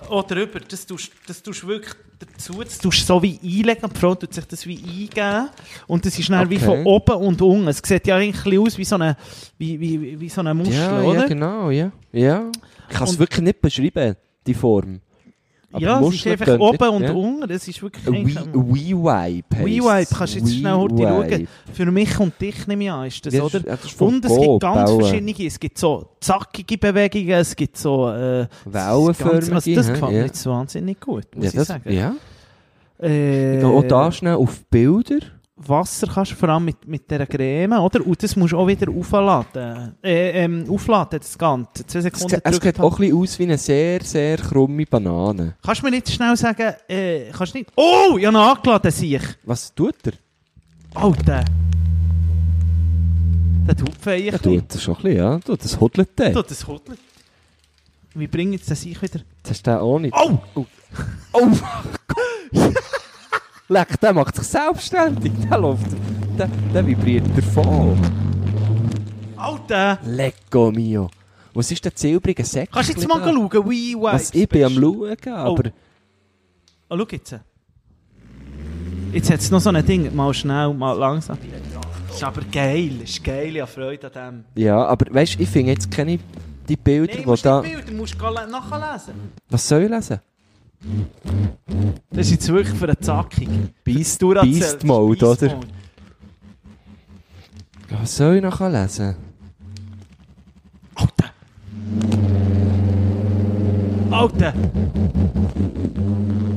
Speaker 2: Auch drüber, das tust, das tust wirklich dazu, das tust so wie einlegen, die Frau tut sich das wie eingeben und das ist dann wie
Speaker 3: Okay.
Speaker 2: von oben und unten. Es sieht ja eigentlich ein bisschen aus wie so eine, wie, wie, wie- wie so eine Muschel,
Speaker 3: Ja,
Speaker 2: oder?
Speaker 3: ja, genau, ja. ja. Ich kann es
Speaker 2: Und-
Speaker 3: wirklich nicht beschreiben, die Form.
Speaker 2: ja, es ist
Speaker 3: Muscheln
Speaker 2: einfach
Speaker 3: gehen
Speaker 2: oben
Speaker 3: nicht,
Speaker 2: und
Speaker 3: ja.
Speaker 2: unten, das ist wirklich...
Speaker 3: Wee-
Speaker 2: eigentlich-
Speaker 3: Wee-Wipe heisst
Speaker 2: WeWipe, kannst du jetzt schnell heute
Speaker 3: Wee-Wipe.
Speaker 2: schauen. Für mich und dich nehme ich an, ist das,
Speaker 3: Ja, das
Speaker 2: oder?
Speaker 3: ist- ja, das ist vom
Speaker 2: und es
Speaker 3: Go
Speaker 2: gibt ganz
Speaker 3: bauen.
Speaker 2: verschiedene, es gibt so zackige Bewegungen, es gibt so... Äh,
Speaker 3: Wellenförmige,
Speaker 2: Also das
Speaker 3: hä?
Speaker 2: gefällt mir
Speaker 3: Ja.
Speaker 2: jetzt wahnsinnig gut, muss
Speaker 3: Ja,
Speaker 2: ich
Speaker 3: das,
Speaker 2: sagen.
Speaker 3: ja.
Speaker 2: Äh,
Speaker 3: Auch da schnell auf Bilder.
Speaker 2: Wasser kannst du vor allem mit, mit dieser Creme, oder? Und das musst du auch wieder aufladen. Äh, ähm, aufladen, das Ganze. Zwei
Speaker 3: Es,
Speaker 2: Sekunden
Speaker 3: sieht- es sieht
Speaker 2: gedrückt
Speaker 3: auch
Speaker 2: haben.
Speaker 3: ein bisschen aus wie eine sehr, sehr krumme Banane.
Speaker 2: Kannst du mir nicht schnell sagen, äh, kannst du nicht... Oh, ich habe ihn angeladen, sehe ich.
Speaker 3: Was tut er?
Speaker 2: Alter. Der tupfe ich
Speaker 3: Er
Speaker 2: ein bisschen.
Speaker 3: tut das schon ein bisschen, ja. Tut das hudelt
Speaker 2: Du,
Speaker 3: der.
Speaker 2: das Kudel. Wie bringt jetzt das ich wieder?
Speaker 3: Das ist der auch nicht.
Speaker 2: Oh!
Speaker 3: Oh! Leck, der macht sich selbstständig. Der läuft. Der, der vibriert davon.
Speaker 2: Alter!
Speaker 3: Lecco mio. Was ist der zilbrige Säckchen?
Speaker 2: Kannst du jetzt mal
Speaker 3: da?
Speaker 2: schauen? Wee Wipes.
Speaker 3: Was ich bin am schauen, aber...
Speaker 2: Oh, schau jetzt. Jetzt hat es noch so ein Ding, mal schnell, mal langsam. Ist aber geil, ist geil, ich habe Freude an
Speaker 3: Ja, aber weißt du, ich finde jetzt keine... Die
Speaker 2: dem.
Speaker 3: Bilder,
Speaker 2: Nein,
Speaker 3: die
Speaker 2: musst
Speaker 3: da...
Speaker 2: nicht Bilder, musst gar le- nachlesen.
Speaker 3: Was soll ich lesen?
Speaker 2: Das ist jetzt wirklich für eine Zackung.
Speaker 3: Beast,
Speaker 2: Duracell,
Speaker 3: Beast Mode,
Speaker 2: Beast
Speaker 3: oder?
Speaker 2: Mode.
Speaker 3: Was soll ich noch lesen?
Speaker 2: Alter! Alter!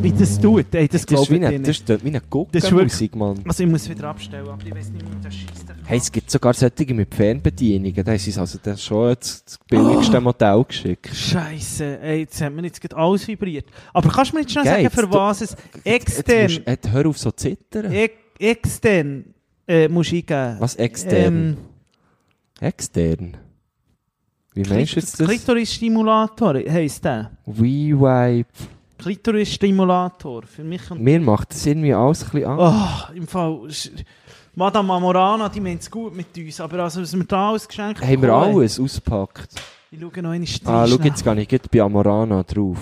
Speaker 2: Wie das tut, ey, das
Speaker 3: Das ist
Speaker 2: glaube
Speaker 3: wie
Speaker 2: ich dir
Speaker 3: eine,
Speaker 2: nicht.
Speaker 3: das ist wie eine
Speaker 2: Das ist wirklich-
Speaker 3: Guckenmusik, Mann.
Speaker 2: Also ich muss wieder abstellen, aber ich weiß nicht, wie das schießt.
Speaker 3: Hey, es gibt sogar solche mit Fernbedienungen. Da ist es also das schon das das billigste
Speaker 2: Oh.
Speaker 3: Modell geschickt.
Speaker 2: Scheiße, ey, jetzt hat mir jetzt gerade alles vibriert. Aber kannst du mir jetzt schnell
Speaker 3: Geil,
Speaker 2: sagen, für
Speaker 3: du-
Speaker 2: was es
Speaker 3: Jetzt
Speaker 2: extern,
Speaker 3: musst- äh- Jetzt hör auf so zu zittern.
Speaker 2: ex, extern äh, musst du eingeben?
Speaker 3: Was extern?
Speaker 2: Ähm,
Speaker 3: Extern. Wie meinst du jetzt das?
Speaker 2: Klitoris-Stimulator heisst der.
Speaker 3: WeWipe.
Speaker 2: Klitoris-Stimulator. Für mich und...
Speaker 3: Mir macht das irgendwie alles ein bisschen an.
Speaker 2: Oh, im Fall... ist- Madame Amorana, die meint es gut mit uns, aber also, was wir da alles geschenkt
Speaker 3: Haben wir
Speaker 2: bekommen-
Speaker 3: alles ausgepackt?
Speaker 2: Ich schaue noch einmal
Speaker 3: Ah,
Speaker 2: rein,
Speaker 3: schau,
Speaker 2: schnell.
Speaker 3: jetzt gehe ich gleich bei Amorana drauf.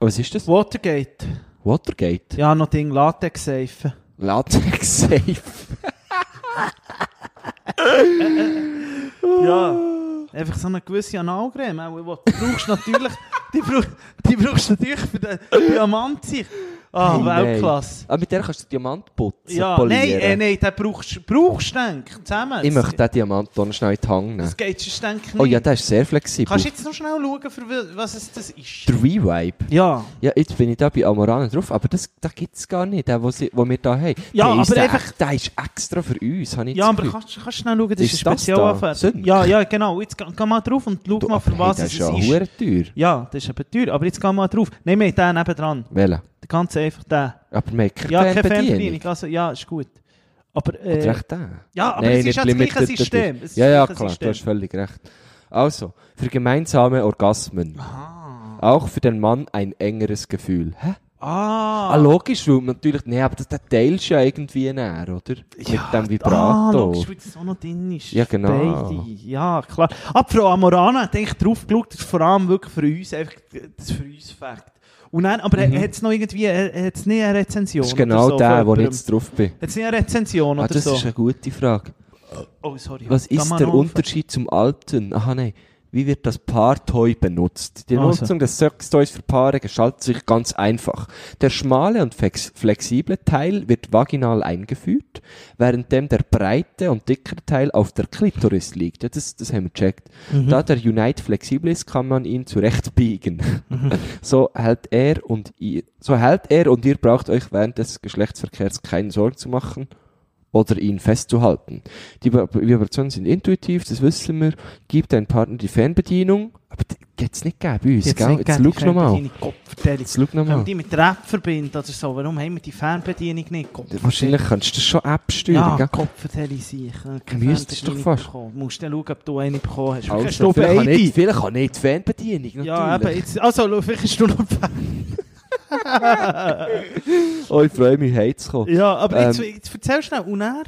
Speaker 3: Was ist das?
Speaker 2: Watergate.
Speaker 3: Watergate?
Speaker 2: Ja, noch Ding, Latex-Safe.
Speaker 3: Latex Safe.
Speaker 2: Ja. Einfach so eine gewisse Analcreme, auch, die du brauchst natürlich, die, brauch, die brauchst du natürlich für den Diamant sich. Ah,
Speaker 3: Hey, nein.
Speaker 2: Weltklasse.
Speaker 3: Ah, mit der kannst du Diamant putzen,
Speaker 2: Ja, nein,
Speaker 3: polieren.
Speaker 2: äh, nein, den brauchst brauchst du, denk, zusammen.
Speaker 3: Ich möchte den Diamant hier schnell in die Hand nehmen.
Speaker 2: Das geht sonst, denk ich,
Speaker 3: Oh ja,
Speaker 2: nicht.
Speaker 3: der ist sehr flexibel.
Speaker 2: Kannst du jetzt noch schnell schauen, für wel- was es das ist?
Speaker 3: Der Rewipe.
Speaker 2: Ja,
Speaker 3: Ja, jetzt bin ich da bei Amorana drauf, aber das, da gibt es gar nicht, den, wo, sie, wo wir da haben.
Speaker 2: Ja,
Speaker 3: der ist
Speaker 2: aber
Speaker 3: der,
Speaker 2: einfach-
Speaker 3: Der ist extra für uns, habe ich
Speaker 2: ja
Speaker 3: das
Speaker 2: aber
Speaker 3: Gefühl.
Speaker 2: kannst, kannst du schnell schauen, das
Speaker 3: Ist
Speaker 2: ist,
Speaker 3: das
Speaker 2: eine spezielle
Speaker 3: da?
Speaker 2: Anfahrt.
Speaker 3: Sünk?
Speaker 2: Ja, ja, genau. Jetzt geh, geh mal drauf und schau
Speaker 3: Du,
Speaker 2: mal, für
Speaker 3: aber
Speaker 2: was
Speaker 3: hey,
Speaker 2: es
Speaker 3: das
Speaker 2: ist.
Speaker 3: ist. ja hure teuer.
Speaker 2: Ja, das ist eben teuer, aber jetzt geh mal drauf. Nein, wir haben den nebendran.
Speaker 3: Welcher?
Speaker 2: Der ganz einfach, der.
Speaker 3: Aber man hat keine
Speaker 2: Ja, keine
Speaker 3: Fernbedienung.
Speaker 2: Fernbedienung, also ja, ist gut. Aber,
Speaker 3: Oder
Speaker 2: äh,
Speaker 3: echt der?
Speaker 2: ja, aber es ist
Speaker 3: nicht
Speaker 2: ja das gleiche
Speaker 3: Limited dadurch.
Speaker 2: System. Es ist
Speaker 3: Ja,
Speaker 2: das
Speaker 3: ja,
Speaker 2: gleiche
Speaker 3: klar, du
Speaker 2: System.
Speaker 3: hast völlig recht. Also, für gemeinsame Orgasmen. Auch für den Mann ein engeres Gefühl. Hä?
Speaker 2: Ah,
Speaker 3: Ah, logisch, weil man natürlich, nee, aber das das teilst du ja irgendwie näher, oder? Mit dem
Speaker 2: Ah,
Speaker 3: Vibrato.
Speaker 2: logisch, weil das auch noch drin ist.
Speaker 3: Ja, genau.
Speaker 2: Beide. Ja, klar. Aber Frau Amorana hat eigentlich drauf geschaut, das ist vor allem wirklich für uns, einfach das für uns Fakt. Und dann, aber mhm. hat es noch irgendwie, hat es nicht eine Rezension?
Speaker 3: das ist genau
Speaker 2: oder so
Speaker 3: der, wo
Speaker 2: von
Speaker 3: ich
Speaker 2: jemandem?
Speaker 3: jetzt drauf bin.
Speaker 2: Hat's nicht eine Rezension
Speaker 3: Ah,
Speaker 2: oder
Speaker 3: das
Speaker 2: so?
Speaker 3: ist eine gute Frage.
Speaker 2: Oh, sorry.
Speaker 3: Was
Speaker 2: Geh
Speaker 3: ist
Speaker 2: mal
Speaker 3: der
Speaker 2: noch rauf.
Speaker 3: Unterschied zum alten? Aha, nein. Wie wird das Paartoy benutzt? Die
Speaker 2: Also.
Speaker 3: Nutzung des Sextoys für Paare gestaltet sich ganz einfach. Der schmale und flex flexible Teil wird vaginal eingeführt, währenddem der breite und dickere Teil auf der Klitoris liegt. Ja, das, das haben wir gecheckt.
Speaker 2: Mhm.
Speaker 3: Da der Unite flexibel ist, kann man ihn zurechtbiegen.
Speaker 2: Mhm.
Speaker 3: so hält er und ihr, so hält er und ihr braucht euch während des Geschlechtsverkehrs keine Sorgen zu machen oder ihn festzuhalten. Die Vib- Vibrationen sind intuitiv, das wissen wir. Gibt dein Partner die Fernbedienung, aber die geht's nicht geben bei uns,
Speaker 2: Jetzt
Speaker 3: gell?
Speaker 2: nicht
Speaker 3: Jetzt
Speaker 2: gerne
Speaker 3: schau
Speaker 2: die
Speaker 3: nochmal.
Speaker 2: Fernbedienung, Gottverteilung.
Speaker 3: Jetzt schau
Speaker 2: Wenn wir
Speaker 3: nochmal.
Speaker 2: die mit der App verbinden oder so, warum haben wir die Fernbedienung nicht? Gottverteilung.
Speaker 3: Wahrscheinlich kannst du das schon App steuern,
Speaker 2: Ja,
Speaker 3: gell?
Speaker 2: Kopfverteilung sicher.
Speaker 3: Müsstest du doch fast.
Speaker 2: Du musst dann schauen, ob du eine bekommen hast. Vielleicht hast
Speaker 3: Also,
Speaker 2: du
Speaker 3: vielleicht kann
Speaker 2: beide.
Speaker 3: nicht, vielleicht kann nicht die Fernbedienung,
Speaker 2: Ja, oh, eben,
Speaker 3: natürlich.
Speaker 2: jetzt, also, schau, vielleicht hast du noch
Speaker 3: oh, ich freue mich, heimzukommen.
Speaker 2: Ja, aber jetzt,
Speaker 3: Ähm.
Speaker 2: jetzt erzähl schnell, und er?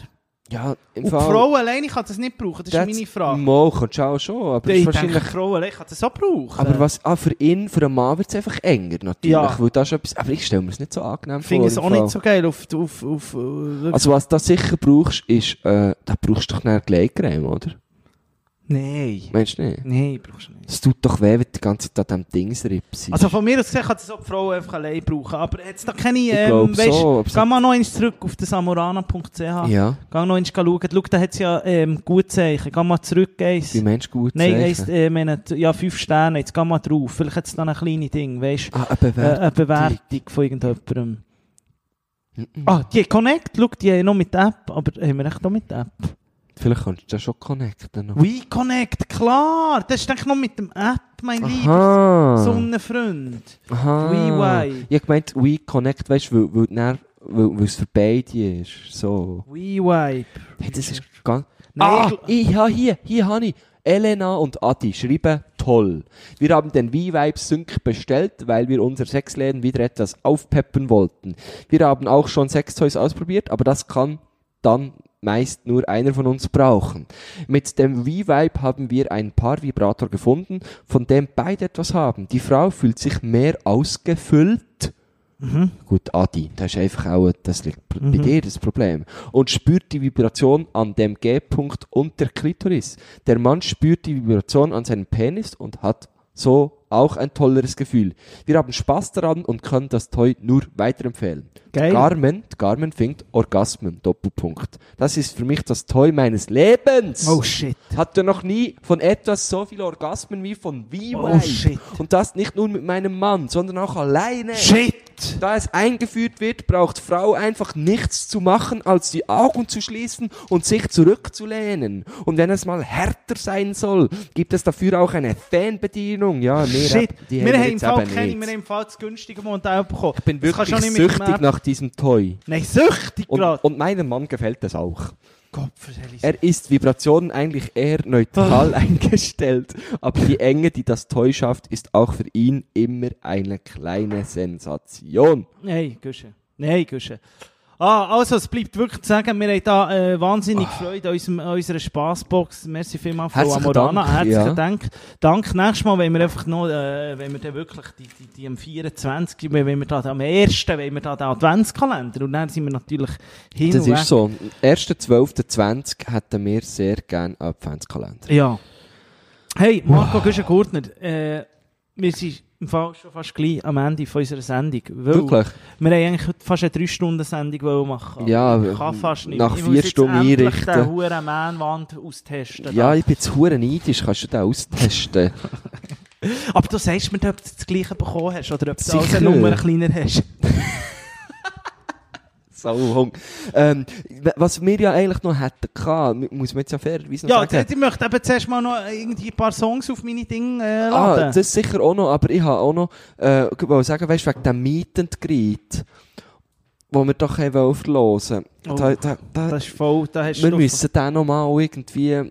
Speaker 3: Ja, im
Speaker 2: Und die dus Frau alleine kann das nicht brauchen, das ist
Speaker 3: that's-
Speaker 2: meine Frage.
Speaker 3: Mal, kannst du auch schon, aber das
Speaker 2: Ich
Speaker 3: ist
Speaker 2: denke,
Speaker 3: wahrscheinlich...
Speaker 2: die Frau alleine kann das auch brauchen.
Speaker 3: Aber was, ah, für ihn, für einen Mann wird's einfach enger, natürlich.
Speaker 2: eh, Ja.
Speaker 3: Weil das ist etwas, aber ich stelle mir es nicht so angenehm
Speaker 2: Ich
Speaker 3: vor.
Speaker 2: finde es
Speaker 3: im
Speaker 2: auch
Speaker 3: Fall.
Speaker 2: nicht so geil auf... auf, auf äh,
Speaker 3: Also was du da sicher brauchst, ist, äh, da brauchst du doch eine Gleitcreme, oder?
Speaker 2: Nein.
Speaker 3: Meinst du nicht?
Speaker 2: Nein, brauchst du nicht.
Speaker 3: Es tut doch weh, wenn du die ganze Zeit an diesem Dingsrip bist.
Speaker 2: Also von mir aus gesehen kann das auch die Frau einfach allein brauchen. Aber jetzt da keine... Ähm,
Speaker 3: glaub
Speaker 2: weißt,
Speaker 3: so, aber so-
Speaker 2: geh mal noch eins zurück auf das amorana.ch.
Speaker 3: ja,
Speaker 2: Geh noch einmal schauen. Schau, da hat es ja ähm, gut Zeichen. Geh mal zurück, eins.
Speaker 3: wie meinst du gut
Speaker 2: Nein, eins,
Speaker 3: Zeichen?
Speaker 2: äh, meine, ja, fünf Sterne. Jetzt geh mal drauf. Vielleicht hat es dann ein kleines Ding, eh, weißt
Speaker 3: Ah,
Speaker 2: du?
Speaker 3: eine Bewerbung.
Speaker 2: Eine Bewertung von irgendjemandem.
Speaker 3: Mhm.
Speaker 2: Ah, die Connect, schau, die haben noch mit der App, aber haben wir echt noch mit der App?
Speaker 3: Vielleicht kannst du das schon connecten noch.
Speaker 2: We Connect, klar! Das ist eigentlich noch mit dem App, mein lieber
Speaker 3: Aha.
Speaker 2: Sonnenfreund.
Speaker 3: Aha.
Speaker 2: WeY.
Speaker 3: Ich hab gemeint, we connect, weißt du, weil, weil, dann- weil, weil es für beide ist. So.
Speaker 2: WeWipe.
Speaker 3: Hey, das ist ganz...
Speaker 2: Nein,
Speaker 3: ah,
Speaker 2: ich gl-
Speaker 3: ich, ja, hier, hier habe ich. Elena und Adi schreiben, toll. Wir haben den V-Vibe Sync bestellt, weil wir unser Sexläden wieder etwas aufpeppen wollten. Wir haben auch schon Sextoys ausprobiert, aber das kann dann meist nur einer von uns brauchen. Mit dem V-Vibe haben wir ein paar Vibrator gefunden, von dem beide etwas haben. Die Frau fühlt sich mehr ausgefüllt Gut, Adi, das ist einfach auch, das liegt pr-
Speaker 2: Mhm.
Speaker 3: bei dir das Problem. Und spürt die Vibration an dem G-Punkt und der Klitoris. Der Mann spürt die Vibration an seinem Penis und hat so auch ein tolleres Gefühl. Wir haben Spaß daran und können das Toy nur weiterempfehlen.
Speaker 2: Geil.
Speaker 3: Garmin, Garmin fängt Orgasmen, Doppelpunkt. Das ist für mich das Toy meines Lebens.
Speaker 2: Oh shit.
Speaker 3: Hat er noch nie von etwas so viele Orgasmen wie von V-Wave.
Speaker 2: Oh, shit.
Speaker 3: Und das nicht nur mit meinem Mann, sondern auch alleine.
Speaker 2: Shit!
Speaker 3: Da es eingeführt wird, braucht Frau einfach nichts zu machen, als die Augen zu schließen und sich zurückzulehnen. Und wenn es mal härter sein soll, gibt es dafür auch eine Fanbedienung. Ja, wir,
Speaker 2: Shit!
Speaker 3: die
Speaker 2: Wir haben
Speaker 3: wir
Speaker 2: im
Speaker 3: jetzt
Speaker 2: Fall
Speaker 3: eben
Speaker 2: keine,
Speaker 3: nicht.
Speaker 2: wir haben im Fall das günstige Modell bekommen. Ich
Speaker 3: bin wirklich süchtig nach diesem Toy.
Speaker 2: Nein, süchtig
Speaker 3: Und,
Speaker 2: gerade!
Speaker 3: und meinem Mann gefällt das auch.
Speaker 2: Gott, verhell
Speaker 3: Er ist Vibrationen eigentlich eher neutral eingestellt, aber die Enge, die das Toy schafft, ist auch für ihn immer eine kleine Sensation.
Speaker 2: Nein, Güsche. Nein, Güsche. Ah, also, es bleibt wirklich zu sagen, wir haben da äh, wahnsinnig Freude an, unserem, an unserer Spassbox. Merci vielmals, Frau
Speaker 3: Ah. Herzlichen
Speaker 2: Amorana.
Speaker 3: Dank,
Speaker 2: Herzlichen
Speaker 3: ja.
Speaker 2: Dank. Dank. Nächstes Mal, wenn wir einfach noch, äh, wenn wir dann wirklich die, die, die am 24., wenn wir da am 1., wenn wir da den Adventskalender und dann sind wir natürlich hin
Speaker 3: Das
Speaker 2: und
Speaker 3: ist
Speaker 2: weg.
Speaker 3: so. Am 1.12.20 hätten wir sehr gerne einen Adventskalender.
Speaker 2: Ja. Hey, Marco Güschen-Gurtner, äh, wir sind im Fall schon fast gleich am Ende von unserer Sendung. Weil
Speaker 3: Wirklich?
Speaker 2: Wir wollten eigentlich heute fast eine 3-Stunden-Sendung wollen machen.
Speaker 3: Ja,
Speaker 2: aber
Speaker 3: aber
Speaker 2: ich kann fast nicht.
Speaker 3: nach
Speaker 2: ich
Speaker 3: vier Stunden einrichten.
Speaker 2: Ich muss jetzt Manwand austesten.
Speaker 3: Ja,
Speaker 2: da.
Speaker 3: ich bin jetzt hure neidisch. Kannst du den austesten?
Speaker 2: Aber du sagst mir, ob du das Gleiche bekommen hast oder ob du
Speaker 3: Sicher.
Speaker 2: alles eine Nummer kleiner hast.
Speaker 3: Sauhung. Ähm, w- was wir ja eigentlich noch hätten können, muss man jetzt ja fairerweise noch
Speaker 2: Ja,
Speaker 3: sagen.
Speaker 2: jetzt, ich möchte eben zuerst mal noch irgendwie ein paar Songs auf meine Dinge äh,
Speaker 3: Ah,
Speaker 2: laden.
Speaker 3: das ist sicher auch noch, aber ich habe auch noch, äh, ich wollte sagen, weißt du, wegen dem Meet and Greet, wo wir doch haben wollen verlosen.
Speaker 2: Oh,
Speaker 3: da, da, da,
Speaker 2: das ist voll, da hast
Speaker 3: wir
Speaker 2: du...
Speaker 3: müssen den noch mal irgendwie,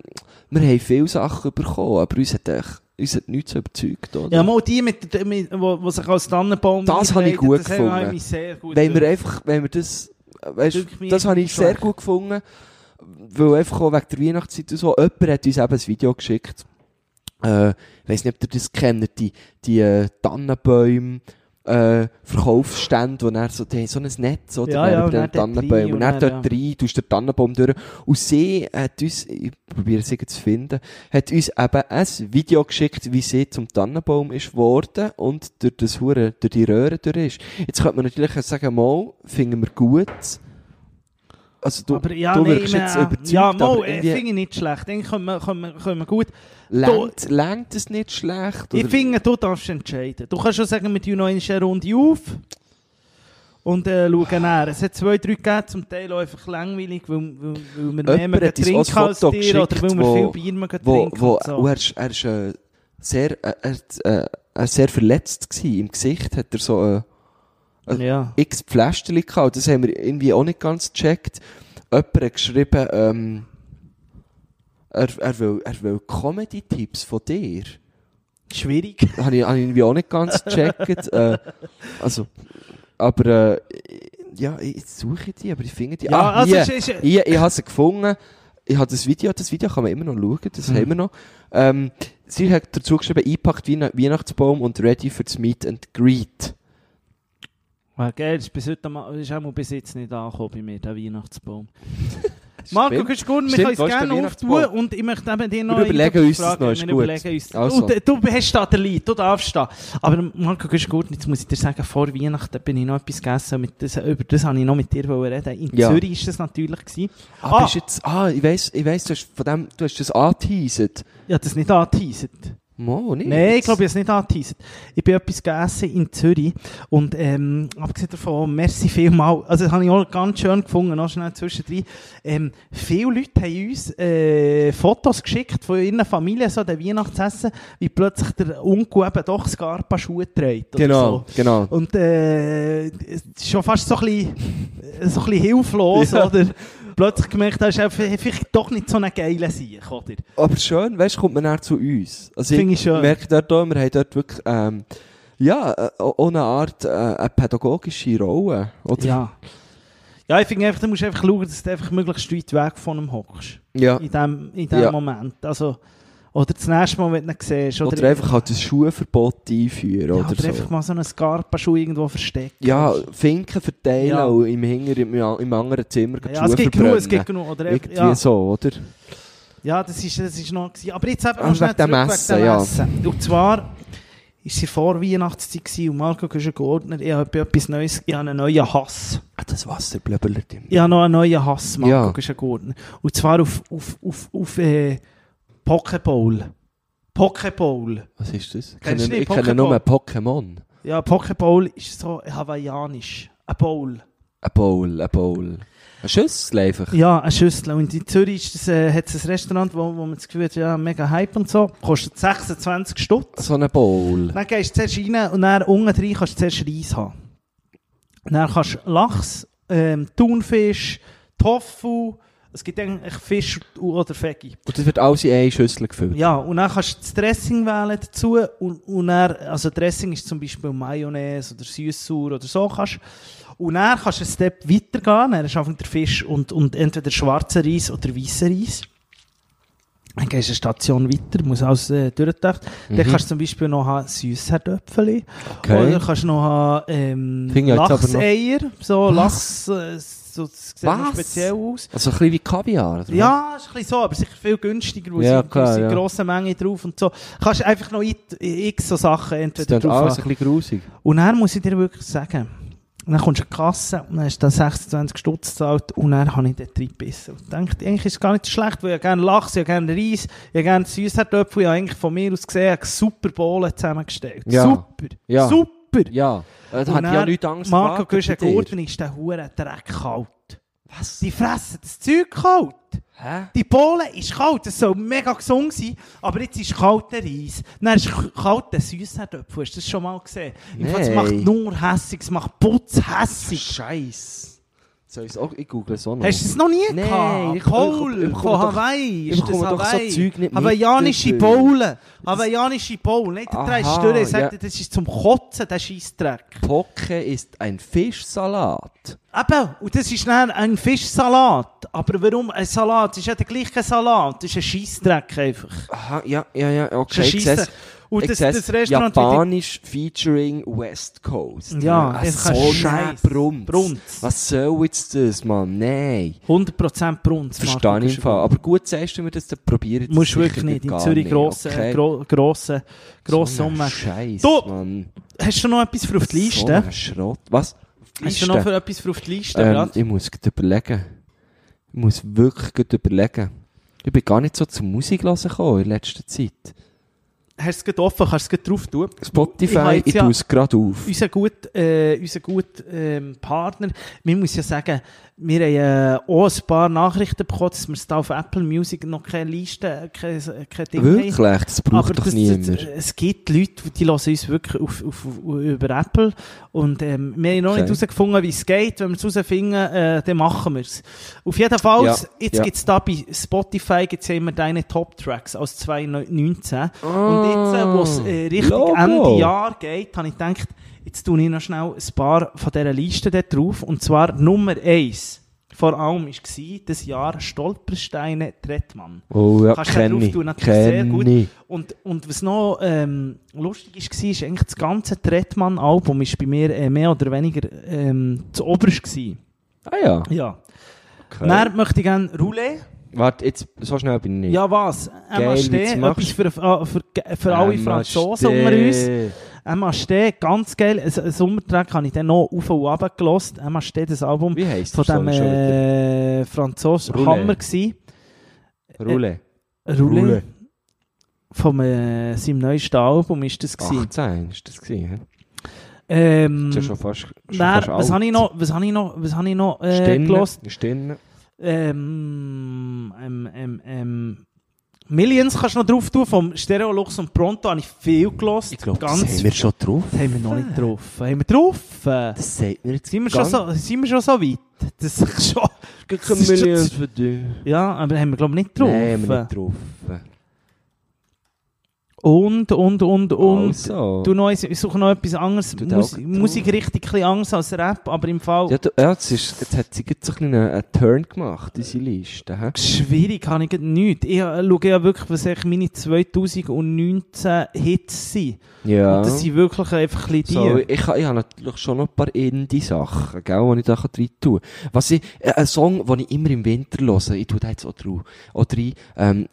Speaker 3: wir haben viele Sachen bekommen, aber uns hat, echt, uns hat nichts überzeugt, oder?
Speaker 2: Ja, mal die, mit, der- mit, wo, wo sich als Tannenbaum...
Speaker 3: Das habe
Speaker 2: eingeleitet,
Speaker 3: ich gut
Speaker 2: das Das
Speaker 3: gefunden.
Speaker 2: habe ich sehr gut
Speaker 3: wenn wir
Speaker 2: gefunden.
Speaker 3: einfach, wenn wir das, weißt,
Speaker 2: Dünkt mich
Speaker 3: das habe ich
Speaker 2: nicht
Speaker 3: sehr
Speaker 2: schlecht.
Speaker 3: gut gefunden, weil einfach auch wegen der Weihnachtszeit und so, jemand hat uns eben ein Video geschickt, äh, ich weiss nicht, ob ihr das kennt, die, die äh, Tannenbäume, äh, Verkaufsstände, wo er so, die haben so ein Netz, oder?
Speaker 2: Ja, ja, und
Speaker 3: über
Speaker 2: dann
Speaker 3: den
Speaker 2: dort rein
Speaker 3: Tannenbäumen.
Speaker 2: und
Speaker 3: Und er
Speaker 2: dann,
Speaker 3: dort rein, tust den Tannenbaum durch. Und sie hat uns, ich probiere sie zu finden, hat uns eben ein Video geschickt, wie sie zum Tannenbaum ist geworden und durch das Hure, durch die Röhre durch ist. Jetzt könnte man natürlich auch sagen, mal, finden wir gut. Also du,
Speaker 2: aber ja,
Speaker 3: du
Speaker 2: nein,
Speaker 3: wirkst jetzt
Speaker 2: nein,
Speaker 3: überzeugt,
Speaker 2: Ja, mal,
Speaker 3: aber
Speaker 2: äh,
Speaker 3: irgendwie
Speaker 2: finde ich nicht schlecht. Eigentlich können wir, können wir, können wir gut...
Speaker 3: längt, längt es nicht schlecht?
Speaker 2: Ich
Speaker 3: oder?
Speaker 2: finde, du darfst entscheiden. Du kannst schon sagen, wir tun noch einmal eine Runde auf und äh, schauen nach. Es hat zwei, drei gegeben, zum Teil auch einfach langweilig, weil, weil, weil wir mehr
Speaker 3: Jemand
Speaker 2: mögen
Speaker 3: hat uns
Speaker 2: trinken
Speaker 3: auch ein
Speaker 2: als
Speaker 3: Foto
Speaker 2: dir oder weil
Speaker 3: geschickt,
Speaker 2: wir
Speaker 3: wo-
Speaker 2: viel Bier mögen
Speaker 3: wo,
Speaker 2: trinken.
Speaker 3: wo
Speaker 2: und so.
Speaker 3: und er, ist- er ist äh, sehr, äh, er, hat, äh, er ist sehr verletzt gsi Im Gesicht hat er so äh, äh,
Speaker 2: ja.
Speaker 3: x Pflästerchen gehabt. Das haben wir irgendwie auch nicht ganz gecheckt. Jemand hat geschrieben, ähm, er, er will, er will Comedy-Tipps von dir.
Speaker 2: Schwierig.
Speaker 3: Habe ich, hab ich irgendwie auch nicht ganz gecheckt. äh, also, aber äh, ja, ich ich suche die, aber ich finde die. ah,
Speaker 2: also
Speaker 3: hier.
Speaker 2: es ist, ist,
Speaker 3: Ich, ich habe sie gefunden. Ich habe das Video, das Video kann man immer noch schauen, das
Speaker 2: Mhm.
Speaker 3: haben wir noch. Ähm, sie hat dazu geschrieben, eingepackt wie ein Weihnachtsbaum und ready für das Meet and Greet.
Speaker 2: ah, geil, ist bis heute mal, ist auch mal bis jetzt nicht angekommen bei mir, der Weihnachtsbaum. Marco,
Speaker 3: Stimmt.
Speaker 2: kannst du gut, wir
Speaker 3: Stimmt,
Speaker 2: können es
Speaker 3: wo ist der
Speaker 2: gerne
Speaker 3: Weihnachtsbaum?
Speaker 2: auftun und ich möchte eben dir noch
Speaker 3: Wir überlegen uns das
Speaker 2: Fragen-
Speaker 3: noch, ist
Speaker 2: wir
Speaker 3: gut.
Speaker 2: überlegen uns das.
Speaker 3: Also.
Speaker 2: Und, äh, du hast da der Leid, du darfst da. Aber Marco, kannst du gut, jetzt muss ich dir sagen, vor Weihnachten bin ich noch etwas gegessen, mit das, äh, über das habe ich noch mit dir wollen reden. In
Speaker 3: Ja.
Speaker 2: Zürich war das natürlich. Gewesen.
Speaker 3: Aber
Speaker 2: Ah.
Speaker 3: ist jetzt, ah, ich weiss, ich weiss, du hast von dem, du hast das angeteasert.
Speaker 2: Ich habe das nicht angeteasert.
Speaker 3: Mo, nicht?
Speaker 2: Nein, ich glaube, ich habe es nicht angeteasert. Ich bin etwas gegessen in Zürich und ähm, abgesehen davon, merci vielmal. Also das habe ich auch ganz schön gefunden, noch schnell zwischendrin. Ähm, viele Leute haben uns äh, Fotos geschickt von ihren Familien, so der Weihnachtsessen, wie plötzlich der Unku eben doch Scarpa-Schuhe trägt. oder
Speaker 3: Genau, genau.
Speaker 2: So. Und äh, es ist schon fast so ein bisschen, so ein bisschen hilflos,
Speaker 3: Ja.
Speaker 2: oder? Plötzlich gemerkt, das ist einfach- vielleicht doch nicht so eine geile Sieg, oder?
Speaker 3: Aber schön, weißt du, kommt man näher zu uns. Also
Speaker 2: Finde ich schön.
Speaker 3: merke dort auch, wir haben dort wirklich, ähm, ja, äh, ohne Art, äh, eine pädagogische Rolle. Oder?
Speaker 2: Ja. Ja, ich finde einfach, du musst einfach schauen, dass du einfach möglichst weit weg von ihm hockst.
Speaker 3: ja.
Speaker 2: In dem, in dem
Speaker 3: Ja.
Speaker 2: Moment. Also, oder das nächste Mal, wenn du ihn siehst. Oder,
Speaker 3: Oder, einfach halt ein Schuhverbot einführen,
Speaker 2: ja,
Speaker 3: oder,
Speaker 2: oder
Speaker 3: so.
Speaker 2: einfach mal so einen Scarpa-Schuh irgendwo verstecken.
Speaker 3: dus Ja, Finken verteilen
Speaker 2: Ja.
Speaker 3: und im, Hinger, im, im anderen Zimmer die
Speaker 2: Ja, es
Speaker 3: Schuhe
Speaker 2: gibt genug, es
Speaker 3: verbrennen.
Speaker 2: gibt genug. Oder
Speaker 3: Irgendwie
Speaker 2: ja,
Speaker 3: so, oder?
Speaker 2: ja, das ist, das ist noch gewesen. Aber jetzt eben
Speaker 3: Ah,
Speaker 2: noch schnell
Speaker 3: wegen dem
Speaker 2: zurück,
Speaker 3: Essen,
Speaker 2: wegen dem
Speaker 3: ja.
Speaker 2: Essen. Und zwar war es vor Weihnachtszeit gewesen und Marco ist ein Geordner. Ich habe etwas Neues, ich habe einen neuen Hass.
Speaker 3: Ah, das Wasser blöbbelt immer.
Speaker 2: Ich habe noch einen neuen Hass, Marco
Speaker 3: Ja.
Speaker 2: ist ein Gurtner. Und zwar auf, auf, auf, auf äh, Pokéball. Pokéball.
Speaker 3: Was ist das? Ich
Speaker 2: Kennst du
Speaker 3: kenne,
Speaker 2: nicht
Speaker 3: ich kenne
Speaker 2: Pokéball?
Speaker 3: nur Pokémon.
Speaker 2: Ja, Pokéball ist so hawaiianisch. Ein Bowl.
Speaker 3: Ein Bowl, ein Bowl. Ein Schüssel einfach.
Speaker 2: Ja, eine Schüssel. Und in Zürich ist das, äh, hat es ein Restaurant, wo, wo man das Gefühl hat, ja, mega Hype und so. Kostet 26 Stutz.
Speaker 3: So ein Bowl.
Speaker 2: Dann gehst du zuerst rein und dann unten drin kannst du zuerst Reis haben. Dann kannst du Lachs, ähm, Thunfisch, Tofu, Es gibt eigentlich Fisch oder Veggie.
Speaker 3: Und das wird alles in eine Schüssel gefüllt.
Speaker 2: Ja, und dann kannst du das Dressing wählen dazu und, und dann, also Dressing ist zum Beispiel Mayonnaise oder Süßsauer oder so kannst und dann kannst du einen Step weiter gehen, dann ist einfach der Fisch und, und entweder schwarzer Reis oder weißer Reis. Dann gehst du eine Station weiter, muss alles äh, durchgedacht. Dann kannst du zum Beispiel noch haben Süßherdöpfel
Speaker 3: Mhm. Okay.
Speaker 2: oder kannst du noch haben ähm,
Speaker 3: Finde ich jetzt aber noch-
Speaker 2: Lachseier, so Lachs, äh, so, das sieht noch
Speaker 3: Was?
Speaker 2: speziell aus.
Speaker 3: Also ein bisschen wie Kaviar, oder?
Speaker 2: Ja, ist ein bisschen so, aber sicher viel günstiger, weil
Speaker 3: Ja,
Speaker 2: sie
Speaker 3: klar,
Speaker 2: eine
Speaker 3: ja.
Speaker 2: grosse Menge drauf und so. Kannst einfach noch i- x so Sachen
Speaker 3: Das
Speaker 2: entweder
Speaker 3: klingt
Speaker 2: drauf
Speaker 3: alles
Speaker 2: haben.
Speaker 3: ein bisschen grusig.
Speaker 2: Und dann muss ich dir wirklich sagen, dann kommst du in die Kasse und dann hast du da 26 Stutz gezahlt und dann habe ich dort reingebissen. Und dachte, eigentlich ist es gar nicht so schlecht, weil ich habe gerne Lachs, ich habe gerne Reis, ich habe gerne Süßkartoffeln, ich habe eigentlich von mir aus gesehen eine super Bowl zusammengestellt.
Speaker 3: Ja.
Speaker 2: Super,
Speaker 3: Ja.
Speaker 2: super.
Speaker 3: Ja. Da
Speaker 2: Und
Speaker 3: hat ja
Speaker 2: dann,
Speaker 3: nichts Angst
Speaker 2: Marco,
Speaker 3: gehabt,
Speaker 2: du hast
Speaker 3: bei dir.
Speaker 2: einen ist der Huren Dreck kalt. Was? Die fressen das Zeug kalt.
Speaker 3: Hä?
Speaker 2: Die Polen ist kalt, es soll mega gesund sein, aber jetzt ist kalter Reis. Dann ist k- kalter Süßherdöpfel, hast du das schon mal gesehen? Im Fall, Es
Speaker 3: Nein.
Speaker 2: macht nur hässig, es macht Putz hässig. Scheiße.
Speaker 3: Soll ich's auch? Ich google es auch noch.
Speaker 2: Hast du es noch nie
Speaker 3: Nein,
Speaker 2: gehabt?
Speaker 3: ich- ich-
Speaker 2: Kohl,
Speaker 3: ich- ich-
Speaker 2: von Hawaii,
Speaker 3: ich
Speaker 2: ist das
Speaker 3: bekomme doch so
Speaker 2: Hawaii?
Speaker 3: Zeug nicht mit,
Speaker 2: Hawaiianische
Speaker 3: Digga.
Speaker 2: Bowlen, Hawaiianische Bowlen. Nicht der
Speaker 3: Aha,
Speaker 2: Dreck ist durch, ich sag
Speaker 3: ja.
Speaker 2: dir, das ist zum Kotzen, der Scheissdreck.
Speaker 3: Poke ist ein Fischsalat.
Speaker 2: Eben, und das ist dann ein Fischsalat. Aber warum ein Salat? Es ist ja der gleiche Salat, das ist ein Scheissdreck einfach.
Speaker 3: Aha, ja, ja, ja, okay.
Speaker 2: Das ist
Speaker 3: ich
Speaker 2: scheisse.
Speaker 3: seh's.
Speaker 2: Und
Speaker 3: Ich
Speaker 2: das-
Speaker 3: seh's.
Speaker 2: das Restaurant-
Speaker 3: Japanisch featuring West Coast.
Speaker 2: Ja,
Speaker 3: Ah,
Speaker 2: einfach ein
Speaker 3: so
Speaker 2: Scheiss.
Speaker 3: Brunz.
Speaker 2: Brunz.
Speaker 3: Was soll jetzt das, Mann? Nein.
Speaker 2: 100% Brunz.
Speaker 3: Verstehe ich im Fall. Aber gut, sagst du mir das, dann probiere ich das
Speaker 2: Musst du
Speaker 3: sicher
Speaker 2: wirklich nicht. In
Speaker 3: gar
Speaker 2: Zürich
Speaker 3: nicht.
Speaker 2: grosse,
Speaker 3: Okay.
Speaker 2: gro grosse, grosse
Speaker 3: So eine
Speaker 2: Summe.
Speaker 3: Scheiss,
Speaker 2: Du,
Speaker 3: Mann.
Speaker 2: Hast du noch etwas für auf die
Speaker 3: So
Speaker 2: Liste?
Speaker 3: ein Schrott. Was? Auf die
Speaker 2: Hast du
Speaker 3: Liste?
Speaker 2: noch für etwas für auf die Liste?
Speaker 3: ähm,
Speaker 2: Brad?
Speaker 3: ich muss gut überlegen. Ich muss wirklich gut überlegen. Ich bin gar nicht so zur Musik hören gekommen in letzter Zeit.
Speaker 2: Hast du es gerade offen? Kannst du es gerade drauf tun? Ich habe
Speaker 3: Spotify,
Speaker 2: jetzt
Speaker 3: ich
Speaker 2: ja-
Speaker 3: tue es gerade auf.
Speaker 2: Unser gut, äh, unser gut ähm, Partner, wir muss ja sagen, wir haben äh, auch ein paar Nachrichten bekommen, dass wir da auf Apple Music noch keine Liste, äh, keine, keine Dinge
Speaker 3: Wirklich, das braucht doch
Speaker 2: das-
Speaker 3: niemand.
Speaker 2: das- äh, Es gibt Leute, die hören uns wirklich auf, auf, auf, über Apple. Und ähm, wir haben noch
Speaker 3: Okay.
Speaker 2: nicht herausgefunden, wie es geht. Wenn wir es herausfinden, äh, dann machen wir es. Auf jeden Fall,
Speaker 3: Ja,
Speaker 2: jetzt
Speaker 3: ja.
Speaker 2: gibt es da bei Spotify gibt's ja immer deine Top-Tracks aus 2019. Und
Speaker 3: Ah,
Speaker 2: jetzt, äh, wo es äh, Richtung
Speaker 3: Logo.
Speaker 2: Ende Jahr geht, habe ich gedacht, jetzt tue ich noch schnell ein paar von dieser Liste dort drauf. Und zwar Nummer eins Vor allem war das Jahr Stolpersteine Trettmann.
Speaker 3: Oh ja,
Speaker 2: Kannst du da drauf
Speaker 3: kenne ich.
Speaker 2: tun, natürlich sehr gut.
Speaker 3: Kenne ich.
Speaker 2: Und, und was noch ähm, lustig ist, war, ist eigentlich das ganze Tretmann-Album ist bei mir äh, mehr oder weniger ähm, zu oberst. Gewesen.
Speaker 3: Ah ja.
Speaker 2: Ja.
Speaker 3: Okay.
Speaker 2: Dann möchte ich gerne Roulet.
Speaker 3: Warte, jetzt, so schnell bin ich nicht.
Speaker 2: Ja, was? Emma
Speaker 3: Geil, wie
Speaker 2: Steh,
Speaker 3: du machst.
Speaker 2: etwas für, äh, für, für alle
Speaker 3: Ähm,
Speaker 2: Franzosen
Speaker 3: steh.
Speaker 2: unter uns. Emma Steh, ganz geil. Ein, ein Sommertrack habe ich dann noch auf und runter gelost. Emma Steh, das Album
Speaker 3: Wie heisst
Speaker 2: von
Speaker 3: das?
Speaker 2: dem
Speaker 3: Sorry, schon wieder.
Speaker 2: äh, Franzosen.
Speaker 3: Roulet.
Speaker 2: Hammer gewesen.
Speaker 3: Roule.
Speaker 2: Roulet.
Speaker 3: Roulet.
Speaker 2: Vom äh, seinem neuesten Album ist das gewesen.
Speaker 3: 18 ist das gewesen. hä?
Speaker 2: Ähm,
Speaker 3: Das ist ja schon fast, schon
Speaker 2: Nein,
Speaker 3: fast
Speaker 2: was
Speaker 3: alt.
Speaker 2: habe ich noch, was habe ich noch, was habe ich noch äh,
Speaker 3: Stirn,
Speaker 2: gelost?
Speaker 3: Stirn.
Speaker 2: Ähm, ähm, ähm, ähm. Millions kannst du noch drauf tun, vom Stereolux und Pronto habe ich viel gelost.
Speaker 3: Ich glaube, das
Speaker 2: ganz
Speaker 3: haben wir schon drauf.
Speaker 2: das haben wir noch nicht getroffen. Haben wir getroffen?
Speaker 3: Das sagt mir jetzt
Speaker 2: Sind wir, schon so, sind wir schon so weit? Das ist schon...
Speaker 3: Das
Speaker 2: das ist schon
Speaker 3: Millions
Speaker 2: zu-
Speaker 3: für dich.
Speaker 2: Ja, aber haben wir glaube ich nicht getroffen.
Speaker 3: Nein, haben wir nicht getroffen.
Speaker 2: Und, und, und, und...
Speaker 3: also.
Speaker 2: Du noch, ich suche noch etwas anderes.
Speaker 3: da
Speaker 2: Mus
Speaker 3: auch
Speaker 2: Musik richtig ein bisschen anders als Rap, aber im Fall...
Speaker 3: ja, du, ja, jetzt, ist, jetzt hat sie gerade so ein bisschen einen, einen Turn gemacht, diese Liste. hä?
Speaker 2: Schwierig habe ich gerade nichts. Ich äh, schaue ja wirklich, was eigentlich meine 2019 Hits sind.
Speaker 3: Ja.
Speaker 2: Und das sind wirklich einfach ein bisschen die.
Speaker 3: So, ich, ha- ich habe natürlich schon noch ein paar Indie-Sachen, gell, die ich da rein tun kann. Was ich, äh, ein Song, den ich immer im Winter höre, ich tue da jetzt auch drauf, auch rein, ähm,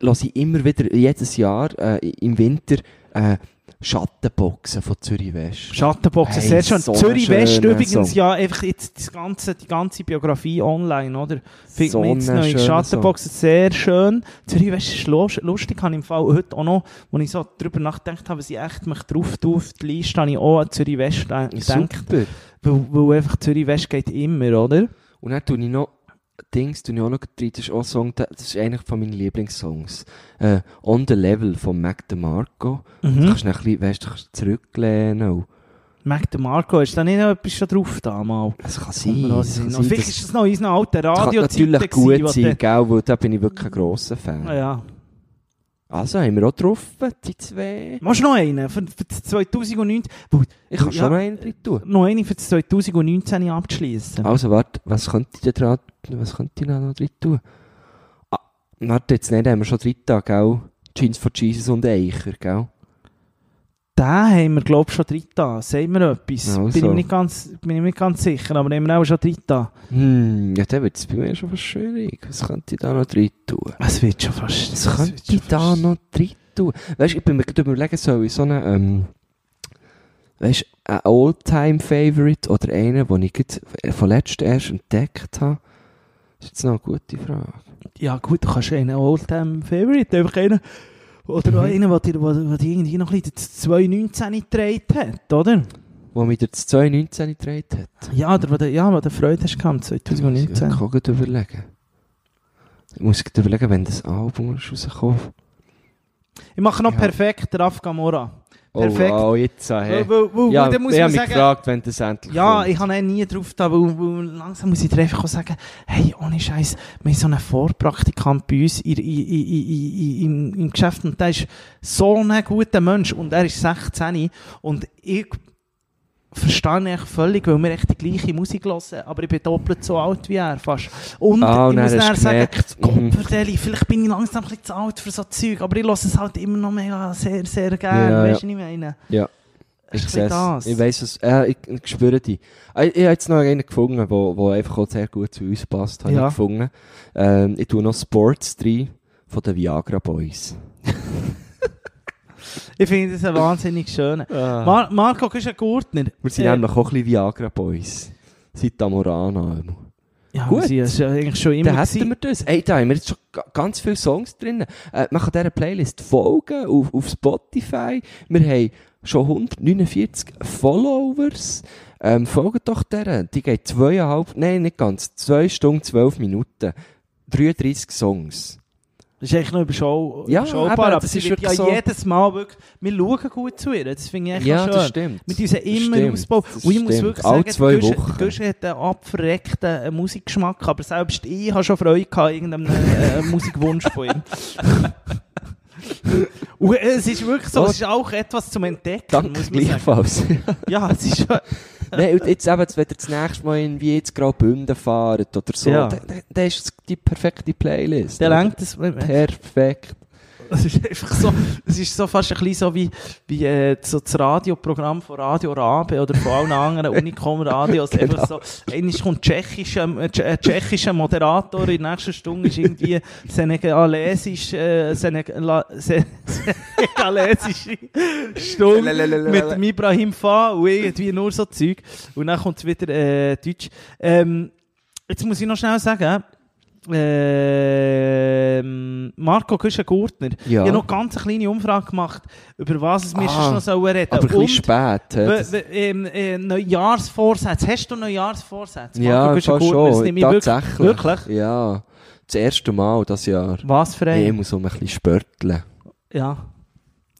Speaker 3: höre ich immer wieder, jedes Jahr, äh, im Winter, äh, Schattenboxen von Zürich West.
Speaker 2: Schattenboxen,
Speaker 3: Hey,
Speaker 2: sehr schön.
Speaker 3: so
Speaker 2: Zürich
Speaker 3: ein
Speaker 2: West
Speaker 3: schöner
Speaker 2: übrigens,
Speaker 3: Song.
Speaker 2: ja, einfach jetzt das ganze, die ganze Biografie online, oder? Findet
Speaker 3: So
Speaker 2: man jetzt
Speaker 3: ein
Speaker 2: neu.
Speaker 3: schöner
Speaker 2: Schattenboxen, sehr schön. Zürich West ist lus- lustig, habe ich im Fall heute auch noch, als ich so drüber nachgedacht habe, was ich echt mich drauf tue, auf die Liste, habe ich auch an Zürich West äh, gedacht.
Speaker 3: Super.
Speaker 2: Weil, weil einfach Zürich West geht immer, oder?
Speaker 3: Und dann tue ich noch Dings, tue ich auch noch rein, das ist auch ein Song, der- das ist einer von meinen Lieblingssongs. Äh, On the Level von Mac DeMarco. Mhm.
Speaker 2: Mhm.
Speaker 3: Du kannst du dann ein bisschen, weißt, du kannst zurücklehnen und
Speaker 2: Mac DeMarco, ist da nicht noch etwas schon drauf damals?
Speaker 3: Es kann
Speaker 2: Kommt mir
Speaker 3: sein.
Speaker 2: noch
Speaker 3: Es
Speaker 2: in den Sinn.
Speaker 3: kann sein.
Speaker 2: Vielleicht
Speaker 3: Das
Speaker 2: ist das noch in unseren alten
Speaker 3: kann
Speaker 2: Radiozeiten.
Speaker 3: natürlich gut
Speaker 2: gewesen, wo
Speaker 3: sein, gell, weil da bin ich wirklich ein grosser Fan.
Speaker 2: dann- Ah Ja.
Speaker 3: Also haben wir auch getroffen, die zwei.
Speaker 2: Machst du noch einen für, für das 2009? Weil-
Speaker 3: Ich kann
Speaker 2: Ja.
Speaker 3: schon noch einen drin tun.
Speaker 2: Noch einen für das 2019 abzuschließen.
Speaker 3: Also warte, was könnte ich denn dran, was könnte ich da noch drin tun? Ah, warte, jetzt nicht, haben wir schon drin da, gell? Jeans von Jesus und Eicher, gell?
Speaker 2: Den haben wir, glaube ich, schon drin da. Sagen wir etwas.
Speaker 3: Also.
Speaker 2: Bin, ich nicht ganz, bin ich mir nicht ganz sicher, aber den haben wir auch schon drin da.
Speaker 3: Hm, ja, dann wird es bei mir schon fast schwierig. Was könnte ich da noch drin tun?
Speaker 2: Es wird schon fast.
Speaker 3: Was könnte ich da noch drin tun? Weißt du, ich bin mir gerade überlegen, soll ich so einen, ähm, weißt du, einen All-Time-Favorite oder einen, den ich gerade von letztem erst entdeckt habe? Das ist jetzt noch eine gute Frage.
Speaker 2: Ja, gut, du kannst einen Oldtime-Favorite, einfach einen. Oder
Speaker 3: Mhm.
Speaker 2: einen, der dir wo- wo dir irgendwie noch ein bisschen das 2019 getragen hat, oder?
Speaker 3: Wo mich der 2019 gedreht hat.
Speaker 2: Ja, oder wo du ja, wo du Freude hast gehabt,
Speaker 3: Ich kann
Speaker 2: 2019.
Speaker 3: auch gerade überlegen. Ich muss gerade überlegen, wenn das Album ist rauskommt.
Speaker 2: Ich mache noch
Speaker 3: Ja.
Speaker 2: perfekt den Afgamora.
Speaker 3: Oh,
Speaker 2: Perfekt.
Speaker 3: wow, jetzt. ah,
Speaker 2: Weil,
Speaker 3: Hey.
Speaker 2: weil, weil,
Speaker 3: Ja,
Speaker 2: weil dann muss
Speaker 3: ich
Speaker 2: man
Speaker 3: habe mich
Speaker 2: sagen,
Speaker 3: gefragt, wenn das endlich
Speaker 2: ja,
Speaker 3: kommt.
Speaker 2: ich habe ihn nie drauf da, weil, weil langsam muss ich dir einfach auch sagen, hey, ohne Scheiß, wir haben so einen Vorpraktikant bei uns in, in, in, in, in, im, im Geschäft und der ist so ein guter Mensch und er ist 16 und ich verstehe ihn echt völlig, weil wir echt die gleiche Musik hören, aber ich bin doppelt so alt wie er fast. Und
Speaker 3: Ah, und
Speaker 2: ich muss
Speaker 3: dann hast
Speaker 2: dann
Speaker 3: du
Speaker 2: sagen,
Speaker 3: gemerkt, mhm.
Speaker 2: Gottverdeli, vielleicht bin ich langsam ein bisschen zu alt für so Zeug, aber ich höre es halt immer noch mega sehr, sehr gerne,
Speaker 3: Ja,
Speaker 2: weißt du, was ich meine?
Speaker 3: Ja.
Speaker 2: Ist
Speaker 3: Ich
Speaker 2: ein
Speaker 3: sehe
Speaker 2: bisschen das.
Speaker 3: es. Ich weiss es. Äh, ich, ich spüre die. Äh, ich habe jetzt noch einen gefunden, der wo einfach auch sehr gut zu uns passt. Habe
Speaker 2: Ja.
Speaker 3: ich gefunden. Ähm, ich tue noch Sports 3 von den Viagra Boys.
Speaker 2: Ich finde das ein wahnsinnig schöner.
Speaker 3: Wir
Speaker 2: Mar Marco, du bist ein Gurtner.
Speaker 3: sind nämlich auch ein bisschen Viagra Boys. Seit Amorana.
Speaker 2: Ja,
Speaker 3: Gut.
Speaker 2: Sie ist ja eigentlich schon immer
Speaker 3: Dann hätten
Speaker 2: gewesen.
Speaker 3: wir das. Ey, da haben wir jetzt schon ga- ganz viele Songs drin. Äh, man kann dieser Playlist folgen auf, auf Spotify. Wir haben schon 149 Followers. Ähm, folgt doch der. Die geht zweieinhalb, nein, nicht ganz, zwei Stunden, zwölf Minuten. 33 Songs.
Speaker 2: Das ist eigentlich noch überschau
Speaker 3: Ja,
Speaker 2: überschaubar,
Speaker 3: eben,
Speaker 2: aber
Speaker 3: das
Speaker 2: sie
Speaker 3: ist
Speaker 2: wird ja
Speaker 3: wirklich so-
Speaker 2: jedes Mal wirklich... Wir schauen gut zu ihr, das finde ich echt noch schön.
Speaker 3: stimmt.
Speaker 2: Mit unserem immer
Speaker 3: stimmt,
Speaker 2: Ausbau.
Speaker 3: das
Speaker 2: Und ich muss
Speaker 3: stimmt.
Speaker 2: wirklich
Speaker 3: Alle
Speaker 2: sagen,
Speaker 3: zwei
Speaker 2: Gusch-
Speaker 3: Wochen.
Speaker 2: Gusch hat einen abverreckten äh, Musikgeschmack, aber selbst ich habe schon Freude gehabt, irgendeinem äh, Musikwunsch von ihm. Und äh, es ist wirklich so,
Speaker 3: Oh.
Speaker 2: es ist auch etwas zum Entdecken,
Speaker 3: Danke
Speaker 2: muss man sagen.
Speaker 3: gleichfalls.
Speaker 2: Ja, es ist schon...
Speaker 3: Nein, und jetzt eben, wenn ihr das nächste Mal in wie jetzt Graubünden fahrt oder so,
Speaker 2: Ja.
Speaker 3: dann, dann- dann ist es die perfekte Playlist.
Speaker 2: Der lenkt das... äh,
Speaker 3: Perfekt.
Speaker 2: Es ist einfach so, es ist so fast ein bisschen so wie, wie äh, so das Radioprogramm von Radio Rabe oder von allen anderen Unicom-Radios. Einfach so, einmal kommt tschechischer, äh, tsche- äh, tschechischer Moderator, in der nächsten Stunde ist irgendwie senegalesisch, äh, Senegala, se, senegalesische Stunde mit dem Ibrahim Fa und irgendwie nur so Zeug. Und dann kommt wieder äh, Deutsch. Ähm, jetzt muss ich noch schnell sagen, ähm, Marco Küschen-Gurtner,
Speaker 3: Ja.
Speaker 2: ich habe noch ganz eine kleine Umfrage gemacht, über was es mir
Speaker 3: Ah,
Speaker 2: sonst noch sollen reden
Speaker 3: Aber ein bisschen
Speaker 2: Äh, Und,
Speaker 3: spät. hä?
Speaker 2: w-
Speaker 3: Das-
Speaker 2: w- ähm, äh, Neujahrsvorsätze. Hast du Neujahrsvorsätze?
Speaker 3: Ja,
Speaker 2: Marco
Speaker 3: fast
Speaker 2: Küschen-Gurtner, das
Speaker 3: schon.
Speaker 2: nehme ich wirklich.
Speaker 3: Tatsächlich.
Speaker 2: Wirklich?
Speaker 3: Ja. Das erste Mal dieses Jahr.
Speaker 2: Was für
Speaker 3: Ich
Speaker 2: ein?
Speaker 3: muss um ein bisschen spörteln.
Speaker 2: Ja,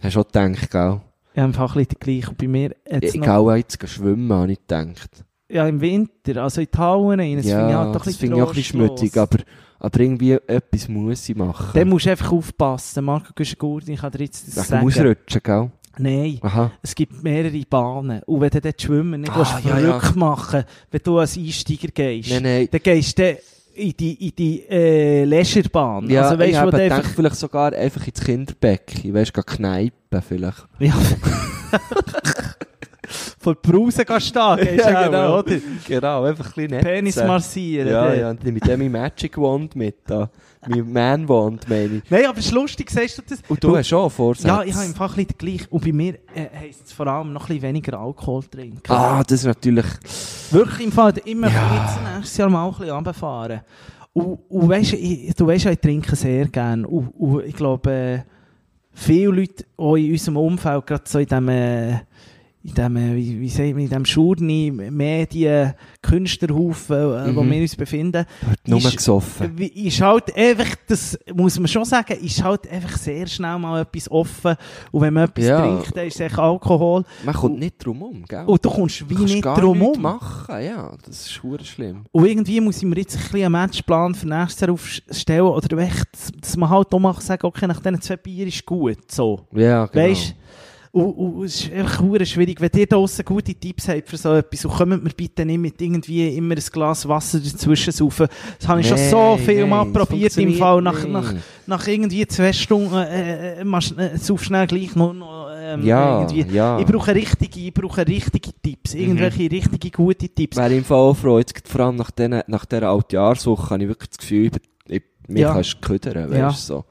Speaker 3: Hast du auch gedacht, gell?
Speaker 2: ich habe einfach ein bisschen gleich. Und bei mir jetzt
Speaker 3: Ich
Speaker 2: noch,
Speaker 3: gehe auch jetzt gehen schwimmen, habe ich gedacht.
Speaker 2: ja, im Winter, also in die Hauen rein, das finde ich halt
Speaker 3: Ja,
Speaker 2: doch ein
Speaker 3: das
Speaker 2: bisschen
Speaker 3: finde ich auch ein bisschen
Speaker 2: trostlos.
Speaker 3: schmutzig, aber, aber irgendwie etwas muss ich
Speaker 2: Dann
Speaker 3: machen.
Speaker 2: musst du einfach aufpassen. Marco Küschen-Gurtner, ich kann dir jetzt das
Speaker 3: Ich
Speaker 2: sagen.
Speaker 3: muss rutschen, gell?
Speaker 2: Nein.
Speaker 3: Aha.
Speaker 2: Es gibt mehrere Bahnen. Und wenn du dort schwimmen nicht
Speaker 3: Ah,
Speaker 2: ah,
Speaker 3: ja,
Speaker 2: verrückt machen wenn du als Einsteiger gehst,
Speaker 3: Nein, nein.
Speaker 2: dann gehst du dann in die, in die äh, Leisurebahn.
Speaker 3: Ja,
Speaker 2: also,
Speaker 3: ich
Speaker 2: weißt,
Speaker 3: habe
Speaker 2: wo du
Speaker 3: gedacht,
Speaker 2: einfach...
Speaker 3: vielleicht sogar einfach ins Kinderbecken. Weißt du, gehen kneipen vielleicht.
Speaker 2: Ja. Von Brausen gehst du da, gehst
Speaker 3: Ja,
Speaker 2: auch,
Speaker 3: genau.
Speaker 2: oder?
Speaker 3: Genau, einfach ein bisschen
Speaker 2: Penis massieren.
Speaker 3: Ja,
Speaker 2: dort.
Speaker 3: ja, und mit dem ich Magic Wand mit da. Mein Man Wand, meine ich.
Speaker 2: Nein, aber es ist lustig, siehst du das?
Speaker 3: Und du hast auch Vorsätze?
Speaker 2: Ja, ich habe im Fall ein bisschen gleich. Und bei mir äh, heisst es vor allem noch ein bisschen weniger Alkohol trinken.
Speaker 3: Ah, das ist natürlich...
Speaker 2: Wirklich im Fall immer
Speaker 3: Ja.
Speaker 2: jetzt nächstes Jahr mal ein bisschen runterfahren. Und, und weisst du, ich- du weißt ja, ich trinke sehr gerne. Und, und ich glaube, äh, viele Leute auch in unserem Umfeld, gerade so in dem, äh, in dem, äh, wie, wie sagt man, in dem Schurni, Medien, Künstlerhaufen, äh, wo
Speaker 3: Mhm.
Speaker 2: wir uns befinden,
Speaker 3: Wird nur
Speaker 2: Ist-
Speaker 3: gesoffen.
Speaker 2: wie- ist halt einfach, das muss man schon sagen, ist halt einfach sehr schnell mal etwas offen. Und wenn man etwas
Speaker 3: Ja.
Speaker 2: trinkt, dann ist es echt Alkohol.
Speaker 3: Man kommt nicht drum um, gell?
Speaker 2: Und du kommst wie
Speaker 3: Kannst
Speaker 2: nicht
Speaker 3: gar
Speaker 2: drum
Speaker 3: nichts
Speaker 2: um.
Speaker 3: machen, ja. Das ist hure schlimm.
Speaker 2: Und irgendwie muss ich mir jetzt ein bisschen einen Matchplan für nächstes Jahr aufstellen. Oder echt, dass man halt auch mal sagt, okay, nach diesen zwei Bier ist gut. So.
Speaker 3: Ja, genau.
Speaker 2: Weißt du? Und, und es ist einfach hure schwierig. Wenn ihr da draussen gute Tipps habt für so etwas, und kommt mir bitte nicht mit irgendwie immer ein Glas Wasser dazwischen saufen. Das habe ich schon
Speaker 3: Nein,
Speaker 2: so viel
Speaker 3: nein,
Speaker 2: mal
Speaker 3: das
Speaker 2: probiert im
Speaker 3: funktioniert
Speaker 2: Fall. Nach,
Speaker 3: nicht.
Speaker 2: nach, nach irgendwie zwei Stunden äh, äh, machst- äh, saufst schnell gleich noch, noch ähm,
Speaker 3: ja,
Speaker 2: irgendwie.
Speaker 3: ja. Mhm.
Speaker 2: Ich brauche richtige, ich brauche richtige Tipps. Irgendwelche richtige gute Tipps.
Speaker 3: Wäre im Fall auch freut, vor allem nach, den, nach dieser Altjahrswoche, habe ich wirklich das Gefühl, ich, ich, mich
Speaker 2: Ja.
Speaker 3: kannst du ködern, weißt
Speaker 2: Ja.
Speaker 3: du, so.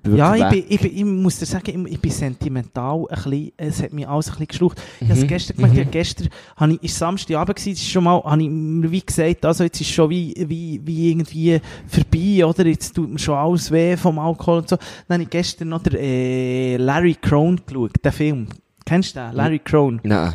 Speaker 3: Bin
Speaker 2: Ja, ich,
Speaker 3: wirklich
Speaker 2: bin,
Speaker 3: weg.
Speaker 2: ich, bin, ich muss dir sagen, ich, ich bin sentimental ein bisschen, es hat mich alles ein bisschen geschluckt. Ich habe
Speaker 3: Mhm.
Speaker 2: es gestern gemerkt,
Speaker 3: Mhm.
Speaker 2: ja, gestern habe ich, ist Samstagabend gewesen, es ist schon mal, habe ich mir wie gesagt, also jetzt ist schon wie, wie, wie irgendwie vorbei, oder? Jetzt tut mir schon alles weh vom Alkohol und so. Dann habe ich gestern noch den, äh, Larry Crone geschaut, den Film. Kennst
Speaker 3: Mhm.
Speaker 2: du den? Larry Crone.
Speaker 3: Nein.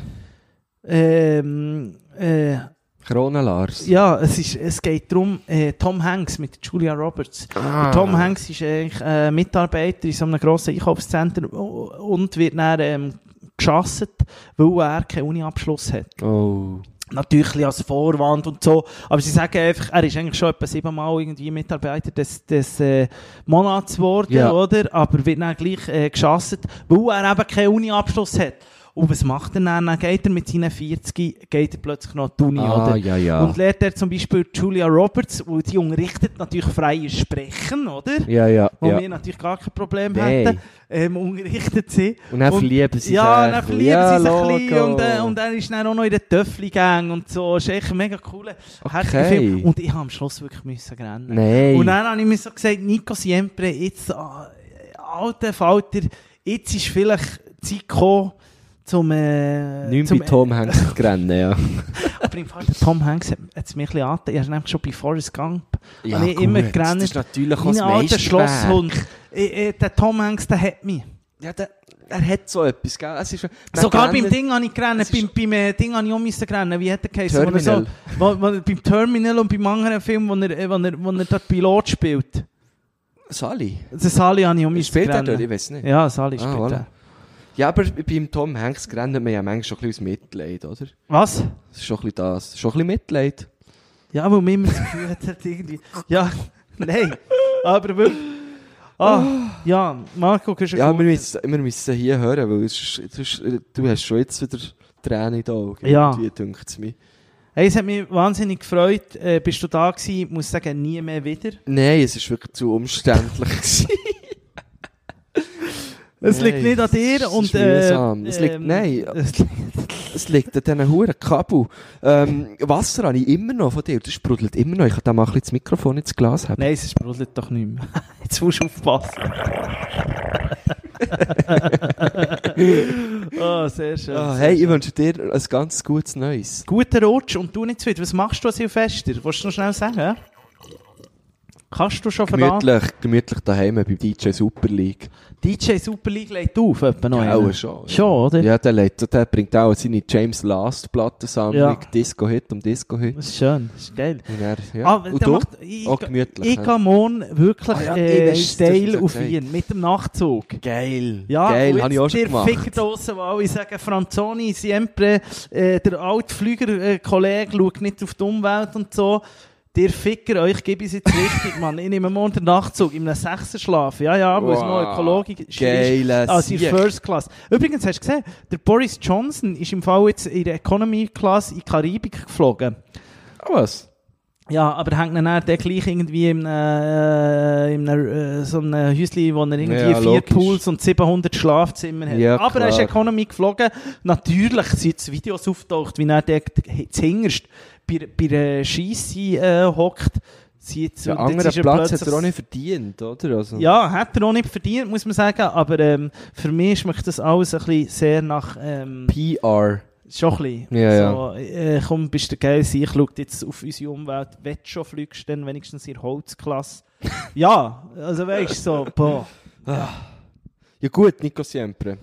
Speaker 2: Ähm, äh,
Speaker 3: Kronenlars.
Speaker 2: ja, es, ist, es geht darum, äh, Tom Hanks mit Julia Roberts.
Speaker 3: Ah.
Speaker 2: Der Tom Hanks ist eigentlich äh, Mitarbeiter in so einem grossen Einkaufszentrum und wird dann ähm, geschasst, weil er keinen Uni-Abschluss hat.
Speaker 3: Oh.
Speaker 2: Natürlich als Vorwand und so. Aber sie sagen einfach, er ist eigentlich schon etwa siebenmal irgendwie Mitarbeiter des, des äh, Monats geworden,
Speaker 3: Ja.
Speaker 2: oder? Aber wird dann gleich äh, geschasst, weil er eben keinen Uni-Abschluss hat. Und was macht er dann? Dann geht er mit seinen 40, geht er plötzlich noch die Uni,
Speaker 3: Ah,
Speaker 2: oder?
Speaker 3: ja, ja.
Speaker 2: Und lernt er zum Beispiel Julia Roberts, und die unterrichtet natürlich freies Sprechen, oder?
Speaker 3: ja, ja,
Speaker 2: Wo
Speaker 3: ja.
Speaker 2: wir natürlich gar kein Problem
Speaker 3: Nein.
Speaker 2: hätten, ähm, unterrichtet sie.
Speaker 3: Und dann verlieben sie
Speaker 2: Ja,
Speaker 3: sich
Speaker 2: dann
Speaker 3: ein
Speaker 2: verlieben
Speaker 3: bisschen.
Speaker 2: sie sich
Speaker 3: Ja,
Speaker 2: ein bisschen
Speaker 3: Logo.
Speaker 2: und, äh, und dann ist dann auch noch in der Töffli-Gang und so. Ist echt ein mega cooler,
Speaker 3: Okay.
Speaker 2: herziger Film. Und ich habe am Schluss wirklich müssen rennen.
Speaker 3: Nein.
Speaker 2: Und dann habe ich mir so gesagt, Nico Siempre, jetzt, äh, alter Falter, jetzt ist vielleicht die Zeit gekommen, zum, äh,
Speaker 3: Nicht
Speaker 2: zum
Speaker 3: bei Tom Hanks rennen, ja.
Speaker 2: aber im Fall der Tom Hanks hat es mich ein bisschen angetan. Er ist nämlich schon bei Forrest Gump. Ja, ich immer
Speaker 3: gut, Das ist
Speaker 2: gerannt.
Speaker 3: natürlich auch
Speaker 2: Mein
Speaker 3: das
Speaker 2: alter
Speaker 3: Meisterwerk.
Speaker 2: Schlosshund. Äh, äh, der Tom Hanks, der hat mich.
Speaker 3: Ja, der, er hat so etwas, gell? Es ist,
Speaker 2: Sogar
Speaker 3: man
Speaker 2: beim
Speaker 3: rennt-
Speaker 2: Ding habe ich gerannt,
Speaker 3: Es
Speaker 2: beim,
Speaker 3: ist-
Speaker 2: beim äh, Ding habe ich auch müssen rennen. Wie hat er geheißen? Wo er so,
Speaker 3: Terminal.
Speaker 2: wo, wo, beim Terminal und beim anderen Film, wo er, äh, wo er, wo er dort Pilot spielt.
Speaker 3: Sally.
Speaker 2: Also Sali habe ich auch müssen
Speaker 3: Spielt er
Speaker 2: rennen.
Speaker 3: dort? Ich weiß nicht.
Speaker 2: Ja, Sali
Speaker 3: Ah,
Speaker 2: spielt
Speaker 3: voilà.
Speaker 2: er.
Speaker 3: Ja, aber beim Tom Hanks rennt man ja manchmal schon ein bisschen aus Mitleid, oder?
Speaker 2: Was?
Speaker 3: Das ist schon ein bisschen das. Schon ein bisschen Mitleid.
Speaker 2: Ja, weil mir immer das Gefühl hat, hat irgendwie... Ja, nein. Aber wirklich... Ah, ja, Marco, du
Speaker 3: Ja, wir müssen, wir müssen hier hören, weil es ist, sonst- du hast schon jetzt wieder Tränen in den Augen.
Speaker 2: Ja.
Speaker 3: Irgendwie dünkt es mich.
Speaker 2: Hey, es hat mich wahnsinnig gefreut. Äh, bist du da gewesen? Ich muss sagen, nie mehr wieder.
Speaker 3: Nein, es war wirklich zu umständlich. gewesen.
Speaker 2: Es
Speaker 3: Nein,
Speaker 2: liegt nicht an dir
Speaker 3: es ist
Speaker 2: und... äh, ähm,
Speaker 3: mühsam. äh, Es liegt- nein.
Speaker 2: es liegt-
Speaker 3: es liegt an diesen huren Kabel. Ähm, Wasser habe ich immer noch von dir. Das sprudelt immer noch. Ich kann da mal ein bisschen das Mikrofon ins Glas haben.
Speaker 2: nein, es sprudelt doch nicht mehr. Jetzt musst du aufpassen. oh, sehr schön.
Speaker 3: Ah, hey, ich wünsche dir ein ganz gutes Neues.
Speaker 2: Guter Rutsch und du nicht zu weit. Was machst du an Silvester? Willst du noch schnell sagen? Kannst du schon verraten?
Speaker 3: Gemütlich, gemütlich daheim bei DJ Super League.
Speaker 2: DJ Super League legt auf, etwa noch
Speaker 3: Ja,
Speaker 2: einen.
Speaker 3: auch schon.
Speaker 2: Schon, oder?
Speaker 3: Ja, der, lädt, der bringt auch seine James Last Plattensammlung,
Speaker 2: Ja.
Speaker 3: Disco Hit um Disco Hit.
Speaker 2: Das ist schön, das ist geil.
Speaker 3: Und er, ja.
Speaker 2: Ah,
Speaker 3: Und
Speaker 2: der
Speaker 3: du?
Speaker 2: macht, ich,
Speaker 3: Auch gemütlich,
Speaker 2: Ich
Speaker 3: ja.
Speaker 2: gehe morgen wirklich
Speaker 3: Ah, ja, ich
Speaker 2: äh,
Speaker 3: weiss, das hast
Speaker 2: steil
Speaker 3: du
Speaker 2: auf
Speaker 3: gesagt.
Speaker 2: ihn, mit dem Nachtzug.
Speaker 3: Geil.
Speaker 2: Ja,
Speaker 3: Geil,
Speaker 2: und
Speaker 3: habe ich auch schon
Speaker 2: der
Speaker 3: gemacht.
Speaker 2: Fick draussen, wo alle sagen, Franzoni, siempre, äh, der alte Flüger-Kollege schaut nicht auf die Umwelt und so. Der Ficker, euch gebe ich es jetzt richtig, Mann. Ich nehme morgen den Nachtzug in einem Sechserschlaf. Ja, ja, wo es
Speaker 3: Wow.
Speaker 2: noch ökologisch ist.
Speaker 3: Geiles
Speaker 2: Also in
Speaker 3: Sieg.
Speaker 2: First Class. Übrigens, hast du gesehen, der Boris Johnson ist im Fall jetzt in der Economy Class in die Karibik geflogen.
Speaker 3: Ah, was?
Speaker 2: Ja, aber hängt dann dann gleich irgendwie in, äh, in einem, äh, so einem Häuschen, wo er irgendwie
Speaker 3: Ja,
Speaker 2: vier
Speaker 3: logisch.
Speaker 2: Pools und 700 Schlafzimmer hat.
Speaker 3: Ja,
Speaker 2: aber er ist
Speaker 3: klar.
Speaker 2: Economy geflogen. Natürlich sind jetzt Videos auftaucht, wie er dort hinterst bei, bei der Scheisse äh, hockt. Sie jetzt-
Speaker 3: Ja,
Speaker 2: und jetzt
Speaker 3: anderen
Speaker 2: ist er
Speaker 3: Platz hat er
Speaker 2: plötzlich-
Speaker 3: auch nicht verdient, oder? Also,
Speaker 2: Ja, hat er auch nicht verdient, muss man sagen. Aber ähm, für mich schmeckt das alles ein bisschen sehr nach... Ähm,
Speaker 3: PR.
Speaker 2: Schon ein bisschen.
Speaker 3: Ja,
Speaker 2: so, Äh, komm, bist du geil, ich schau jetzt auf unsere Umwelt. Wenn du schon fliegst, dann wenigstens in der Holzklasse. ja, also weißt du so, boah.
Speaker 3: Ja gut, Nico Siempre.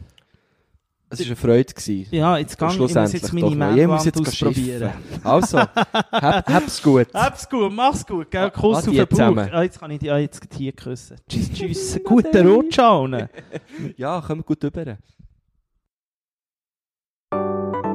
Speaker 3: Es war eine Freude. Gewesen.
Speaker 2: Ja, jetzt gang, ich muss
Speaker 3: Schlussendlich
Speaker 2: jetzt
Speaker 3: doch
Speaker 2: meine
Speaker 3: noch. Ich muss
Speaker 2: Mehlwand
Speaker 3: jetzt
Speaker 2: ausprobieren.
Speaker 3: schiffen. Also, hab, hab's gut.
Speaker 2: Hab's gut, mach's gut, gell? Kuss auf
Speaker 3: Adi
Speaker 2: den Bauch.
Speaker 3: zusammen.
Speaker 2: Ah, jetzt kann ich dich ah, jetzt gleich hier küssen. Tschüss, tschüss. Guten Rutsch allen.
Speaker 3: Ja, kommen gut rüber.